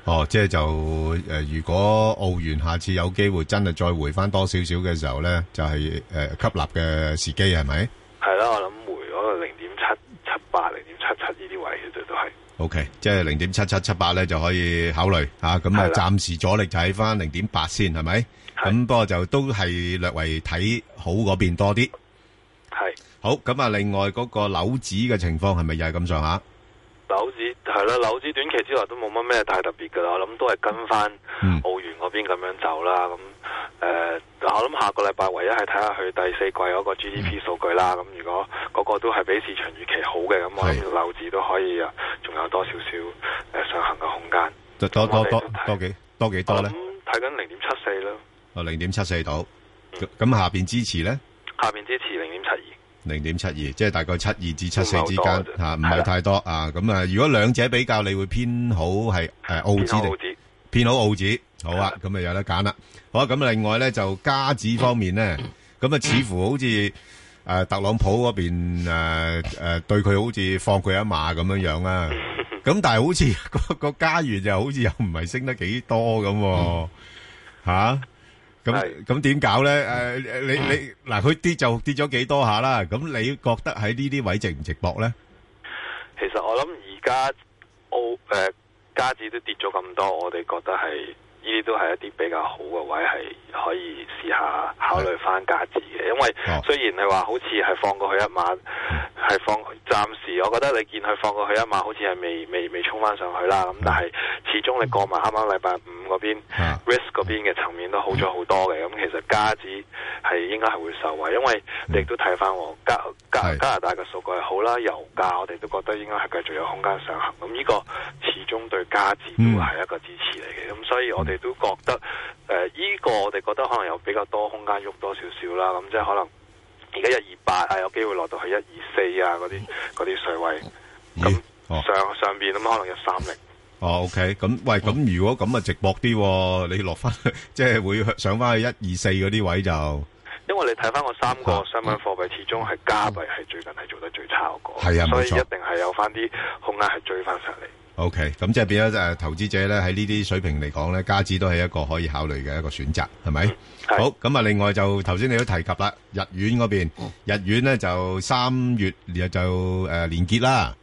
Speaker 8: 哦，即係就誒、如果澳元下次有機會真係再回翻多少少嘅時候咧，就係、誒、吸納嘅時機係咪？
Speaker 3: 係啦，我諗回嗰個零點七七八、零點七七呢啲位其實都係
Speaker 8: O K，即係零點七七七八咧就可以考慮吓，咁啊暫時阻力就喺翻零點八先，係咪？咁不過就都係略為睇好嗰邊多啲。
Speaker 3: 係
Speaker 8: 好，咁啊，另外嗰個樓指嘅情況係咪又係咁上下？
Speaker 3: 樓指係啦，樓指短期之內都冇乜咩太特別㗎啦，我諗都係跟翻澳元嗰邊咁樣走啦。咁誒、呃我諗下個禮拜唯一係睇下佢第四季嗰個 GDP 數據啦。咁如果嗰個都係比市場預期好嘅，咁我諗樓指都可以啊，仲有多少少誒上行嘅空間。
Speaker 8: 多多多多多幾多幾多咧？
Speaker 3: 睇緊零點七四啦，
Speaker 8: 哦，零點七四度。咁咁下邊支持咧？
Speaker 3: 下邊支持零點七二。
Speaker 8: 零點七二，即係大概七二至七四之
Speaker 3: 都唔係好
Speaker 8: 間
Speaker 3: 多
Speaker 8: 嚇，唔
Speaker 3: 係
Speaker 8: 係
Speaker 3: 啦
Speaker 8: 太多啊。咁啊，如果兩者比較，你會偏好係誒澳
Speaker 3: 偏好
Speaker 8: 紙
Speaker 3: 澳
Speaker 8: 定
Speaker 3: 紙
Speaker 8: 偏好澳紙？好啊，咁啊有得揀啦。好啊，咁另外咧就加紙方面
Speaker 3: <coughs>
Speaker 8: 咧，咁啊似乎好似誒特朗普嗰邊誒誒對佢好似放佢一馬咁樣樣
Speaker 3: <laughs>
Speaker 8: 啦。咁但係好似個個加元又好似又唔係升得幾多咁喎嚇。咁咁點搞咧？誒你你嗱，佢跌就跌咗幾多下啦？咁你覺得喺呢啲位值唔值博咧？
Speaker 3: 其實我諗而家澳誒加指都跌咗咁多，我哋覺得係呢啲都係一啲比較好嘅位，係可以試下考慮翻加指嘅。因為雖然係話好似係放過去一晚，係放暫時我覺得你見佢放過去一晚，好似係未未未衝翻上去啦。咁但係始終你過埋啱啱禮拜五嗰邊 risk 嗰邊嘅層面都好咗好多嘅。咁其實加指係應該係會受惠，因為你亦都睇翻我加加加拿大嘅數據係好啦，油價我哋都覺得應該係繼續有空間上行。咁呢個始終對加指都係一個支持嚟嘅。咁所以我哋都覺得誒，呃依、個我哋覺得可能有比較多空間喐多少少啦。咁即係可能而家一二八啊，有機會落到去一二四啊嗰啲
Speaker 8: 嗯
Speaker 3: 嗰啲水位。咁上上邊咁可能有三零。
Speaker 8: 哦，OK，咁 Ờ, 喂，咁如果咁啊，直博啲喎，你落翻 <laughs> 即係會上翻去一二四嗰啲位就
Speaker 3: 因為你睇翻我三
Speaker 8: 哦
Speaker 3: 個商品貨幣，始終係加幣係最近係做得最差嗰個，
Speaker 8: 係啊冇
Speaker 3: 所以
Speaker 8: 錯
Speaker 3: 一定係有翻啲空間係追翻上嚟。
Speaker 8: OK，咁即係變咗誒投資者咧喺呢啲水平嚟講咧，加紙都係一個可以考慮嘅一個選擇，係咪？好，咁啊，另外就頭先你都提及啦，日元嗰邊，日元咧就三月就誒連結啦，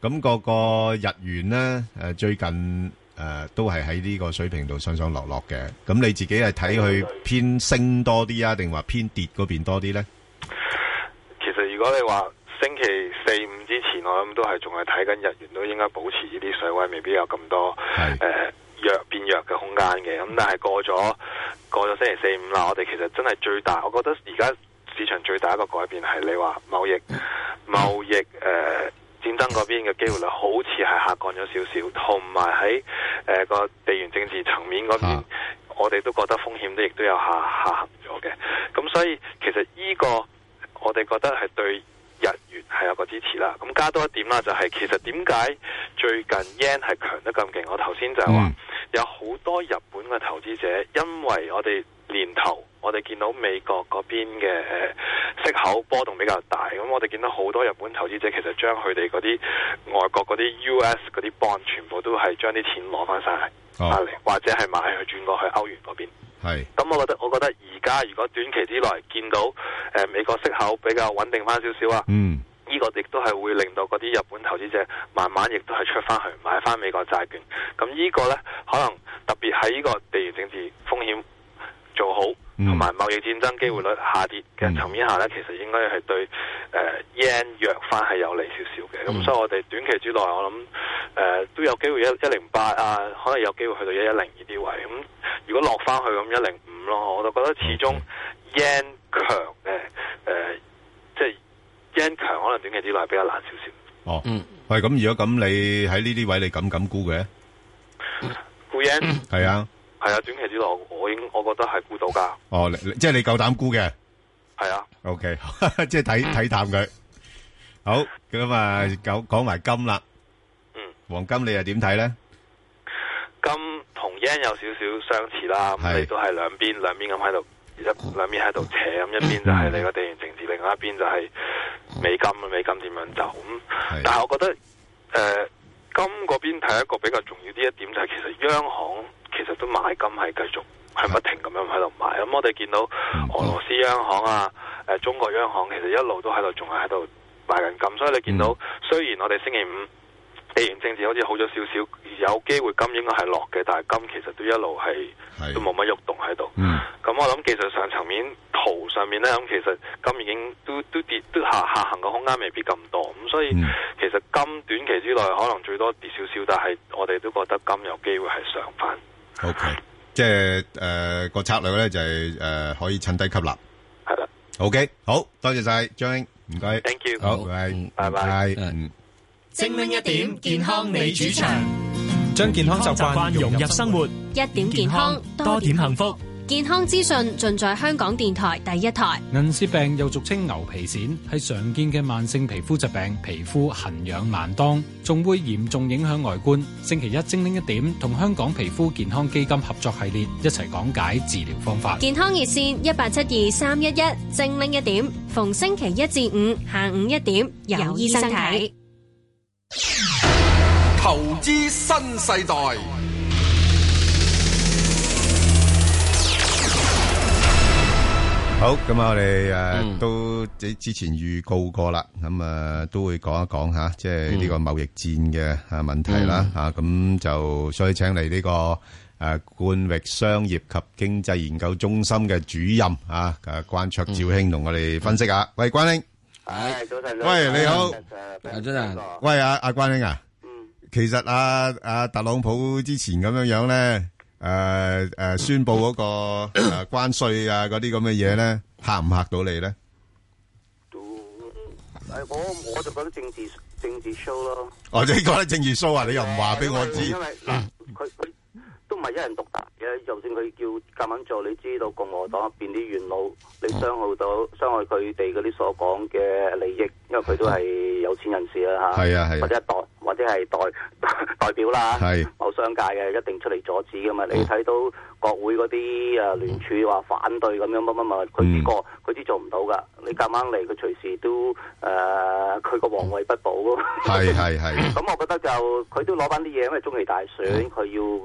Speaker 8: 咁個個日元咧誒最近誒都係喺呢個水平度上上落落嘅，咁你自己係睇佢偏升多啲啊，定話偏跌嗰邊多啲咧？
Speaker 3: 其實如果你話星期四五之前，我諗都係仲係睇緊日元，都應該保持呢啲水位，未必有咁多誒、呃、弱變弱嘅空間嘅。咁但係過咗過咗星期四五啦，我哋其實真係最大，我覺得而家市場最大一個改變係你話貿易貿易誒、呃、戰爭嗰邊嘅機會率好似係下降咗少少，同埋喺誒個地緣政治層面嗰邊。我哋都覺得風險都亦都有下下行咗嘅，咁所以其實呢、個我哋覺得係對日元係有個支持啦。咁加多一點啦，就係、其實點解最近 yen 係強得咁勁？我頭先就係話有好多日本嘅投資者，因為我哋年頭我哋見到美國嗰邊嘅誒息口波動比較大，咁我哋見到好多日本投資者其實將佢哋嗰啲外國嗰啲 US 嗰啲 bond 全部都係將啲錢攞翻晒嚟。
Speaker 8: 哦
Speaker 3: 返嚟或者係買去轉過去歐元嗰邊。
Speaker 8: 係
Speaker 3: 咁我覺得，我覺得而家如果短期之內見到誒、呃美國息口比較穩定翻少少啊，
Speaker 8: 嗯，
Speaker 4: Ừ,
Speaker 3: 呢個亦都係會令到嗰啲日本投資者慢慢亦都係出翻去買翻美國債券。咁呢個呢，可能特別喺呢個地緣政治風險做好，同埋貿易戰爭機會率下跌嘅層面下呢，其實應該係對誒、呃 yen 弱翻係有利少少嘅。咁、所以我哋短期之內，我諗誒、呃都有機會一一零八啊，可能有機會去到一一零呢啲位。咁、如果落翻去咁一零五咯，我就覺得始終 yen 強嘅誒、呃即係 yen 強可能短期之內比較難少少。
Speaker 8: 哦，喂，咁如果咁你喺呢啲位你敢唔敢估嘅？
Speaker 3: 沽 yen
Speaker 8: 係啊，
Speaker 3: 係啊，短期之內我我應我覺得係沽到㗎，
Speaker 8: 哦，你你即係你夠膽估嘅。
Speaker 3: 係啊。
Speaker 8: O K，即系 <laughs> 睇睇淡佢。好，咁啊，講講埋金啦。
Speaker 3: 嗯，
Speaker 8: 黃金你又點睇咧？
Speaker 3: 金同 yen 有少少相似啦，咁
Speaker 8: 係
Speaker 3: 你都係哦兩邊兩邊咁喺度，一兩邊喺度扯，咁一邊就係你個地緣政治，另外一邊就係美金啊，美金點樣走咁。但係我覺得誒、呃金嗰邊睇一個比較重要啲一點就係、其實央行其實都買金係繼續係嗯不停咁樣喺度買，咁我哋見到俄羅斯央行啊、誒、中國央行其實一路都喺度仲係喺度買緊金，所以你見到、雖然我哋星期五。地緣政治好似好咗少少，有機會金應該係
Speaker 8: 嗯
Speaker 3: 落嘅，但係金其實都一路係都冇乜喐動喺度。咁、我諗技術上層面圖上面咧，咁其實金已經都都跌都下下行嘅空間未必咁多，咁所以
Speaker 8: 嗯
Speaker 3: 其實金短期之內可能最多跌少少，但係我哋都覺得金有機會係上翻。
Speaker 8: O K，即係誒個策略咧就係誒可以趁低吸納。
Speaker 3: 係啦。
Speaker 8: O K，好多謝晒張英，唔該。
Speaker 3: Thank you。
Speaker 8: 好，拜
Speaker 3: 拜拜。
Speaker 8: 嗯，
Speaker 2: 精靈一點，健康你主場。
Speaker 15: 將健康習慣融入生活，
Speaker 22: 一點健康，多點幸福。健康資訊盡在香港電台第一台。
Speaker 15: 銀屑病又俗稱牛皮癬，係常見嘅慢性皮膚疾病，皮膚痕癢難當，仲會嚴重影響外觀。星期一精靈一點同香港皮膚健康基金合作系列一齊講解治療方法。
Speaker 22: 健康熱線一八七二三一一，精靈一點，逢星期一至五下午一點有醫生睇。
Speaker 7: 投資新世代，
Speaker 8: 好，咁啊，我哋誒都之之前預告過啦，咁啊都會講一講吓，即係呢個貿易戰嘅啊問題啦吓，咁就所以請嚟呢個誒冠域商業及經濟研究中心嘅主任啊，誒關焯照兄同我哋分析下。喂，關兄，
Speaker 23: 係早晨，
Speaker 8: 喂你好，
Speaker 9: 阿真啊，
Speaker 8: 喂阿阿關兄啊。其實啊啊特朗普之前咁樣樣咧，誒誒宣布嗰個誒關稅啊嗰啲咁嘅嘢咧，嚇唔嚇到你咧？
Speaker 23: 都誒，我我就覺得政治政治 show 咯。
Speaker 8: 哦，你覺得政治 show 啊？你又唔話俾我知？嗯
Speaker 23: 因為嗱，佢佢都唔係一人獨大嘅，就算佢叫夾硬做，你知道共和黨入邊啲元老，你傷害到
Speaker 8: 嗯
Speaker 23: 傷害佢哋嗰啲所講嘅利益，因為佢都係有錢人士啦嚇，
Speaker 8: 嗯係啊係，
Speaker 23: 或者一代。或者係代 <laughs> 代表啦，某商界嘅一定出嚟阻止㗎嘛。
Speaker 8: 嗯
Speaker 23: 你睇到國會嗰啲誒聯署話反對咁樣乜乜乜，佢
Speaker 8: 嗯
Speaker 23: 呢個佢啲做唔到㗎。你夾硬嚟，佢隨時都誒佢個皇位不保㗎。
Speaker 8: 係係係。
Speaker 23: 嗯咁我覺得就佢都攞翻啲嘢，因為中期大選佢要誒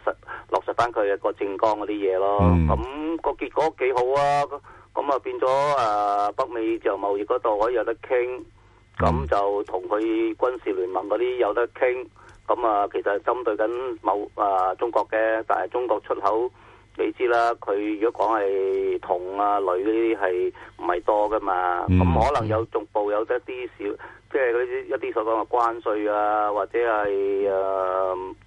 Speaker 23: 實落實翻佢個政綱嗰啲嘢咯。
Speaker 8: 嗯
Speaker 23: 咁個結果幾好啊！咁啊變咗誒北美就貿易嗰度可以有得傾。
Speaker 8: 嗯
Speaker 23: 咁就同佢軍事聯盟嗰啲有得傾，咁啊其實針對緊某啊中國嘅，但係中國出口你知啦，佢如果講係銅啊鋁嗰啲係唔係多㗎嘛，
Speaker 8: 嗯
Speaker 23: 咁可能有逐步有一啲少，即係嗰啲一啲所講嘅關稅啊，或者係誒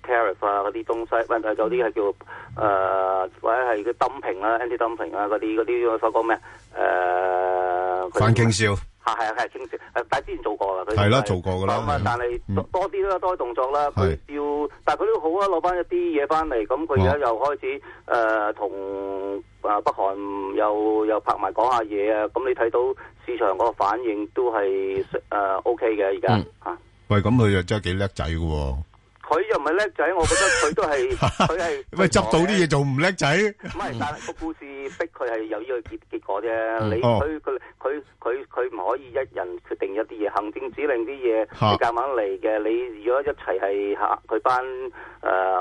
Speaker 23: tariff 啊嗰啲東西，或者有啲係叫誒或者係嘅 dumping 啦、anti dumping 啊嗰啲嗰啲所講咩呃誒
Speaker 8: 反傾銷。
Speaker 23: 嚇係啊係傾銷，誒但係之前做過啦，佢
Speaker 8: 係嗯啦做過㗎啦，
Speaker 23: 咁啊但係多啲啦，多啲動作啦，佢要，但係佢都好啊，攞翻一啲嘢翻嚟，咁佢
Speaker 8: 哦
Speaker 23: 而家又開始誒同啊北韓又又拍埋講下嘢啊，咁你睇到市場嗰個反應都係誒 OK 嘅而家
Speaker 8: 嗯
Speaker 23: 嚇。
Speaker 8: 喂，咁佢又真係幾叻仔㗎喎！
Speaker 23: 佢又唔係叻仔，我覺得佢
Speaker 8: <laughs>
Speaker 23: 都係佢係
Speaker 8: 喂執到啲嘢仲唔叻仔？
Speaker 23: 唔係，但係個故事逼佢係有呢個結結果
Speaker 8: 嗯
Speaker 23: 啫。你
Speaker 8: 哦
Speaker 23: 佢佢佢佢佢唔可以一人決定一啲嘢，行政指令啲嘢你夾硬嚟嘅。你如果一齊係嚇佢班誒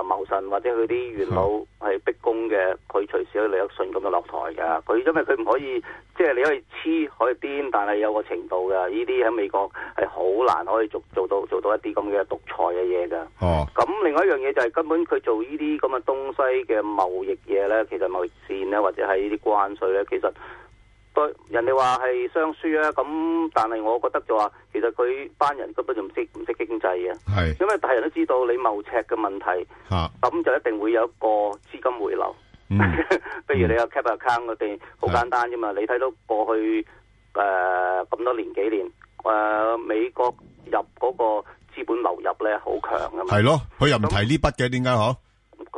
Speaker 23: 謀臣或者佢啲元老係逼宮嘅，佢隨時可以李克信咁樣落台㗎。佢因為佢唔可以，即係你可以黐可以癲，但係有個程度㗎。呢啲喺美國係好難可以做做到做到一啲咁嘅獨裁嘅嘢㗎。咁另外一樣嘢就係根本佢做呢啲咁嘅東西嘅貿易嘢咧，其實貿易戰咧，或者係呢啲關稅咧，其實對人哋話係雙輸啊。咁但係我覺得就話其實佢班人根本就唔識唔識經濟嘅，
Speaker 8: 係
Speaker 23: 因為大人都知道你貿赤嘅問題，咁就一定會有一個資金回流。
Speaker 4: Ừ.
Speaker 8: 嗯
Speaker 23: <laughs> 譬如你有 cap account 我哋好簡單啫嘛，你睇到過去誒咁多年幾年誒美國入嗰個。資本流入咧好強啊㗎嘛，
Speaker 8: 係咯，佢又唔提呢筆嘅，點解嗬？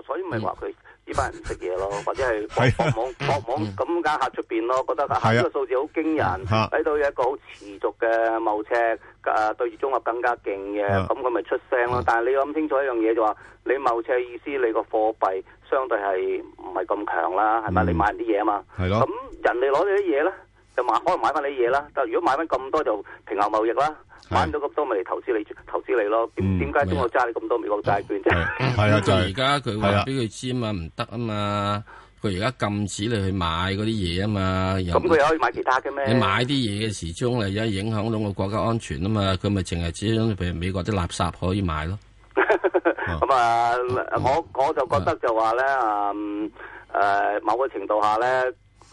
Speaker 23: 所以咪話佢呢班人唔識嘢咯，或者係博網博網咁間客出邊咯，覺得啊呢個數字好驚人，睇到有一個好持續嘅貿赤，誒對住中國更加勁嘅，咁佢咪出聲咯。但係你要諗清楚一樣嘢就話，你貿赤意思你個貨幣相對係唔係咁強啦，係咪？你買人啲嘢啊嘛，
Speaker 8: 係咯。
Speaker 23: 咁人哋攞你啲嘢咧，就買可能買翻你嘢啦。但係如果買翻咁多就平衡貿易啦。買唔到咁多咪嚟投資你投資你咯？點點解中國揸你咁多美國債券啫？
Speaker 8: 係啊，就
Speaker 23: 係
Speaker 9: 而家嗯佢話俾佢知啊嘛，唔得啊嘛，佢而家禁止你去買嗰啲嘢啊嘛。
Speaker 23: 咁佢又可以買其他嘅咩？
Speaker 9: 你買啲嘢嘅時鐘咧，而家影響到個國家安全啊嘛，佢咪淨係只譬如美國啲垃圾可以買咯。
Speaker 23: 咁啊，嗯呃我我就覺得就話咧，誒某個程度下咧。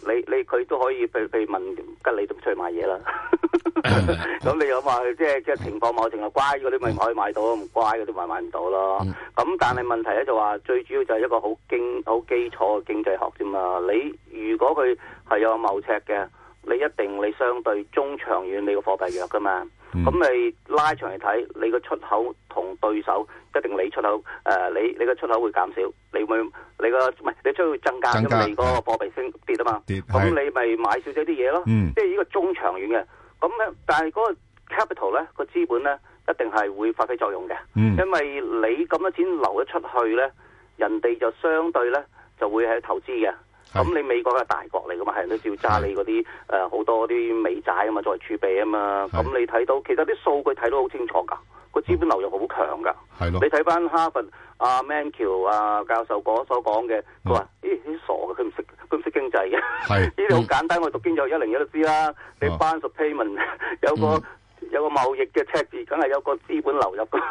Speaker 23: 你你佢都可以譬譬如問吉你都出去買嘢啦。 <laughs> 咁你有話即係即係情況某程度乖嗰啲咪可以買到，唔乖嗰啲咪買唔到咯。
Speaker 8: 嗯
Speaker 23: 咁但係問題咧就話最主要就係一個好經好基礎嘅經濟學啫嘛。你如果佢係有貿赤嘅，你一定你相對中長遠你個貨幣弱噶嘛。
Speaker 8: 嗯
Speaker 23: 咁你拉長嚟睇，你個出口同對手一定你出口誒、呃你你個出口會減少，你會你個唔係你出口會增加，
Speaker 8: 增
Speaker 23: 因
Speaker 8: 加
Speaker 23: 為你嗰個貨幣升跌啊嘛。
Speaker 8: 跌
Speaker 23: 咁
Speaker 8: 係
Speaker 23: 你咪買少少啲嘢咯。
Speaker 8: 嗯
Speaker 23: 即係呢個中長遠嘅。咁咧，但係嗰個 capital 咧個資本咧一定係會發揮作用嘅，
Speaker 1: 嗯
Speaker 23: 因為你咁多錢流咗出去咧，人哋就相對咧就會係投資嘅。咁你美國係大國嚟噶嘛，係人都照揸你嗰啲誒好多啲美債啊嘛，作為儲備啊嘛。咁你睇到其實啲數據睇到好清楚㗎，個資本流入好強㗎。
Speaker 8: 係咯
Speaker 23: 你睇翻哈佛阿 Mankiw 啊教授嗰所講嘅，佢話：咦，你傻嘅，佢唔識佢唔識經濟嘅。
Speaker 8: 係嗯
Speaker 23: <laughs>
Speaker 8: 啊
Speaker 23: 呢啲好簡單，我讀經濟一零一都知啦。你 balance of payment <laughs> 有
Speaker 8: 嗯
Speaker 23: 個有個貿易嘅赤字，梗係有個資本流入
Speaker 8: <laughs>
Speaker 23: 㗎。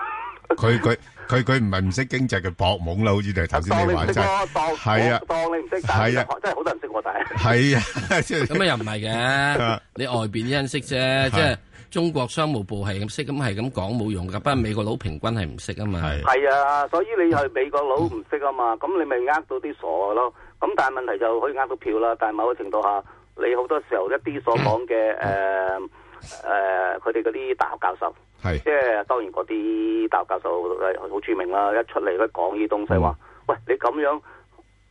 Speaker 8: 佢-佢-佢-佢唔係唔識經濟，佢博懵啦，好似你頭先你話齋。
Speaker 23: 當你唔識咯，當
Speaker 8: 係啊，
Speaker 23: 我當你唔識，但係
Speaker 8: 係啊
Speaker 23: 真係好多人識喎，但係。
Speaker 8: 係啊，
Speaker 9: <laughs>
Speaker 8: 即係-啊
Speaker 9: 咁啊又唔係嘅，你外邊啲人識啫，即係中國商務部係咁識，咁係咁講冇用噶。不過美國佬平均係唔識啊嘛。
Speaker 23: 係啊，所以你係美國佬唔識啊嘛，咁你咪呃到啲傻咯。咁但係問題就可以呃到票啦，但係某個程度下，你好多時候一啲所
Speaker 8: <laughs>
Speaker 23: 講嘅誒誒，佢哋嗰啲大學教授，
Speaker 8: 係
Speaker 23: 即係當然嗰啲大學教授係好著名啦，一出嚟都講呢啲東西話，
Speaker 8: 嗯
Speaker 23: 喂你咁樣。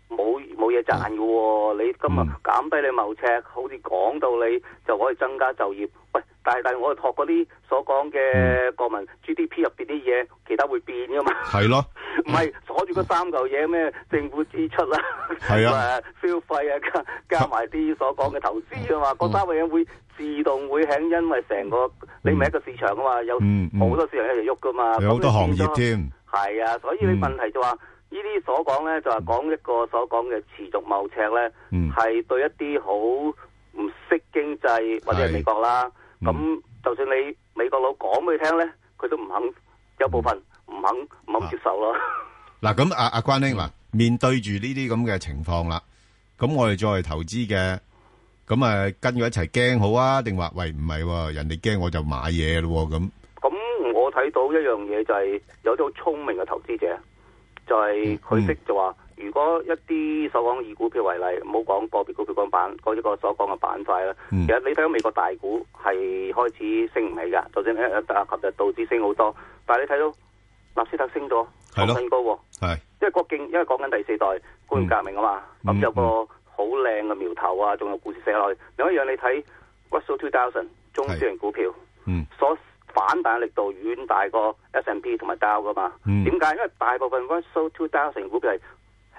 Speaker 23: 冇冇嘢賺嘅喎，你今
Speaker 8: 嗯
Speaker 23: 日減低你貿赤，好似講到你就可以增加就業。喂，但係但係我哋托嗰啲所
Speaker 8: 嗯
Speaker 23: 講嘅國民 GDP 入邊啲嘢，其他會
Speaker 8: <laughs>
Speaker 23: 變噶嘛？
Speaker 8: 係咯，
Speaker 23: 唔係鎖住嗰三嚿嘢咩？政府支出啦，
Speaker 8: 係啊
Speaker 23: 誒 <laughs> 消費啊，加加埋啲所講嘅投資
Speaker 8: 嗯
Speaker 23: 啊嘛，嗰三樣嘢會自動會喺因為成個你咪一個市場啊嘛，有
Speaker 8: 嗯嗯
Speaker 23: 好多市場一齊喐噶嘛，
Speaker 8: 有好多
Speaker 23: 咁你
Speaker 8: 行
Speaker 23: 變咗
Speaker 8: 業添。
Speaker 23: 係啊，所以你問題就話呢啲所講咧，就係講一個所講嘅持續貿赤咧，係、對一啲好唔識經濟或者係美國啦。咁、就算你美國佬講俾佢聽咧，佢都唔肯，有部分唔肯唔肯接受咯。
Speaker 8: 嗱，咁啊-啊，關兄，嗱，面對住呢啲咁嘅情況啦，咁我哋作為投資嘅，咁，誒，跟佢一齊驚好啊，定話，喂，唔係喎，人哋驚我就買嘢咯喎，咁。
Speaker 23: 咁我睇到一樣嘢就係有啲好聰明嘅投資者，就
Speaker 8: 嗯
Speaker 23: 係佢識就話，如果一啲所講以股票為例，唔好講個別股票講板嗰一個所講嘅板塊啦。
Speaker 8: 嗯
Speaker 23: 其實你睇到美國大股係開始升唔起㗎，就算誒誒啊琴日道指升好多，但係你睇到納斯達克升咗
Speaker 8: 係咯
Speaker 23: 創新高喎，
Speaker 8: 係
Speaker 23: 因為國競因為講緊第四代工業革命啊嘛，
Speaker 4: Ừ.
Speaker 23: 咁、
Speaker 8: 嗯
Speaker 23: 有個好靚嘅苗頭啊，仲有故事寫落去。另一樣你睇 Russell Two Thousand 中小型股票。
Speaker 8: 嗯
Speaker 23: 所反彈力度遠大過 S&P 同埋 Dow 噶嘛？
Speaker 8: 嗯
Speaker 23: 點解？因為大部分 Russell 2000股票係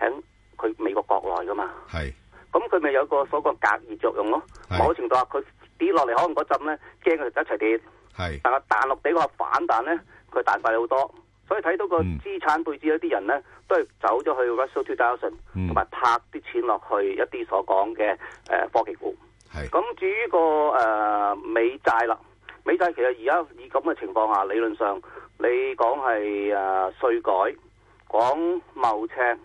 Speaker 23: 喺佢美國國內噶嘛，
Speaker 8: 係
Speaker 23: 咁佢咪有個所講隔熱作用咯。某程度下，佢跌落嚟可能嗰陣咧驚佢一齊跌，
Speaker 8: 係
Speaker 23: 但係彈落地個反彈咧，佢彈快好多。所以睇到個
Speaker 8: 嗯
Speaker 23: 資產配置有啲人咧，都係走咗去 Russell 2000同
Speaker 8: 嗯
Speaker 23: 埋拍啲錢落去一啲所講嘅誒科技股。咁至於個誒、呃美債啦，美債其實而家以咁嘅情況下，理論上你講係誒稅改，講貿赤，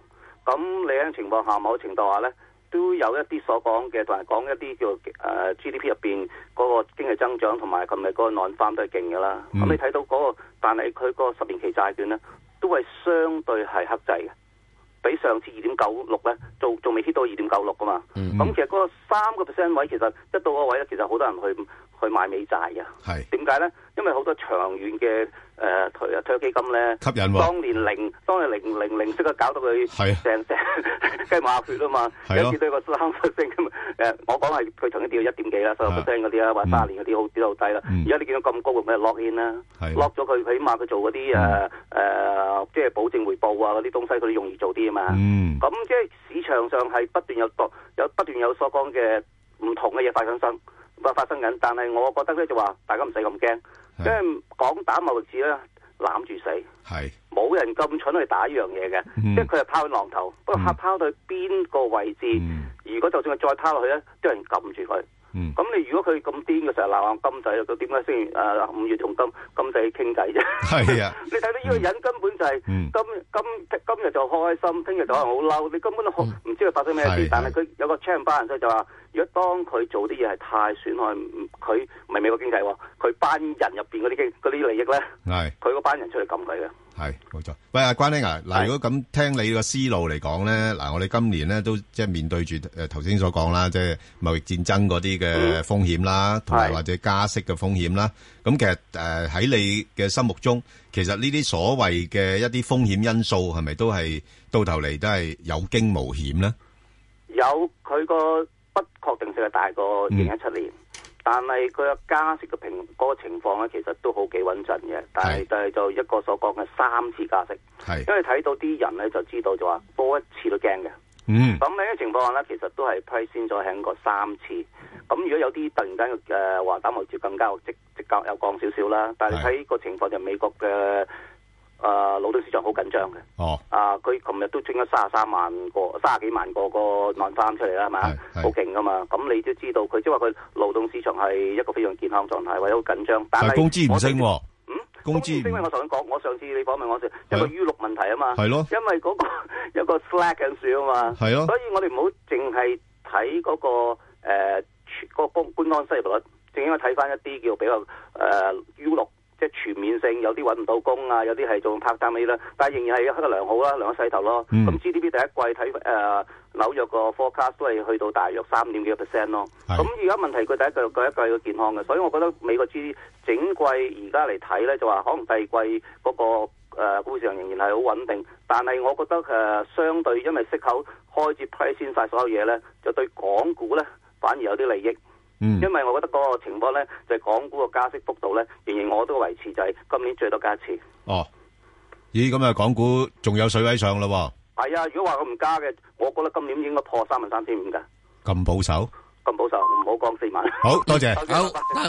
Speaker 23: 咁你喺情況下某程度下咧，都有一啲所講嘅，同埋講一啲叫誒、呃 GDP 入邊嗰個經濟增長同埋琴日嗰個 non farm 都係勁㗎啦。咁、
Speaker 1: 嗯
Speaker 23: 你睇到嗰、個，但係佢個十年期債券咧，都係相對係克制嘅。比上次二點九六咧，仲仲未 hit 到二點九六噶嘛。咁、
Speaker 1: 嗯
Speaker 23: 其實嗰個三個 percent 位，其實一到嗰個位咧，其實好多人去去買美債嘅。
Speaker 8: 係
Speaker 23: 點解咧？因為好多長遠嘅誒退呃退休基金咧，
Speaker 8: 吸引喎
Speaker 23: 當年零當年零零零息啊，搞到佢
Speaker 8: 係啊
Speaker 23: 成 <laughs> 成雞毛鴨血啊嘛。
Speaker 8: 係咯
Speaker 23: 有一次對個三 percent 咁 <laughs> 誒，我講係佢曾經跌到一點幾啦，十 percent 嗰啲啊
Speaker 8: 嗯
Speaker 23: 啦，或者三年嗰啲好跌到好低啦。而家你見到咁高，咪 lock in 啦，lock 咗佢，起碼佢做嗰啲
Speaker 8: 嗯
Speaker 23: 誒誒，即係保證回報啊嗰啲東西，佢都容易做啲啊嘛。
Speaker 8: 嗯
Speaker 23: 咁即係市場上係不斷有多有不斷有所講嘅唔同嘅嘢發生生發發生緊，但係我覺得咧就話大家唔使咁驚，因為講打貿易戰咧攬住死，
Speaker 8: 係
Speaker 23: 冇人咁蠢去打呢樣嘢嘅，即係佢係拋浪頭，不過拋拋到去邊個位置，如果就算佢再拋落去咧，都有人撳住佢。
Speaker 8: 嗯
Speaker 4: ừ.
Speaker 23: 咁你如果佢咁癲嘅時候鬧下金仔，佢點解先誒五月同金金仔傾偈啫？
Speaker 8: 係啊，
Speaker 23: 你睇到呢個人根本就係
Speaker 8: 嗯
Speaker 23: 今今今日就開心，聽日就可能好嬲，你根本都好唔知佢發生咩
Speaker 8: 嗯係
Speaker 23: 事。但係佢有個 check and balance 就話，如果當佢做啲嘢係太損害唔佢唔係美國經濟喎，佢班人入邊嗰啲經嗰啲利益咧，
Speaker 8: 係
Speaker 23: 佢嗰班人出嚟撳佢嘅。
Speaker 8: 系冇錯。喂，阿關兄啊，嗱，如果咁聽你個思路嚟講咧，嗱，我哋今年咧都即係面對住诶頭先所講啦，即係貿易戰爭嗰啲嘅風險啦，同埋或者加息嘅風險啦。咁其實诶喺你嘅心目中，其實呢啲所謂嘅一啲風險因素係咪都係到頭嚟都係有驚無險咧？
Speaker 23: 有佢個不確定性係大
Speaker 8: 嗯
Speaker 23: 過二零一七年，但係佢嘅加息嘅平嗰、個情況咧，其實都好幾穩陣嘅。但係但係就一個所講嘅三次加息，
Speaker 8: 係
Speaker 23: 因為睇到啲人咧就知道就話多一次都驚嘅。
Speaker 8: 嗯
Speaker 23: 咁呢個情況下咧，其實都係 price 先咗喺個三次。咁如果有啲突然間嘅誒話打貿易戰更加即即降又降少少啦，但係你睇個情況就美國嘅誒、呃勞動市場好緊張嘅。
Speaker 8: 哦，
Speaker 23: 啊！佢琴日都整咗三十三萬個、三十幾萬個個萬三出嚟啦，係咪啊？好勁噶嘛！咁你都知道佢即係話佢勞動市場係一個非常健康狀態，或者好緊張。但
Speaker 8: 但係
Speaker 23: 係
Speaker 8: 工資唔
Speaker 23: 我哋
Speaker 8: 升喎，工
Speaker 23: 因
Speaker 8: 資
Speaker 23: 為我想講，我上次你訪問我時有個 U 六問題啊嘛，
Speaker 8: 係咯
Speaker 23: 因為嗰、個 <laughs> 有個 slack 緊樹啊嘛，
Speaker 8: 係咯
Speaker 23: 所以我哋唔好淨係睇嗰個誒、呃、全嗰個公官安失業率，正應該睇翻一啲叫比較誒、呃 U 六。即係全面性，有啲揾唔到工啊，有啲係做 part time 啦，但係仍然係一個良好啦，良好勢頭咯。咁、
Speaker 1: 嗯
Speaker 23: GDP 第一季睇誒、呃、紐約個 forecast 都係去到大約三點幾個 percent 咯。
Speaker 1: 係
Speaker 23: 咁而家問題佢第一季佢一季嘅健康嘅，所以我覺得美國 G 整季而家嚟睇咧，就話可能第二季嗰、個。誒股市場仍然係好穩定，但係我覺得誒、呃相對因為息口開始 price 先晒所有嘢咧，就對港股咧反而有啲利益。
Speaker 8: 嗯
Speaker 23: 因為我覺得嗰個情況咧，就係、港股個加息幅度咧，仍然我都維持就係今年最多加一次。
Speaker 8: 哦，咦，咁啊，港股仲有水位上咯
Speaker 23: 係啊，如果話佢唔加嘅，我覺得今年應該破三萬三千五㗎。
Speaker 8: 喎，咁保守。
Speaker 23: 咁保守，唔好講四萬。
Speaker 8: 好多謝
Speaker 23: 好。